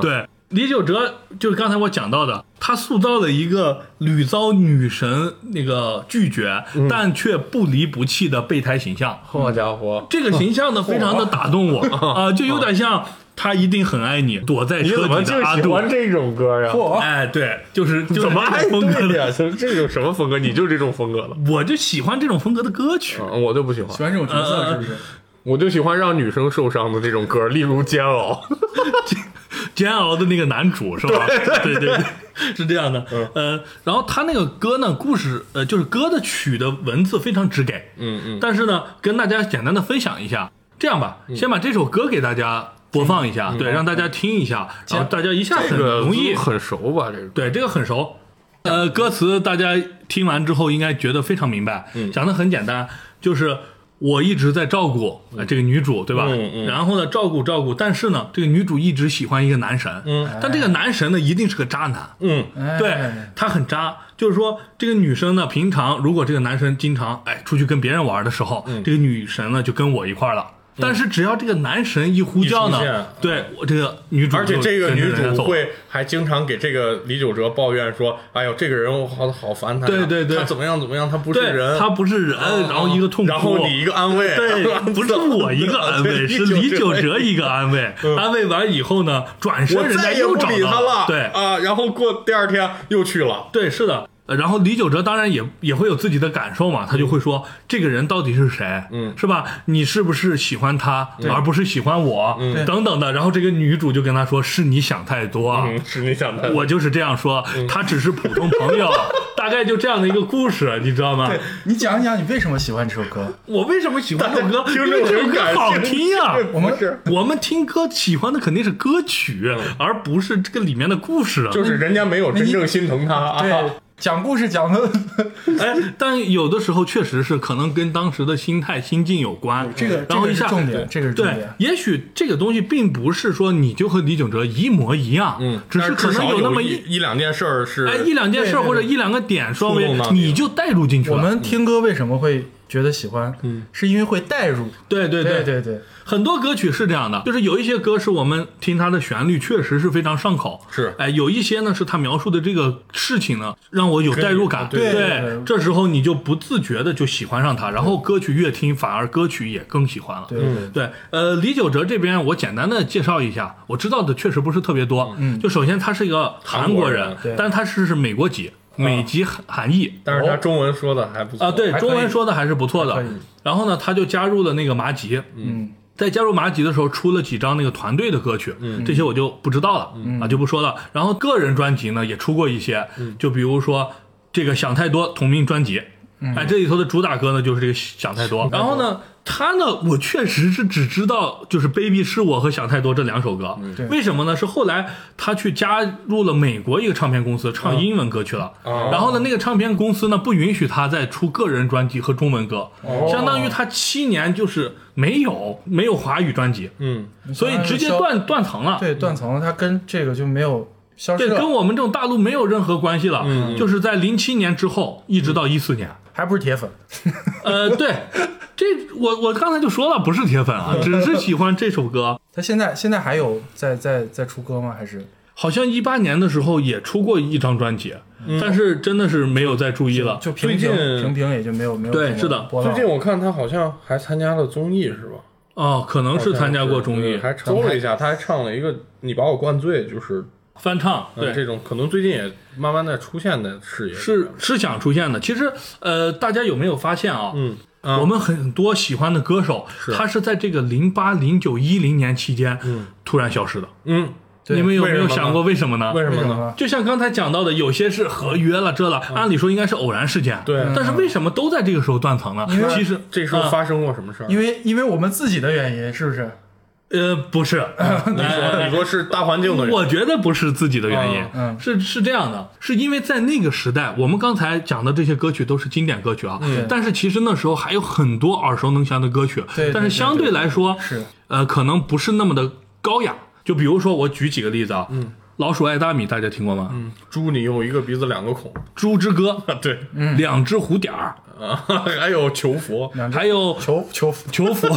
S1: 对。李玖哲就是刚才我讲到的，他塑造了一个屡遭女神那个拒绝，
S2: 嗯
S1: 但却不离不弃的备胎形象。
S2: 好家伙，
S1: 这个形象呢，非常的打动
S2: [laughs]
S1: 我啊、就有点像他一定很爱你，躲在
S2: 你
S1: 车
S2: 怎么
S1: 底
S2: 就
S1: 的阿
S2: 喜
S1: 杜。
S2: 欢这种歌呀？
S4: 嚯
S1: 哎，对，就是就是
S2: 怎么还
S1: 这种风格
S2: 对
S1: 的，
S2: 呀？这这种什么风格？你就是这种风格了。
S1: 我就喜欢这种风格的歌曲。
S2: 嗯，我就不喜欢
S4: 喜，欢这种角
S1: 嗯
S4: 色是不是？
S2: 我就喜欢让女生受伤的这种 [laughs] 歌，例如《煎熬》。
S1: 煎熬的那个男主是吧？ [laughs] 对对对，是这样的。
S2: 嗯
S1: 呃，然后他那个歌呢，故事呃就是歌的曲的文字非常直给，嗯嗯。但是呢，跟大家简单的分享一下，这样
S2: 嗯
S1: 吧，先把这首歌给大家播放一下，对，让大家听一下，然后大家一下
S2: 嗯这
S1: 很
S2: 个
S1: 容易
S2: 很熟吧？这个
S1: 对，这个很熟。
S2: 嗯
S1: 呃，歌词大家听完之后应该觉得非常明白，讲的很简单，就是我一直在照顾呃这个女主，对吧？
S2: 嗯嗯
S1: 然后呢，照顾照顾，但是呢，这个女主一直喜欢一个男神，嗯，但这个男神呢，一定是个渣男，
S2: 嗯，
S4: 哎
S1: 对他很渣，就是说这个女生呢，平常如果这个男生经常哎出去跟别人玩的时候，
S2: 嗯
S1: 这个女神呢就跟我一块儿了。但是只要这个男神一呼叫
S2: 一出现
S1: 呢，对我这个女主就
S2: 而且这个
S1: 跟着
S2: 女
S1: 人家
S2: 主
S1: 走了
S2: 会还经常给这个李九哲抱怨说：“哎呦，这个人我好好烦他呀，
S1: 对对对
S2: 他怎么样怎么样，他不是
S1: 对
S2: 人，啊
S1: 他不是人，然后一个痛苦，
S2: 然后你一个安慰， [laughs]
S1: 对，不是我一个安慰，
S2: 对
S1: 是李九哲一个安慰。安慰完以后呢，转身
S2: 嗯我
S1: 人家
S2: 再也
S1: 又
S2: 不
S1: 找
S2: 理他
S1: 到
S2: 了，
S1: 对
S2: 啊，然后过第二天又去了，
S1: 对，是的。呃然后李九哲当然也也会有自己的感受嘛，他就会
S2: 嗯
S1: 说这个人到底是谁，嗯，是吧？你是不是喜欢他，
S2: 嗯
S1: 而不是喜欢我，
S4: 对
S1: 等等的。然后这个女主就跟他说：“是你想太多，啊
S2: 嗯，是你想嗯的，
S1: 我就是这样说，他只是普通朋
S2: [laughs]
S1: 友。”大概就这样的一个故事，你知道吗？
S4: 你讲一讲你为什么喜欢这首歌？
S1: 我为什么喜欢这首歌？
S2: 听
S1: 因为
S2: 着
S1: 这首
S2: 很感
S1: 歌好
S2: 兴趣
S1: 听呀、
S4: 我们
S2: 是，
S1: [laughs] 我们听歌喜欢的肯定是歌曲，
S4: 嗯
S1: 而不是这个里面的故事啊。
S2: 就是人家没有真正心疼他啊
S4: 对，，讲故事讲的
S1: 哎，但有的时候确实是可能跟当时的心态、心境有关。
S4: [laughs] 这个，
S1: 然后
S4: 这
S1: 一
S4: 个是
S1: 下
S4: 重点，这个是重
S1: 对
S4: 点，。
S1: 也许这个东西并不是说你就和李炯哲一模一样，
S2: 嗯，
S1: 只是
S2: 但
S1: 可
S2: 至
S1: 能
S2: 少
S1: 那么
S2: 一一两件事儿是
S1: 哎一两件事
S4: 对对对
S1: 或者一两个点稍微
S2: 触动到你了
S1: 你就带入进去了。
S4: 我们听歌为什么会觉得喜欢？嗯，是因为会代入。
S1: 对对
S4: 对对对，
S1: 很多歌曲是这样的，就是有一些歌是我们听它的旋律确实是非常上口，
S2: 是
S1: 哎，有一些呢是它描述的这个事情呢让我有代入感，
S4: 对对对对
S1: 这时候你就不自觉的就喜欢上它，然后歌曲越听反而歌曲也更喜欢了，
S4: 对对
S1: 对，呃，李玖哲这边我简单的介绍一下，我知道的确实不是特别多。嗯，就首先他是一个韩国人
S2: 韩国
S4: 人对，
S1: 但是他是是美国籍，美籍韩韩裔。
S2: 但是他中文说的还不错
S1: 啊，对，
S2: 还可以
S1: 中文说的还是不错
S4: 还
S1: 的
S4: 可以。
S1: 然后呢，他就加入了那个麻吉，
S4: 嗯，
S1: 在加入麻吉的时候出了几张那个团队的歌曲，这些我就不知道了、啊，就不说了。然后个人专辑呢也出过一些，就比如说这个想太多同名专辑。哎，这里头的主打歌呢，就是这个《想太多》。然后呢，他呢，我确实是只知道就是《Baby 是我》和《想太多》这两首歌。
S2: 嗯
S4: 对
S1: 为什么呢？是后来他去加入了美国一个唱片公司，唱英文歌曲了。
S2: 嗯哦
S1: 然后呢，那个唱片公司呢，不允许他再出个人专辑和中文歌，
S2: 哦
S1: 相当于他七年就是没有没有华语专辑，
S2: 嗯，
S1: 所以直接断断层了。
S4: 对啊断层，它跟这个就没有消失
S1: 对，跟
S4: 了，
S1: 我们这种大陆没有任何关系了。
S2: 嗯
S1: 就是在零七年之后，一直到一四年。
S4: 还不是铁粉。
S1: 呃，对，这我我刚才就说了，不是铁粉
S2: [laughs]
S1: 啊，只是喜欢这首歌。
S4: 他现在现在还有在在在出歌吗？还是
S1: 好像一八年的时候也出过一张专辑，但是真的是没有再注意了。
S4: 就
S2: 最
S4: 平平
S2: 近
S4: 平平也就没有没有
S1: 对
S4: 什么
S1: 是的
S4: 波浪
S2: 最近我看他好像还参加了综艺是吧？
S1: 哦，可能是参加过综艺
S2: 对还搜了一下，他还唱了一个《你把我灌醉》，就是
S1: 翻唱，
S2: 呃
S7: 嗯
S1: 对，
S2: 这种可能最近也慢慢在出现在视野里
S1: 是
S2: 面
S1: 是想出现的。其实，呃，大家有没有发现啊？
S2: 嗯啊
S1: 我们很多喜欢的歌手，他是在这个零八、零九、一零年期间，突然消失的。
S2: 嗯，
S4: 对
S1: 你们有没有
S2: 为什么呢
S1: 想过为什么呢？
S2: 为什
S4: 为
S2: 么
S4: 什
S2: 呢？
S4: 么？
S1: 就像刚才讲到的，有些是合约了，这了，按理说应该是偶然事件，
S2: 对
S1: 但是为什么都在这个时候断层呢
S4: 因为？
S1: 其实
S2: 这时候
S1: 啊
S2: 发生过什么事儿？
S4: 因为因为我们自己的原因，是不是？
S1: 呃不是，
S2: 你说
S1: 哎
S2: 你说是大环境的人，
S1: 我觉得不是自己的原因，
S4: 嗯嗯
S1: 是是这样的，是因为在那个时代，我们刚才讲的这些歌曲都是经典歌曲啊，但是其实那时候还有很多耳熟能详的歌曲，
S4: 对对
S1: 但是相对来说
S4: 是
S1: 呃，可能不是那么的高雅。就比如说，我举几个例子啊，嗯，老鼠爱大米，大家听过吗？嗯，
S2: 猪你有一个鼻子两个孔， [laughs]
S1: 猪之歌，
S2: 对
S1: 两只蝴蝶儿，
S2: 啊，还有求佛，
S4: 两只
S1: 还有
S4: 求求
S1: 求佛，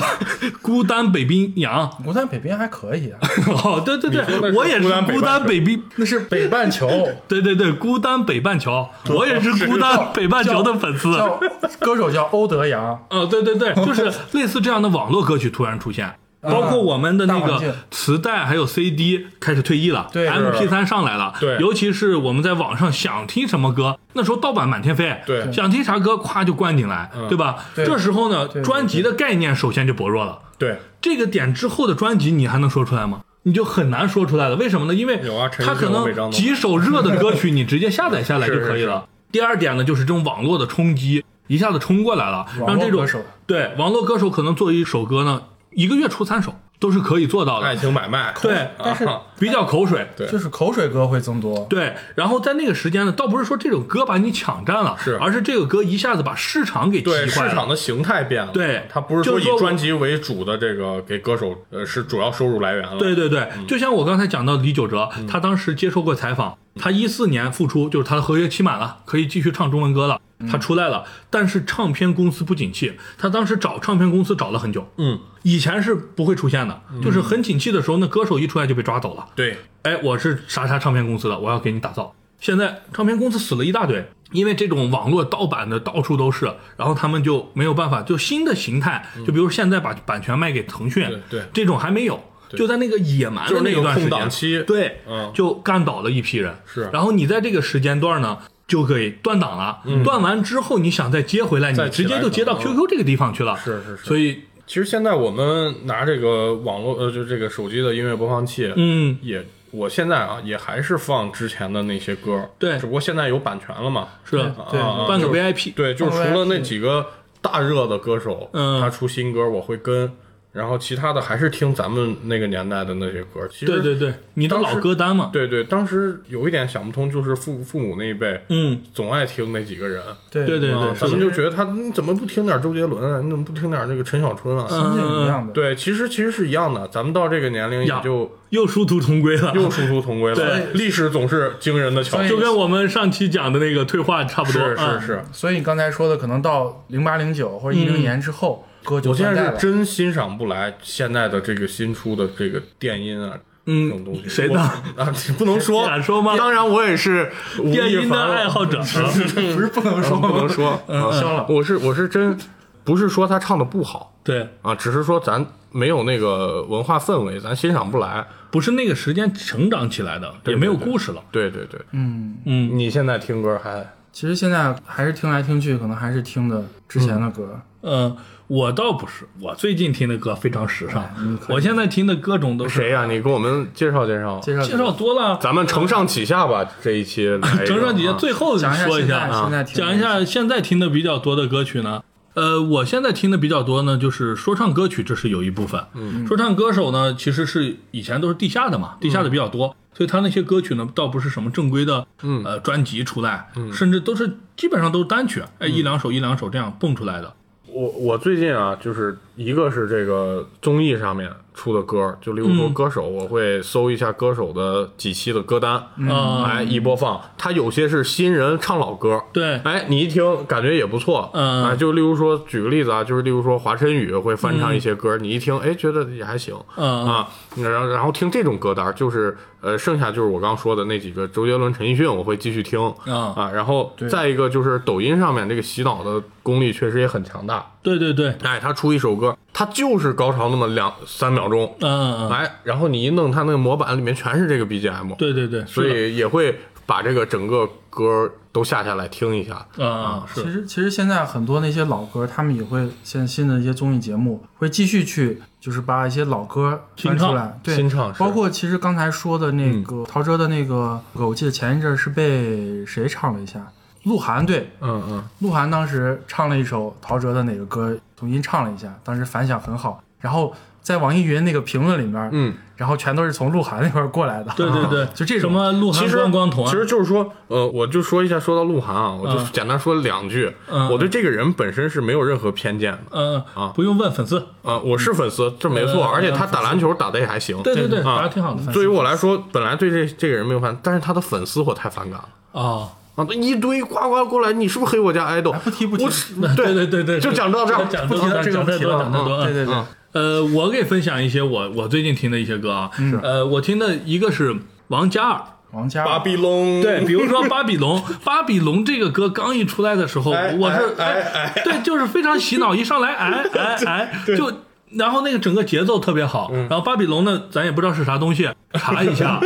S1: 孤单北冰洋。 [laughs]
S4: 孤单北冰还可以啊，
S1: 哦，对对
S2: 你说的
S1: 对，
S2: 是
S1: 我也是
S2: 孤单北半球
S1: 孤单北冰，
S4: 那是北半球，
S1: 对对对，孤单北半球，我也是孤单北半球的粉丝。
S4: 叫歌手叫欧德阳，
S1: 哦，对对
S4: [laughs]
S1: 对，就是类似这样的网络歌曲突然出现。包括我们的那
S4: 嗯大环境
S1: 个磁带还有 CD 开始退役了，
S4: 对
S1: m p 3上来了，
S2: 对
S1: 尤其是我们在网上想听什么歌，那时候盗版满天飞，
S2: 对
S1: 想听啥歌咵就灌进来，对吧？
S4: 嗯对
S1: 这时候呢，
S4: 对
S1: 专辑的概念首先就薄弱了，
S2: 对，
S1: 这个点之后的专辑，你还能说出来吗？你就很难说出来了。为什么呢？因为
S2: 有啊陈奕迅
S1: 它可
S2: 和韦张
S1: 能
S2: 东
S1: 几首热的歌曲，你直接下载下来就可以了。第二点呢，就是这种网络的冲击一下子冲过来了，
S4: 网
S1: 让
S4: 络
S1: 这种
S4: 歌手
S1: 对网络歌手可能做一首歌呢，一个月出三首，都是可以做到
S7: 爱
S1: 的，
S7: 情买卖，
S1: 对
S4: 但是
S7: 啊
S1: 比较口水。
S7: 哎对
S4: 就是口水歌会增多。
S1: 对，然后在那个时间呢，倒不是说这首歌把你抢占了，
S7: 是
S1: 而是这个歌一下子把市场给踢
S7: 对市
S1: 坏
S7: 场
S1: 了。
S7: 的形态变了，
S1: 对
S7: 它不是
S1: 就
S7: 说
S1: 是说
S7: 以
S1: 我
S7: 专辑为主的这个给歌手呃是主要收入来源了，
S1: 对对对，就像我刚才讲到李玖哲，他当时接受过采访，他一四年复出，就是他的合约期满了，可以继续唱中文歌了，他出来了。但是唱片公司不景气，他当时找唱片公司找了很久，
S7: 嗯，
S1: 以前是不会出现的，就是很景气的时候，那歌手一出来就被抓走了。
S7: 对，
S1: 哎，我是啥啥唱片公司的，我要给你打造。现在唱片公司死了一大堆，因为这种网络盗版的到处都是，然后他们就没有办法，就新的形态，就比如现在把版权卖给腾讯，
S7: 嗯对对
S1: 这种还没有，就在那个野蛮
S7: 就
S1: 的
S7: 是那
S1: 一
S7: 个
S1: 段时
S7: 空
S1: 间
S7: 档，期，
S1: 对，
S7: 嗯
S1: 就干倒了一批人。
S7: 是
S1: 然后你在这个时间段呢，就给断档了。断完之后，你想再接回来，
S7: 嗯再
S1: 你
S7: 起
S1: 直
S7: 来
S1: 接就接到
S7: 可能
S1: QQ 这个地方去了。
S7: 是是是
S1: 所以，
S7: 其实现在我们拿这个网络呃，就这个手机的音乐播放器，
S1: 嗯，
S7: 也我现在啊也还是放之前的那些歌，
S1: 对
S7: 只不过现在有版权了嘛，
S1: 是的
S7: 啊
S4: 对
S7: 啊
S1: 办个
S7: 就是
S1: VIP，
S7: 对，就是除了
S4: 放个
S7: 那
S4: VIP
S7: 几个大热的歌手，
S1: 嗯
S7: 他出新歌我会跟，然后其他的还是听咱们那个年代的那些歌。其实
S1: 对对对，你的
S7: 当时
S1: 老歌单嘛，
S7: 对对当时有一点想不通，就是父父母那一辈
S1: 嗯，
S7: 总爱听那几个人，
S4: 对
S1: 对对
S7: 啊
S1: 对，
S7: 咱
S1: 是的，
S7: 们就觉得他你怎么不听点周杰伦啊？你怎么不听点那个陈小春啊？
S1: 嗯
S4: 心境一样的。
S7: 对，其实其实是一样的，咱们到这个年龄
S1: 呀
S7: 也就
S1: 又殊途同归了，
S7: 又殊途同归了
S1: 对。
S7: 历史总是惊人的巧合，
S4: 所以
S1: 就跟我们上期讲的那个退化差不多。
S7: 是嗯
S1: 啊
S7: 是是。
S4: 所以你刚才说的，可能到零八零九或者一零年之后，歌就
S7: 嗯我现
S4: 断代
S7: 在
S4: 了
S7: 是。真欣赏不来现在的这个新出的这个电音啊，这种东西。
S1: 嗯，谁
S7: 我
S1: 的？
S7: [laughs] 啊？你不能
S1: [laughs]
S7: 说，
S1: 敢说吗
S7: 当然，我也是吴亦
S1: 电音
S7: 凡
S1: 的
S7: 了
S1: 爱好者，啊
S4: 不是不能说
S7: 不能说，嗯
S4: 消了
S7: 我是我是真，不是说他唱的不好
S1: 对，
S7: 啊，只是说咱没有那个文化氛围，咱欣赏不来。
S1: 不是那个时间成长起来的，也没有故事了。
S7: 对对对，
S4: 嗯，
S1: 嗯，
S7: 你现在听歌还
S4: 其实现在还是听来听去，可能还是听的之前的歌。
S1: 呃，我倒不是，我最近听的歌非常时
S7: 嗯
S1: 尚，我现在听的各种都是
S7: 谁呀？你给我们介绍介绍。
S4: 介绍
S1: 介绍多了，
S7: 咱们承上启下吧，这一期来一个
S1: 承上几
S2: 嗯
S1: 下，
S7: 啊
S1: 最后
S4: 讲
S1: 说
S4: 一
S1: 一
S4: 下
S1: 下，啊
S4: 现在现在
S1: [laughs]
S4: 听的
S1: 讲一下现在听的比较多的歌曲呢。呃，我现在听的比较多呢，就是说唱歌曲，这是有一部分。嗯，说唱歌手呢，其实是以前都是地下的
S7: 嗯
S1: 嘛，地下的比较多，所以他那些歌曲呢，倒不是什么正规的，嗯，呃，专辑出来，
S7: 嗯
S1: 甚至都是基本上都是单曲，哎，一两首一两首这样蹦出来的。
S7: 我我最近啊，就是一个是这个综艺上面出的歌，就例如说
S1: 嗯
S7: 歌手，我会搜一下歌手的几期的歌单，
S1: 啊
S7: 哎，一播放，它有些是新人唱老歌，
S1: 对
S7: 哎，你一听感觉也不错，
S1: 嗯
S7: 哎，就例如说举个例子啊，就是例如说华晨宇会翻唱一些歌，你一听，哎，觉得也还行，
S1: 嗯
S7: 啊，然后然后听这种歌单，就是呃，剩下就是我刚说的那几个周杰伦、陈奕迅，我会继续听，
S1: 啊
S7: 啊，然后再一个就是抖音上面这个洗脑的功力确实也很强大，
S1: 对对对，
S7: 哎，他出一首歌，他就是高潮那么两三秒钟，
S1: 嗯、嗯，
S7: 哎，然后你一弄，他那个模板里面全是这个 BGM，，
S1: 对对对，
S7: 所
S1: 是
S7: 以也会把这个整个歌都下下来听一下。
S1: 的啊，
S4: 其
S1: 是
S4: 实其实现在很多那些老歌，他们也会现新的一些综艺节目会继续去，就是把一些老歌翻出来，对，
S7: 新唱是嗯
S4: 包括其实刚才说的那个、陶喆的那个，我记得前一阵儿是被谁唱了一下，鹿晗对，
S7: 嗯嗯，
S4: 鹿晗当时唱了一首陶喆的哪个歌，重新唱了一下，当时反响很好。然后在网易云那个评论里面，
S7: 嗯，
S4: 然后全都是从鹿晗那边过来的。
S1: 对对对，
S4: [laughs] 就这
S1: 什
S4: 种
S1: 么鹿晗
S7: 其实
S1: 光光啊团，
S7: 其实就是说，呃，我就说一下，说到鹿晗啊，我就
S1: 嗯
S7: 简单说两句。
S1: 嗯
S7: 我对这个人本身是没有任何偏见的
S1: 嗯、嗯
S7: 啊
S1: 不用问粉丝，
S7: 啊、我是粉丝，这没错，
S1: 嗯
S7: 而且他打篮球打的也还行。
S1: 对对对，
S7: 啊
S1: 打的挺好的
S7: 对于我来说，本来对这这个人没有反，但是他的粉丝我太反感了。
S1: 啊。
S7: 啊，一堆呱呱过来，你是不是黑我家 idol？
S4: 哎不提不提
S7: 我是
S1: [laughs] 对
S7: 对
S1: 对对，
S7: 就讲到这儿，
S1: 讲
S4: 不提
S1: 到
S4: 了这个
S1: 讲
S4: 不
S1: 太
S4: 提
S1: 多，
S4: 了
S1: 讲太多啊。
S4: 对对对，
S1: 呃，我给分享一些我我最近听的一些歌啊，呃，我听的一个是王嘉尔，
S4: 王嘉
S7: 巴
S4: 尔，
S7: 比龙，
S1: 对，比如说《巴比龙》， [laughs] 《巴比龙》这个歌刚一出来的时候，
S7: 哎
S1: 我是
S7: 哎
S1: 哎，对，就是非常洗脑，一上来哎哎哎，就然后那个整个节奏特别好，然后《巴比龙》呢，咱也不知道是啥东西，查一下，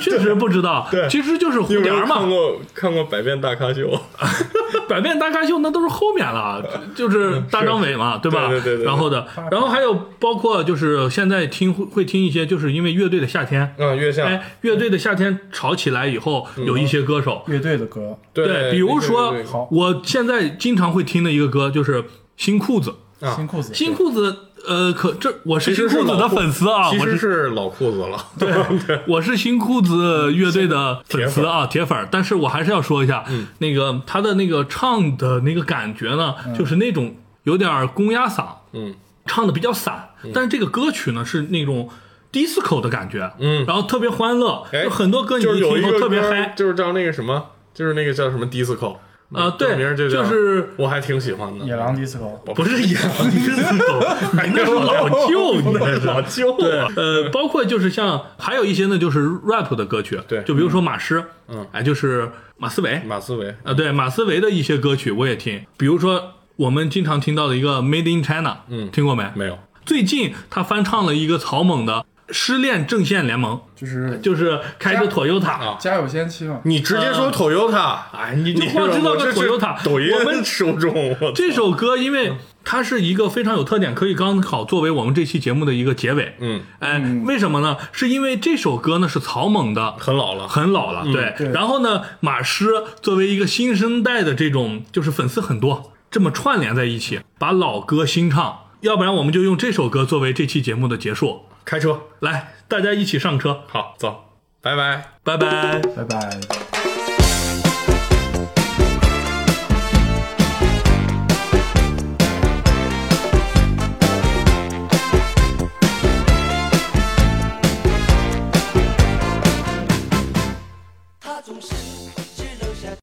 S1: 确实不知道，其实就是
S7: 你
S1: 蝴
S7: 有没
S1: 蝶
S7: 有
S1: 儿嘛
S7: 看，过看过《百变大咖秀》？
S1: [laughs] 百变大咖秀那都是后面了，就就是大张伟嘛，对吧？
S7: 对对对对
S1: 然后的，然后还有包括就是现在听会会听一些，就是因为乐队的夏天，
S7: 嗯，月下，
S1: 哎，乐队的夏天炒起来以后，有一些歌手，
S4: 乐队的歌，
S1: 对，比如说
S7: 对对对
S4: 好
S1: 我现在经常会听的一个歌就是新裤子，
S7: 啊
S4: 新裤子，
S1: 新裤子呃，可这我是
S2: 其
S1: 新
S2: 实是
S1: 裤子的
S2: 老裤
S1: 粉丝啊，
S2: 其
S1: 我
S2: 实
S1: 是
S2: 是老裤子了， [laughs] 对对，
S1: 我是新裤子乐队的
S2: 嗯
S1: 粉丝啊，铁粉儿。但是我还是要说一下，那个他的那个唱的那个感觉呢，就是那种有点儿公鸭嗓，
S2: 嗯，
S1: 唱的比较散。但是这个歌曲呢是那种 disco 的感觉，
S2: 嗯
S1: 然后特别欢乐，
S2: 哎
S1: 有很多歌你
S2: [laughs] 就是
S1: 一
S2: 有
S1: 听
S2: 一
S1: 以后
S2: 个
S1: 特别
S2: 歌
S1: 嗨
S2: 就是叫那个什么，就是那个叫什么 disco
S1: 啊，对
S2: 这名儿，就叫
S1: 是
S2: 我还挺喜欢的，
S4: 野狼 disco，
S1: 不是野狼
S2: [laughs]
S1: disco，你那是老舅，你那是
S2: 哎老旧
S1: 对
S2: 啊，，
S1: 呃，包括就是像还有一些呢，就是 rap 的歌曲，
S2: 对
S1: 就比如说马师，嗯，哎，就是马思唯，
S2: 马思唯，
S1: 啊，对马思唯的一些歌曲我也听，比如说我们经常听到的一个《Made in China》，
S2: 嗯
S1: 听过没？
S2: 没有，
S1: 最近他翻唱了一个草蜢的《失恋阵线联盟
S4: 就是》，
S1: 就是开着 Toyota，、
S2: 啊
S4: 家有仙妻嘛。
S2: 你直接说 Toyota，哎，你
S1: 你光知道
S2: 我
S1: 个
S2: 这是
S1: Toyota，
S2: 抖音
S1: 我们
S2: 受众，我
S1: 这首歌因为它是一个非常有特点，可以刚好作为我们这期节目的一个结尾。
S2: 嗯，
S1: 哎，为什么呢？是因为这首歌呢是草蜢的。
S2: 很老了，嗯
S1: 很老了，对。
S4: 对
S1: 然后呢，马师作为一个新生代的这种，就是粉丝很多，这么串联在一起，把老歌新唱，要不然我们就用这首歌作为这期节目的结束。
S2: 开车，
S1: 来，大家一起上车，
S2: 好，走，拜拜。
S1: 拜拜。
S4: 拜拜。